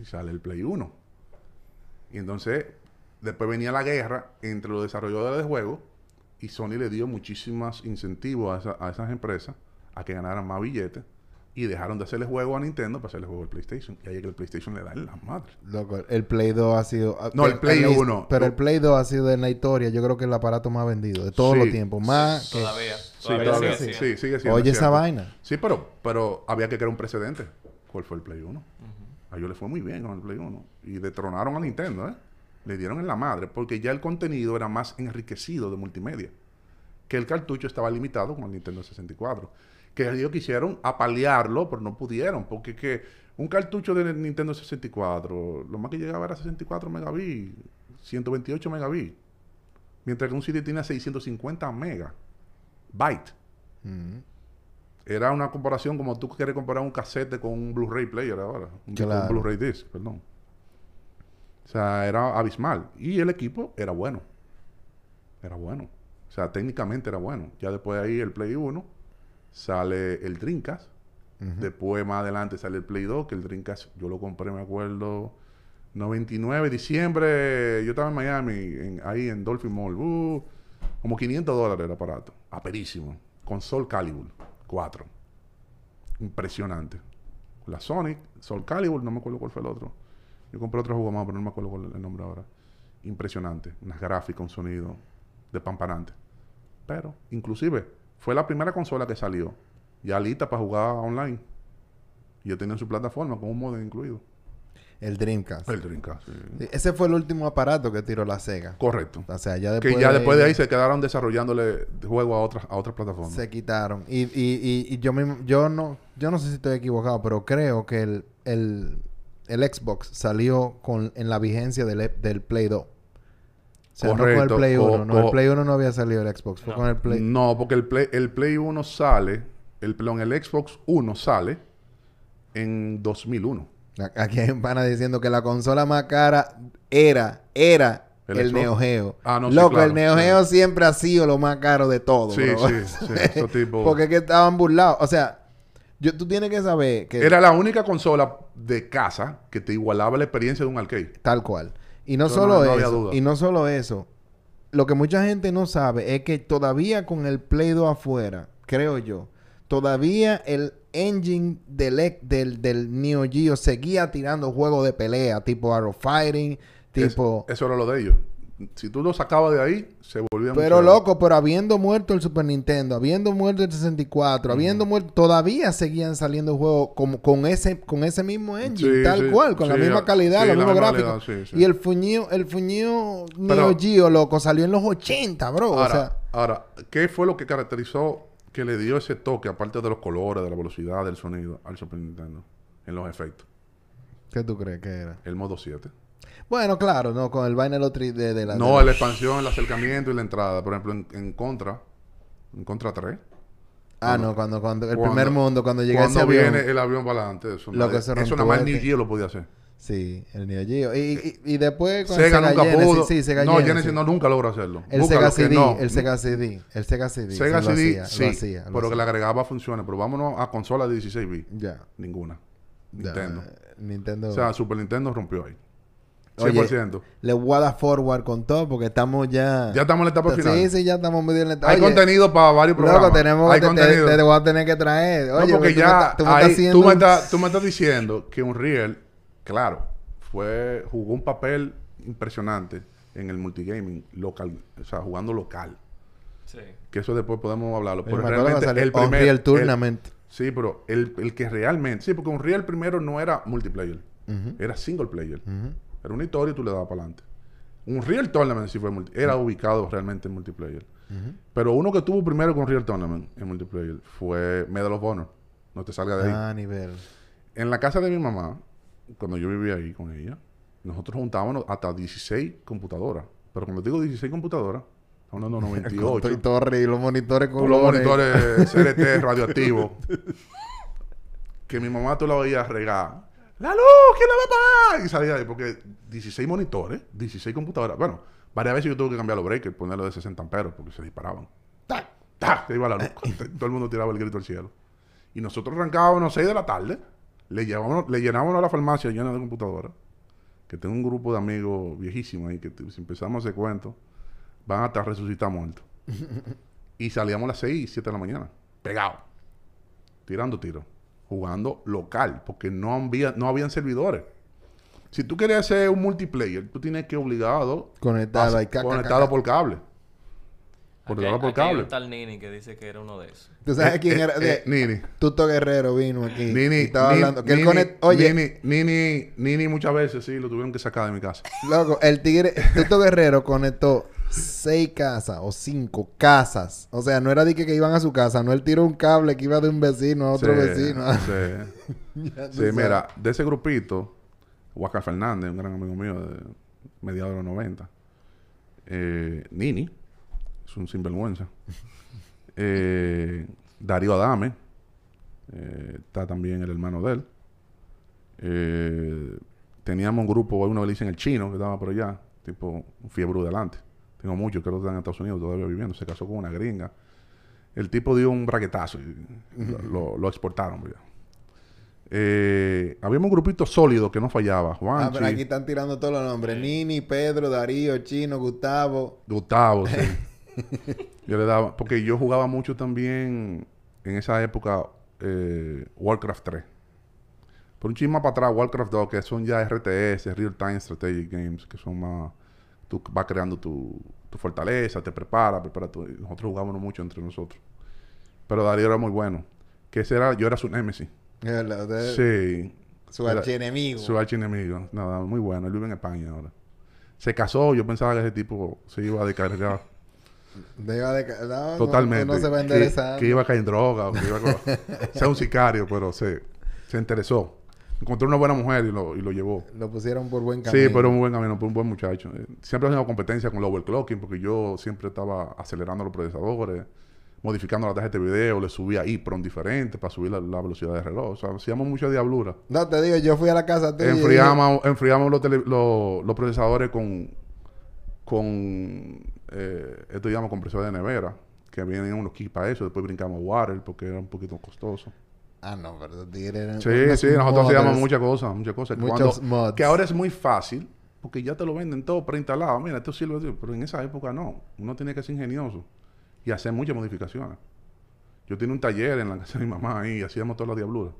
[SPEAKER 2] Y sale el Play 1. Y entonces, después venía la guerra entre los desarrolladores de juegos y Sony le dio muchísimos incentivos a, esa- a esas empresas a que ganaran más billetes y dejaron de hacerle juego a Nintendo para hacerle juego al PlayStation. Y ahí es que el PlayStation le da en las madres.
[SPEAKER 1] Loco, el Play 2 ha sido...
[SPEAKER 2] No, el Play
[SPEAKER 1] his-
[SPEAKER 2] 1.
[SPEAKER 1] Pero
[SPEAKER 2] Lo-
[SPEAKER 1] el Play 2 ha sido en la historia, yo creo que el aparato más vendido de todos
[SPEAKER 2] Sí.
[SPEAKER 1] los tiempos. Más que...
[SPEAKER 3] Todavía.
[SPEAKER 2] Sí,
[SPEAKER 3] Todavía
[SPEAKER 2] todavía
[SPEAKER 3] sigue
[SPEAKER 2] sí,
[SPEAKER 3] siendo.
[SPEAKER 2] sí, sigue siendo,
[SPEAKER 1] Oye
[SPEAKER 2] es
[SPEAKER 1] esa
[SPEAKER 2] cierto.
[SPEAKER 1] vaina.
[SPEAKER 2] Sí, pero, pero había que crear un precedente. ¿Cuál fue el Play 1? A ellos le fue muy bien con el Play 1. Y detronaron a Nintendo, ¿eh? Le dieron en la madre, porque ya el contenido era más enriquecido de multimedia. Que el cartucho estaba limitado con el Nintendo 64. Que ellos quisieron apalearlo, pero no pudieron, porque que un cartucho de Nintendo 64, lo más que llegaba era 64 megabits, 128 megabits. Mientras que un CD tiene 650 megabytes.
[SPEAKER 1] Mm.
[SPEAKER 2] Era una comparación como tú quieres comparar un cassette con un Blu-ray player ahora. Un,
[SPEAKER 1] Claro.
[SPEAKER 2] un Blu-ray disc, perdón. O sea, era abismal. Y el equipo era bueno. Era bueno. O sea, técnicamente era bueno. Ya después de ahí el Play 1 sale el Dreamcast. Después, más adelante, sale el Play 2, que el Dreamcast yo lo compré, me acuerdo, 99, diciembre. Yo estaba en Miami, en- ahí en Dolphin Mall. uh, como 500 dólares el aparato. Aperísimo. Con Sol Calibur 4. Impresionante. La Sonic, Sol Calibur, no me acuerdo cuál fue el otro. Yo compré otro juego más, pero no me acuerdo cuál es el nombre ahora. Impresionante. Unas gráficas, un sonido despampanante. Pero, inclusive, fue la primera consola que salió ya lista para jugar online. Y ya tenían su plataforma con un modem incluido.
[SPEAKER 1] El Dreamcast.
[SPEAKER 2] El Dreamcast. sí.
[SPEAKER 1] Sí, Ese fue el último aparato que tiró la Sega.
[SPEAKER 2] Correcto.
[SPEAKER 1] O sea, ya después
[SPEAKER 2] que ya después de ahí se quedaron desarrollándole juego a otras, a otras plataformas.
[SPEAKER 1] se quitaron. Y, y- y- y yo mismo, yo no, yo no sé si estoy equivocado, pero creo que el, el, el Xbox salió con, en la vigencia del, e- del Play 2. O sea, no con
[SPEAKER 2] Correcto,
[SPEAKER 1] el Play
[SPEAKER 2] co-
[SPEAKER 1] 1. no, el
[SPEAKER 2] co-
[SPEAKER 1] Play 1 no había salido el Xbox. Fue
[SPEAKER 3] No.
[SPEAKER 1] con el Play...
[SPEAKER 2] No, porque el Play, el Play 1 sale, el, perdón, el Xbox 1 sale en 2001.
[SPEAKER 1] A- Aquí hay un pana diciendo que la consola más cara era, era el,
[SPEAKER 2] El Xbox.
[SPEAKER 1] Neo Geo.
[SPEAKER 2] Ah, no, sí,
[SPEAKER 1] Loco,
[SPEAKER 2] claro,
[SPEAKER 1] el Neo
[SPEAKER 2] sí.
[SPEAKER 1] Geo siempre ha sido lo más caro de todo.
[SPEAKER 2] Sí,
[SPEAKER 1] bro.
[SPEAKER 2] sí, sí, esos tipos-
[SPEAKER 1] Porque es que estaban burlados. O sea, yo, tú tienes que saber que...
[SPEAKER 2] Era la única consola de casa que te igualaba la experiencia de un arcade.
[SPEAKER 1] Tal cual. Y no
[SPEAKER 2] Yo no-
[SPEAKER 1] solo
[SPEAKER 2] no había
[SPEAKER 1] eso.
[SPEAKER 2] duda.
[SPEAKER 1] Y no solo eso. Lo que mucha gente no sabe es que todavía con el Play 2 afuera, creo yo, todavía el engine del, ex- del, del Neo Geo seguía tirando juegos de pelea, tipo Arrow Fighting,
[SPEAKER 2] Es-
[SPEAKER 1] tipo...
[SPEAKER 2] eso era lo de ellos. Si tú lo sacabas de ahí, se volvía un
[SPEAKER 1] pero
[SPEAKER 2] juego.
[SPEAKER 1] loco, pero habiendo muerto el Super Nintendo, habiendo muerto el 64, habiendo muerto, todavía seguían saliendo juegos como con ese con ese mismo engine,
[SPEAKER 2] Sí,
[SPEAKER 1] tal
[SPEAKER 2] sí,
[SPEAKER 1] cual, con la
[SPEAKER 2] sí,
[SPEAKER 1] misma
[SPEAKER 2] ah,
[SPEAKER 1] calidad,
[SPEAKER 2] sí,
[SPEAKER 1] los
[SPEAKER 2] la
[SPEAKER 1] mismos
[SPEAKER 2] misma
[SPEAKER 1] gráficos.
[SPEAKER 2] calidad, sí, sí.
[SPEAKER 1] Y el fuñido, el fuñido
[SPEAKER 2] Pero-
[SPEAKER 1] Neo Geo, loco, salió en los 80, bro,
[SPEAKER 2] Ahora,
[SPEAKER 1] o sea,
[SPEAKER 2] ahora, ¿qué fue lo que caracterizó que le dio ese toque, aparte de los colores, de la velocidad, del sonido, al Super Nintendo? En los efectos.
[SPEAKER 1] ¿qué tú crees que era?
[SPEAKER 2] El modo 7.
[SPEAKER 1] Bueno, claro, no con el vaina de los tri- de, de la
[SPEAKER 2] No,
[SPEAKER 1] de
[SPEAKER 2] la
[SPEAKER 1] la-
[SPEAKER 2] expansión, el acercamiento y la entrada. Por ejemplo, en, en Contra, en Contra 3.
[SPEAKER 1] Ah, no, cuando cuando el
[SPEAKER 2] cuando-
[SPEAKER 1] primer mundo cuando llega
[SPEAKER 2] cuando
[SPEAKER 1] ese avión.
[SPEAKER 2] viene el avión para adelante, eso,
[SPEAKER 1] Lo
[SPEAKER 2] nada-
[SPEAKER 1] que se
[SPEAKER 2] eso
[SPEAKER 1] rompió
[SPEAKER 2] nada más
[SPEAKER 1] este.
[SPEAKER 2] New Geo lo podía hacer.
[SPEAKER 1] Sí, el Neo Geo. Y, y- y- y después con
[SPEAKER 2] Sega, nunca
[SPEAKER 1] Genesis,
[SPEAKER 2] pudo.
[SPEAKER 1] sí, Sega
[SPEAKER 2] no,
[SPEAKER 1] Genesis.
[SPEAKER 2] Genesis no nunca logra hacerlo.
[SPEAKER 1] El
[SPEAKER 2] Busca
[SPEAKER 1] Sega
[SPEAKER 2] lo que
[SPEAKER 1] CD,
[SPEAKER 2] no.
[SPEAKER 1] el Sega CD, el Sega CD.
[SPEAKER 2] Sega
[SPEAKER 1] sí, lo
[SPEAKER 2] CD,
[SPEAKER 1] hacía, lo
[SPEAKER 2] sí,
[SPEAKER 1] hacía, lo
[SPEAKER 2] pero que le
[SPEAKER 1] hacía.
[SPEAKER 2] agregaba funciones. Pero vámonos a consola 16 bits.
[SPEAKER 1] Ya.
[SPEAKER 2] Ninguna.
[SPEAKER 1] ya,
[SPEAKER 2] Nintendo.
[SPEAKER 1] Nintendo.
[SPEAKER 2] O sea, Super Nintendo rompió ahí.
[SPEAKER 1] Oye,
[SPEAKER 2] 100%.
[SPEAKER 1] le voy a dar forward con todo porque estamos ya...
[SPEAKER 2] ya estamos en la etapa
[SPEAKER 1] Sí,
[SPEAKER 2] final.
[SPEAKER 1] sí, ya estamos medio en la etapa.
[SPEAKER 2] Hay
[SPEAKER 1] Oye,
[SPEAKER 2] contenido para varios programas.
[SPEAKER 1] Loco, tenemos
[SPEAKER 2] Hay
[SPEAKER 1] que... Te,
[SPEAKER 2] contenido.
[SPEAKER 1] te- te voy a tener que traer. Oye,
[SPEAKER 2] no, porque
[SPEAKER 1] tú me
[SPEAKER 2] ya
[SPEAKER 1] estás- tú me
[SPEAKER 2] ahí-
[SPEAKER 1] estás haciendo
[SPEAKER 2] tú, me
[SPEAKER 1] un-
[SPEAKER 2] estás, tú me estás diciendo que Unreal, claro, fue jugó un papel impresionante en el multigaming local, o sea, jugando local.
[SPEAKER 3] Sí.
[SPEAKER 2] Que eso después podemos hablarlo.
[SPEAKER 1] Pero
[SPEAKER 2] Pero
[SPEAKER 1] me acuerdo que
[SPEAKER 2] realmente
[SPEAKER 1] salió
[SPEAKER 2] el primer-
[SPEAKER 1] Unreal
[SPEAKER 2] el-
[SPEAKER 1] Tournament.
[SPEAKER 2] sí, pero el, el que realmente... Sí, porque Unreal primero no era multiplayer. Era single player. Era una historia y tú le dabas para adelante. Unreal Tournament sí fue multi- era ubicado realmente en multiplayer. Pero uno que tuvo primero con Unreal Tournament en multiplayer fue Medal of Honor. No te salga de ahí.
[SPEAKER 1] Ah, nivel.
[SPEAKER 2] En la casa de mi mamá, cuando yo vivía ahí con ella, nosotros juntábamos hasta 16 computadoras. Pero cuando digo 16 computadoras, estamos hablando
[SPEAKER 1] Con
[SPEAKER 2] de
[SPEAKER 1] to- y
[SPEAKER 2] 98.
[SPEAKER 1] torre y los monitores con
[SPEAKER 2] Con los
[SPEAKER 1] colores.
[SPEAKER 2] monitores CRT radioactivos. que mi mamá tú la veías regar. ¡La luz! ¿Quién la va a pagar? Y salía de ahí, porque 16 monitores, 16 computadoras. Bueno, varias veces yo tuve que cambiar los breakers, ponerlo de 60 amperos, porque se disparaban. ¡Tac! ¡Tac! Se iba la luz. Todo el mundo tiraba el grito al cielo. Y nosotros arrancábamos a las 6 de la tarde, le, llevábamos, le llenábamos a la farmacia llena de computadoras. Que tengo un grupo de amigos viejísimos ahí que t- si empezamos a hacer cuentos, van hasta resucitar muertos. Y salíamos a las 6 y 7 de la mañana, pegados, tirando tiros, jugando local, porque no había, no habían servidores. Si tú querías hacer un multiplayer, tú tienes que obligado
[SPEAKER 1] Conectado
[SPEAKER 2] a-
[SPEAKER 1] ahí, ca, ca, ca,
[SPEAKER 2] conectado
[SPEAKER 1] ca.
[SPEAKER 2] por cable. Conectado
[SPEAKER 3] Aquí-
[SPEAKER 2] por
[SPEAKER 3] aquí hay
[SPEAKER 2] cable.
[SPEAKER 3] un tal Nini que dice que era uno de esos.
[SPEAKER 1] ¿Tú sabes
[SPEAKER 2] Eh,
[SPEAKER 1] quién
[SPEAKER 2] eh,
[SPEAKER 1] era? De-
[SPEAKER 2] eh, Nini.
[SPEAKER 1] Tuto Guerrero vino aquí.
[SPEAKER 2] Nini,
[SPEAKER 1] y estaba
[SPEAKER 2] Nini,
[SPEAKER 1] hablando. Que él
[SPEAKER 2] Nini,
[SPEAKER 1] conect- Oye,
[SPEAKER 2] Nini, Nini, Nini muchas veces sí lo tuvieron que sacar de mi casa.
[SPEAKER 1] Loco, el tigre, Tuto Guerrero conectó seis casas o cinco casas. O sea, no era de que, que iban a su casa, no él tiró un cable que iba de un vecino a otro
[SPEAKER 2] Sí,
[SPEAKER 1] vecino.
[SPEAKER 2] sí.
[SPEAKER 1] Ya tú
[SPEAKER 2] Sí,
[SPEAKER 1] sabes.
[SPEAKER 2] mira, de ese grupito, Huáscar Fernández, un gran amigo mío de mediados de los 90, eh, Nini, es un sinvergüenza, eh, Darío Adame, eh, está también el hermano de él, eh, teníamos un grupo, hay uno que le dicen el chino, que estaba por allá, tipo un fiebre delante, tengo muchos, creo que están en Estados Unidos todavía viviendo, se casó con una gringa, El tipo dio un braquetazo y lo, lo- lo exportaron. mira. Eh, habíamos un grupito sólido que no fallaba. Juan,
[SPEAKER 1] Ah, pero aquí están tirando todos los nombres. Nini, Pedro, Darío, Chino, Gustavo.
[SPEAKER 2] Gustavo, sí. yo le daba... Porque yo jugaba mucho también en esa época eh, Warcraft 3. Por un chisme más para atrás, Warcraft 2, que son ya RTS, Real Time Strategic Games, que son más... Tú vas creando tu, tu fortaleza, te preparas, prepara tu... Nosotros jugábamos mucho entre nosotros. Pero Darío era muy bueno. Que ese era... Yo era su némesis.
[SPEAKER 1] Es verdad, ustedes-
[SPEAKER 2] Sí.
[SPEAKER 1] Eh, Su
[SPEAKER 2] Era-
[SPEAKER 1] archienemigo.
[SPEAKER 2] Su archienemigo. Nada, muy bueno. Él vive en España ahora. Se casó. Yo pensaba que ese tipo se iba a descargar
[SPEAKER 1] Deba de ca- no, no,
[SPEAKER 2] totalmente.
[SPEAKER 1] No, se va a
[SPEAKER 2] Que-
[SPEAKER 1] enderezar.
[SPEAKER 2] Que, iba a caer en droga. O que iba a co- sea un sicario, pero se, se interesó. Encontró una buena mujer y lo, y lo llevó.
[SPEAKER 1] Lo pusieron por buen camino.
[SPEAKER 2] Sí, pero un buen camino, un buen muchacho. Eh, Siempre haciendo competencia con el overclocking porque yo siempre estaba acelerando los procesadores, modificando la tarjeta de video, le subía EEPROM diferente para subir la, la velocidad del reloj. O sea, hacíamos mucha diablura.
[SPEAKER 1] No, te digo, yo fui a la casa tuya. y
[SPEAKER 2] Enfriamos, enfriamos los, tele- los- los procesadores con, con eh, esto llamamos compresor de nevera, que vienen unos kits para eso. Después brincamos water porque era un poquito costoso.
[SPEAKER 1] dije, Ah, no, pero los tigres eran
[SPEAKER 2] Sí,
[SPEAKER 1] unos
[SPEAKER 2] sí, nosotros hacíamos
[SPEAKER 1] mothers.
[SPEAKER 2] muchas cosas, muchas cosas.
[SPEAKER 1] eh, Muchos mods.
[SPEAKER 2] Que ahora es muy fácil porque ya te lo venden todo preinstalado. Mira, esto sirve, así, pero en esa época no. Uno tiene que ser ingenioso y hacer muchas modificaciones. Yo tenía un taller en la casa de mi mamá ahí, y hacíamos todas las diabluras.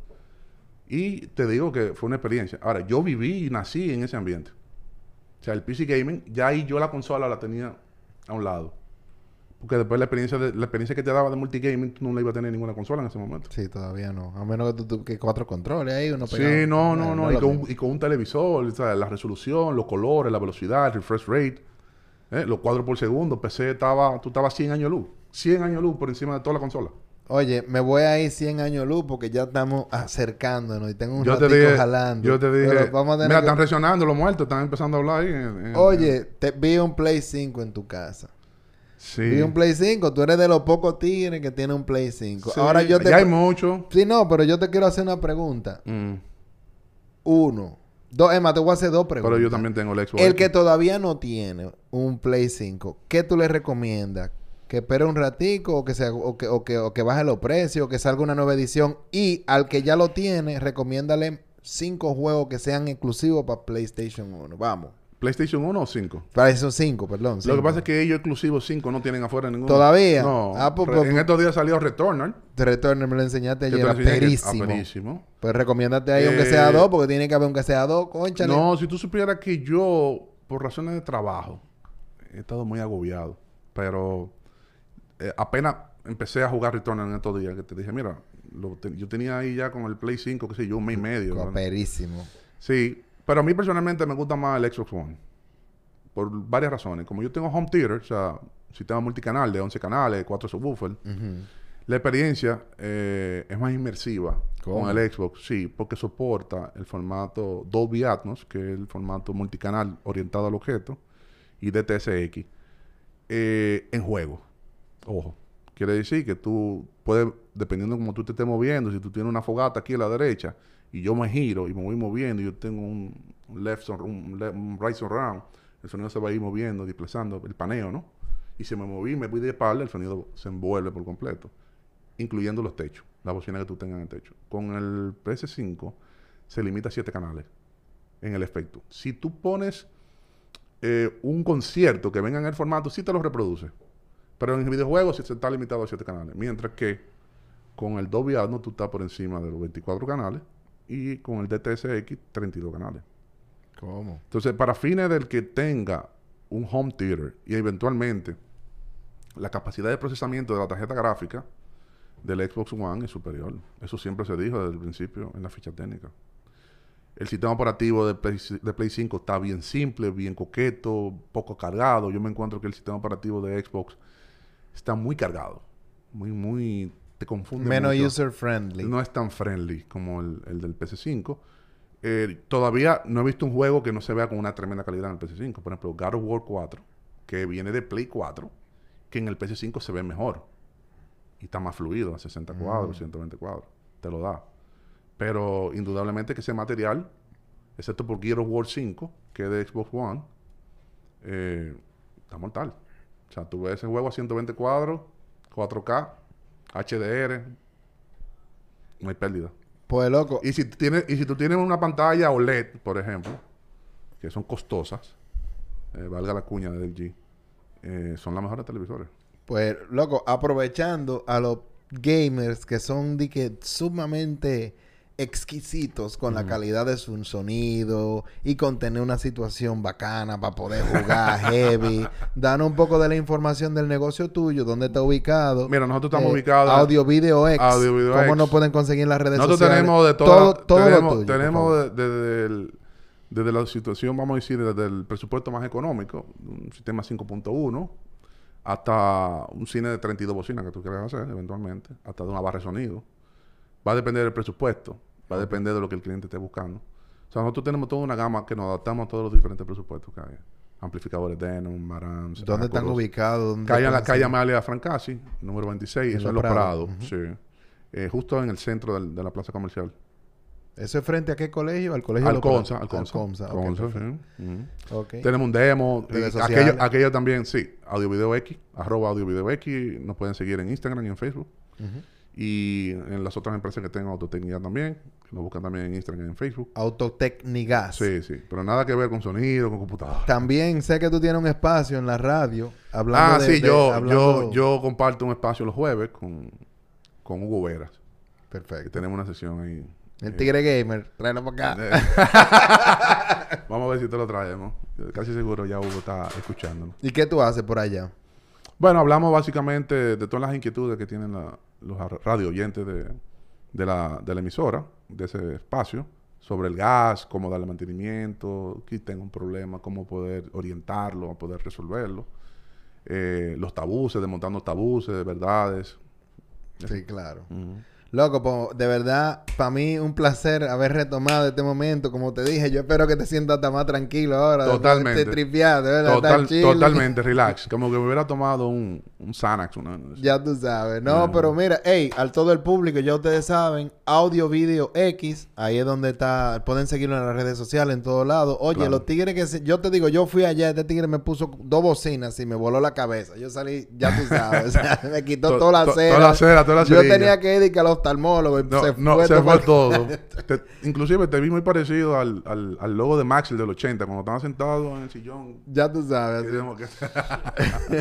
[SPEAKER 2] Y te digo que fue una experiencia. Ahora, yo viví y nací en ese ambiente. O sea, el PC Gaming, ya ahí yo la consola la tenía a un lado. Porque después la experiencia, de- la experiencia que te daba de multigaming, tú no la ibas a tener en ninguna consola en ese momento.
[SPEAKER 1] Sí, todavía no. A menos que tú, tú- que cuatro controles ahí, uno
[SPEAKER 2] Sí,
[SPEAKER 1] pegado.
[SPEAKER 2] no,
[SPEAKER 1] Bueno,
[SPEAKER 2] no, no.
[SPEAKER 1] es
[SPEAKER 2] Y
[SPEAKER 1] lo
[SPEAKER 2] con, un-
[SPEAKER 1] mismo.
[SPEAKER 2] y con un televisor, o sea, la resolución, los colores, la velocidad, el refresh rate, ¿eh? los cuadros por segundo. PC estaba, tú estabas 100 años luz. 100 años luz por encima de toda la consola.
[SPEAKER 1] Oye, me voy a ir 100 años luz porque ya estamos acercándonos y tengo un
[SPEAKER 2] yo, te
[SPEAKER 1] ratico
[SPEAKER 2] dije,
[SPEAKER 1] jalando.
[SPEAKER 2] yo te dije,
[SPEAKER 1] Pero vamos a tener
[SPEAKER 2] mira,
[SPEAKER 1] que-
[SPEAKER 2] están reaccionando los muertos, están empezando a hablar ahí. en- en-
[SPEAKER 1] Oye, te vi un Play 5 en tu casa.
[SPEAKER 2] sí.
[SPEAKER 1] Vi un Play 5. Tú eres de los pocos tigres que tiene un Play 5.
[SPEAKER 2] Sí,
[SPEAKER 1] Ahora yo te...
[SPEAKER 2] Ya hay mucho.
[SPEAKER 1] Sí, no, pero yo te quiero hacer una pregunta.
[SPEAKER 2] Mm,
[SPEAKER 1] Uno. Dos, Emma, te voy a hacer dos preguntas.
[SPEAKER 2] pero yo también tengo el Xbox.
[SPEAKER 1] El que todavía no tiene un Play 5, ¿qué tú le recomiendas? ¿Que espere un ratico o que, se, o que, o que, o que baje los precios, o que salga una nueva edición? Y al que ya lo tiene, recomiéndale cinco juegos que sean exclusivos para PlayStation 1. Vamos.
[SPEAKER 2] PlayStation 1 o 5.
[SPEAKER 1] Para eso cinco, perdón.
[SPEAKER 2] Lo
[SPEAKER 1] cinco.
[SPEAKER 2] que pasa es que ellos exclusivos 5 no tienen afuera ninguno.
[SPEAKER 1] ¿Todavía?
[SPEAKER 2] No.
[SPEAKER 1] Ah, pues,
[SPEAKER 2] Re-
[SPEAKER 1] pues,
[SPEAKER 2] en estos días salió Returnal.
[SPEAKER 1] The Return, Este me lo enseñaste
[SPEAKER 2] que te
[SPEAKER 1] ayer.
[SPEAKER 2] lo enseñé que- ah,
[SPEAKER 1] Aperísimo.
[SPEAKER 2] perísimo.
[SPEAKER 1] Pues recomiéndate ahí aunque sea
[SPEAKER 2] Eh,
[SPEAKER 1] dos, porque tiene que haber aunque sea dos, conchale.
[SPEAKER 2] No, si tú supieras que yo, por razones de trabajo, he estado muy agobiado. Pero eh, apenas empecé a jugar Returnal en estos días, que te dije, mira, lo te- yo tenía ahí ya con el Play 5, qué sé yo, un mes y medio. ¿no?
[SPEAKER 1] Aperísimo.
[SPEAKER 2] Sí, pero a mí personalmente me gusta más el Xbox One. Por varias razones. Como yo tengo home theater, o sea, sistema multicanal de 11 canales, 4 subwoofers, la experiencia eh, es más inmersiva
[SPEAKER 1] ¿Cómo?
[SPEAKER 2] con el Xbox, sí, porque soporta el formato Dolby Atmos, que es el formato multicanal orientado al objeto, y DTSX eh, en juego. Ojo. Quiere decir que tú puedes, dependiendo de cómo tú te estés moviendo, si tú tienes una fogata aquí a la derecha y yo me giro y me voy moviendo y yo tengo un un left, sur- un, le- un right surround, el sonido se va a ir moviendo, desplazando, el paneo, ¿no? Y si me moví, me voy de espalda, el sonido se envuelve por completo, incluyendo los techos, la bocina que tú tengas en el techo. Con el PS5 se limita a 7 canales en el efecto. Si tú pones eh, un concierto que venga en el formato, sí te lo reproduce. Pero en el videojuego sí se está limitado a 7 canales. Mientras que con el Dolby Atmos tú estás por encima de los 24 canales y con el DTSX 32 canales.
[SPEAKER 1] ¿Cómo?
[SPEAKER 2] Entonces, para fines del que tenga un home theater y eventualmente la capacidad de procesamiento de la tarjeta gráfica del Xbox One es superior. Eso siempre se dijo desde el principio en la ficha técnica. El sistema operativo de Play, ci- de Play 5 está bien simple, bien coqueto, poco cargado. Yo me encuentro que el sistema operativo de Xbox está muy cargado. Muy, muy... Te confunde
[SPEAKER 1] Menos
[SPEAKER 2] mucho.
[SPEAKER 1] user friendly.
[SPEAKER 2] No es tan friendly como el, el del PS5. Eh, todavía no he visto un juego que no se vea con una tremenda calidad en el PS5. Por ejemplo, God of War 4, que viene de Play 4, que en el PS5 se ve mejor. Y está más fluido, a 60 cuadros, 120 cuadros. Te lo da. Pero indudablemente que ese material, excepto por Gear of War 5, que es de Xbox One, eh, está mortal. O sea, tú ves ese juego a 120 cuadros, 4K, HDR. No hay pérdida.
[SPEAKER 1] Pues loco,
[SPEAKER 2] Y si, tienes, y si tú tienes una pantalla OLED, por ejemplo, que son costosas, eh, valga la cuña del G, eh, son las mejores televisores.
[SPEAKER 1] pues loco, aprovechando a los gamers que son de que sumamente exquisitos con la calidad de su sonido y con tener una situación bacana para poder jugar heavy. Danos un poco de la información del negocio tuyo, dónde está ubicado.
[SPEAKER 2] Mira, nosotros estamos
[SPEAKER 1] Eh,
[SPEAKER 2] ubicados.
[SPEAKER 1] Audio Video X.
[SPEAKER 2] Audio Video
[SPEAKER 1] ¿Cómo
[SPEAKER 2] X.
[SPEAKER 1] nos pueden conseguir en las redes
[SPEAKER 2] Nosotros
[SPEAKER 1] sociales?
[SPEAKER 2] tenemos de
[SPEAKER 1] todo.
[SPEAKER 2] todo.
[SPEAKER 1] todo lo
[SPEAKER 2] tenemos
[SPEAKER 1] tuyo, por
[SPEAKER 2] tenemos
[SPEAKER 1] favor.
[SPEAKER 2] de- desde, el- desde la situación, vamos a decir, desde el presupuesto más económico, un sistema 5.1, hasta un cine de 32 bocinas que tú quieras hacer eventualmente, hasta de una barra de sonido. Va a depender del presupuesto, va a depender de lo que el cliente esté buscando. O sea, nosotros tenemos toda una gama que nos adaptamos a todos los diferentes presupuestos que hay. Amplificadores Denon, Marams.
[SPEAKER 1] ¿Dónde están
[SPEAKER 2] Acorus.
[SPEAKER 1] ubicados? ¿Dónde
[SPEAKER 2] Calle en la
[SPEAKER 1] pueden
[SPEAKER 2] calle
[SPEAKER 1] seguir?
[SPEAKER 2] Amalia Francasi, número 26,
[SPEAKER 1] En
[SPEAKER 2] eso es
[SPEAKER 1] Los
[SPEAKER 2] Los
[SPEAKER 1] Prados.
[SPEAKER 2] Prados, sí. Eh, justo en el centro del- de la plaza comercial.
[SPEAKER 1] ¿Eso es frente a qué colegio? Al colegio
[SPEAKER 2] Alconza,
[SPEAKER 1] local. Alconza,
[SPEAKER 2] Alconza.
[SPEAKER 1] ok,
[SPEAKER 2] Alconza,
[SPEAKER 1] perfecto.
[SPEAKER 2] sí. Ujú.
[SPEAKER 1] Ok.
[SPEAKER 2] Tenemos un demo.
[SPEAKER 1] Redes
[SPEAKER 2] y
[SPEAKER 1] sociales.
[SPEAKER 2] aquello, aquello también, sí. Audio Video X, arroba Audio Video X. Nos pueden seguir en Instagram y en Facebook.
[SPEAKER 1] Ujú.
[SPEAKER 2] Y en las otras empresas que tengan autotecnia también. Que nos buscan también en Instagram y en Facebook.
[SPEAKER 1] Autotecnigas.
[SPEAKER 2] Sí, sí. Pero nada que ver con sonido, con computadora.
[SPEAKER 1] También sé que tú tienes un espacio en la radio. Hablando
[SPEAKER 2] ah,
[SPEAKER 1] de-
[SPEAKER 2] sí.
[SPEAKER 1] de-
[SPEAKER 2] yo,
[SPEAKER 1] hablando-
[SPEAKER 2] yo, yo comparto un espacio los jueves con, con Hugo Veras. Que
[SPEAKER 1] Perfecto.
[SPEAKER 2] tenemos una sesión ahí.
[SPEAKER 1] El
[SPEAKER 2] eh,
[SPEAKER 1] Tigre Gamer, tráelo para acá. Ah.
[SPEAKER 2] Eh, Vamos a ver si te lo traemos. Casi seguro ya Hugo está escuchándolo.
[SPEAKER 1] ¿Y qué tú haces por allá?
[SPEAKER 2] Bueno, hablamos básicamente de todas las inquietudes que tienen la- los ar- radio oyentes de, de la, de la emisora, de ese espacio, sobre el gas, cómo darle mantenimiento, que tenga un problema, cómo poder orientarlo, a poder resolverlo. Eh, los tabuses, desmontando tabuses, verdades.
[SPEAKER 1] Sí, claro. Loco, po, de verdad, para mí un placer haber retomado este momento. Como te dije, yo espero que te sientas hasta más tranquilo ahora. después de
[SPEAKER 2] Totalmente.
[SPEAKER 1] Este tripeado, de verdad,
[SPEAKER 2] Total-
[SPEAKER 1] estar chill.
[SPEAKER 2] totalmente relax. Como que me hubiera tomado un, un Xanax. Una,
[SPEAKER 1] Ya tú sabes. No, pero mira, hey, al todo el público, ya ustedes saben, Audio Video X, ahí es donde está, pueden seguirlo en las redes sociales, en todos lados. Oye,
[SPEAKER 2] Claro.
[SPEAKER 1] los tigres que, se- yo te digo, yo fui allá, este tigre me puso dos bocinas y me voló la cabeza. Yo salí, ya tú sabes, o sea, me quitó
[SPEAKER 2] To-
[SPEAKER 1] toda la
[SPEAKER 2] to-
[SPEAKER 1] cera.
[SPEAKER 2] toda la cera, toda la
[SPEAKER 1] Yo
[SPEAKER 2] cerilla.
[SPEAKER 1] tenía que ir y que al oftalmólogo y
[SPEAKER 2] No,
[SPEAKER 1] se
[SPEAKER 2] no,
[SPEAKER 1] fue
[SPEAKER 2] se
[SPEAKER 1] todo
[SPEAKER 2] fue
[SPEAKER 1] mal-
[SPEAKER 2] todo. Te- inclusive te vi muy parecido al, al, al logo de Max, el del 80, cuando estaba sentado en el sillón.
[SPEAKER 1] Ya tú sabes.
[SPEAKER 2] Tenemos que-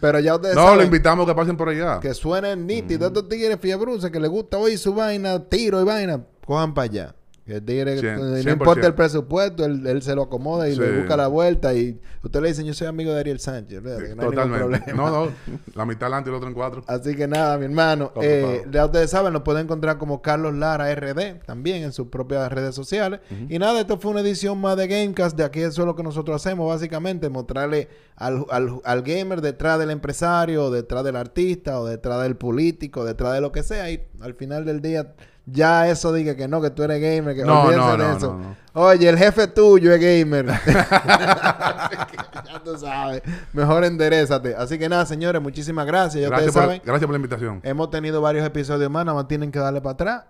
[SPEAKER 1] Pero ya ustedes
[SPEAKER 2] No,
[SPEAKER 1] saben.
[SPEAKER 2] lo invitamos que pasen por allá.
[SPEAKER 1] Que suenen nítidos.
[SPEAKER 2] Mm.
[SPEAKER 1] Estos tigres fiebruces que les gusta oír su vaina, tiro y vaina, cojan para allá. Que el tigre,
[SPEAKER 2] Cien-
[SPEAKER 1] eh, no
[SPEAKER 2] 100%.
[SPEAKER 1] importa el presupuesto, él, él se lo acomoda y le
[SPEAKER 2] Sí.
[SPEAKER 1] busca la vuelta. Y usted le dice, yo soy amigo de Ariel Sánchez. ¿verdad? Que no hay ningún
[SPEAKER 2] Totalmente.
[SPEAKER 1] problema. Ah,
[SPEAKER 2] No, no, la mitad adelante y el otro en cuatro.
[SPEAKER 1] Así que nada, mi hermano.
[SPEAKER 2] Está
[SPEAKER 1] eh,
[SPEAKER 2] ocupado.
[SPEAKER 1] ya ustedes saben, lo pueden encontrar como Carlos Lara RD también en sus propias redes sociales. Y nada, esto fue una edición más de Gamecast. De aquí eso es lo que nosotros hacemos, básicamente, mostrarle al, al- al gamer detrás del empresario, o detrás del artista, o detrás del político, o detrás de lo que sea. Y al final del día, ya eso diga que no, que tú eres gamer, que
[SPEAKER 2] No,
[SPEAKER 1] olvídense
[SPEAKER 2] no,
[SPEAKER 1] de
[SPEAKER 2] no,
[SPEAKER 1] eso.
[SPEAKER 2] no, no.
[SPEAKER 1] Oye, el jefe tuyo es gamer. Así que ya tú sabes. Mejor enderezate. Así que nada, señores, muchísimas gracias. Ya
[SPEAKER 2] Gracias
[SPEAKER 1] ustedes
[SPEAKER 2] por,
[SPEAKER 1] saben. Eh,
[SPEAKER 2] gracias por la invitación.
[SPEAKER 1] Hemos tenido varios episodios más, nada más tienen que darle para atrás.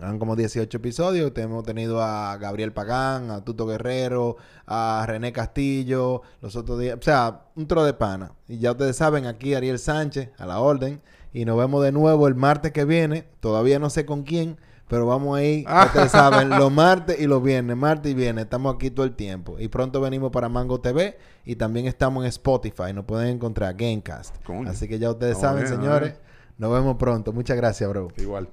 [SPEAKER 1] Han como 18 episodios. Te- Hemos tenido a Gabriel Pagán, a Tuto Guerrero, a René Castillo, los otros días. O sea, un tro de pana. Y ya ustedes saben, aquí Ariel Sánchez, a la orden. Y nos vemos de nuevo el martes que viene. Todavía no sé con quién, pero vamos ahí. Ya ustedes saben, los martes y los viernes, martes y viernes. Estamos aquí todo el tiempo. Y pronto venimos para Mango TV. Y también estamos en Spotify. Nos pueden encontrar Gamecast.
[SPEAKER 2] Coño.
[SPEAKER 1] Así que ya ustedes
[SPEAKER 2] Vamos
[SPEAKER 1] saben,
[SPEAKER 2] bien, vamos
[SPEAKER 1] señores.
[SPEAKER 2] bien.
[SPEAKER 1] Nos vemos pronto. Muchas gracias, bro.
[SPEAKER 2] Igual.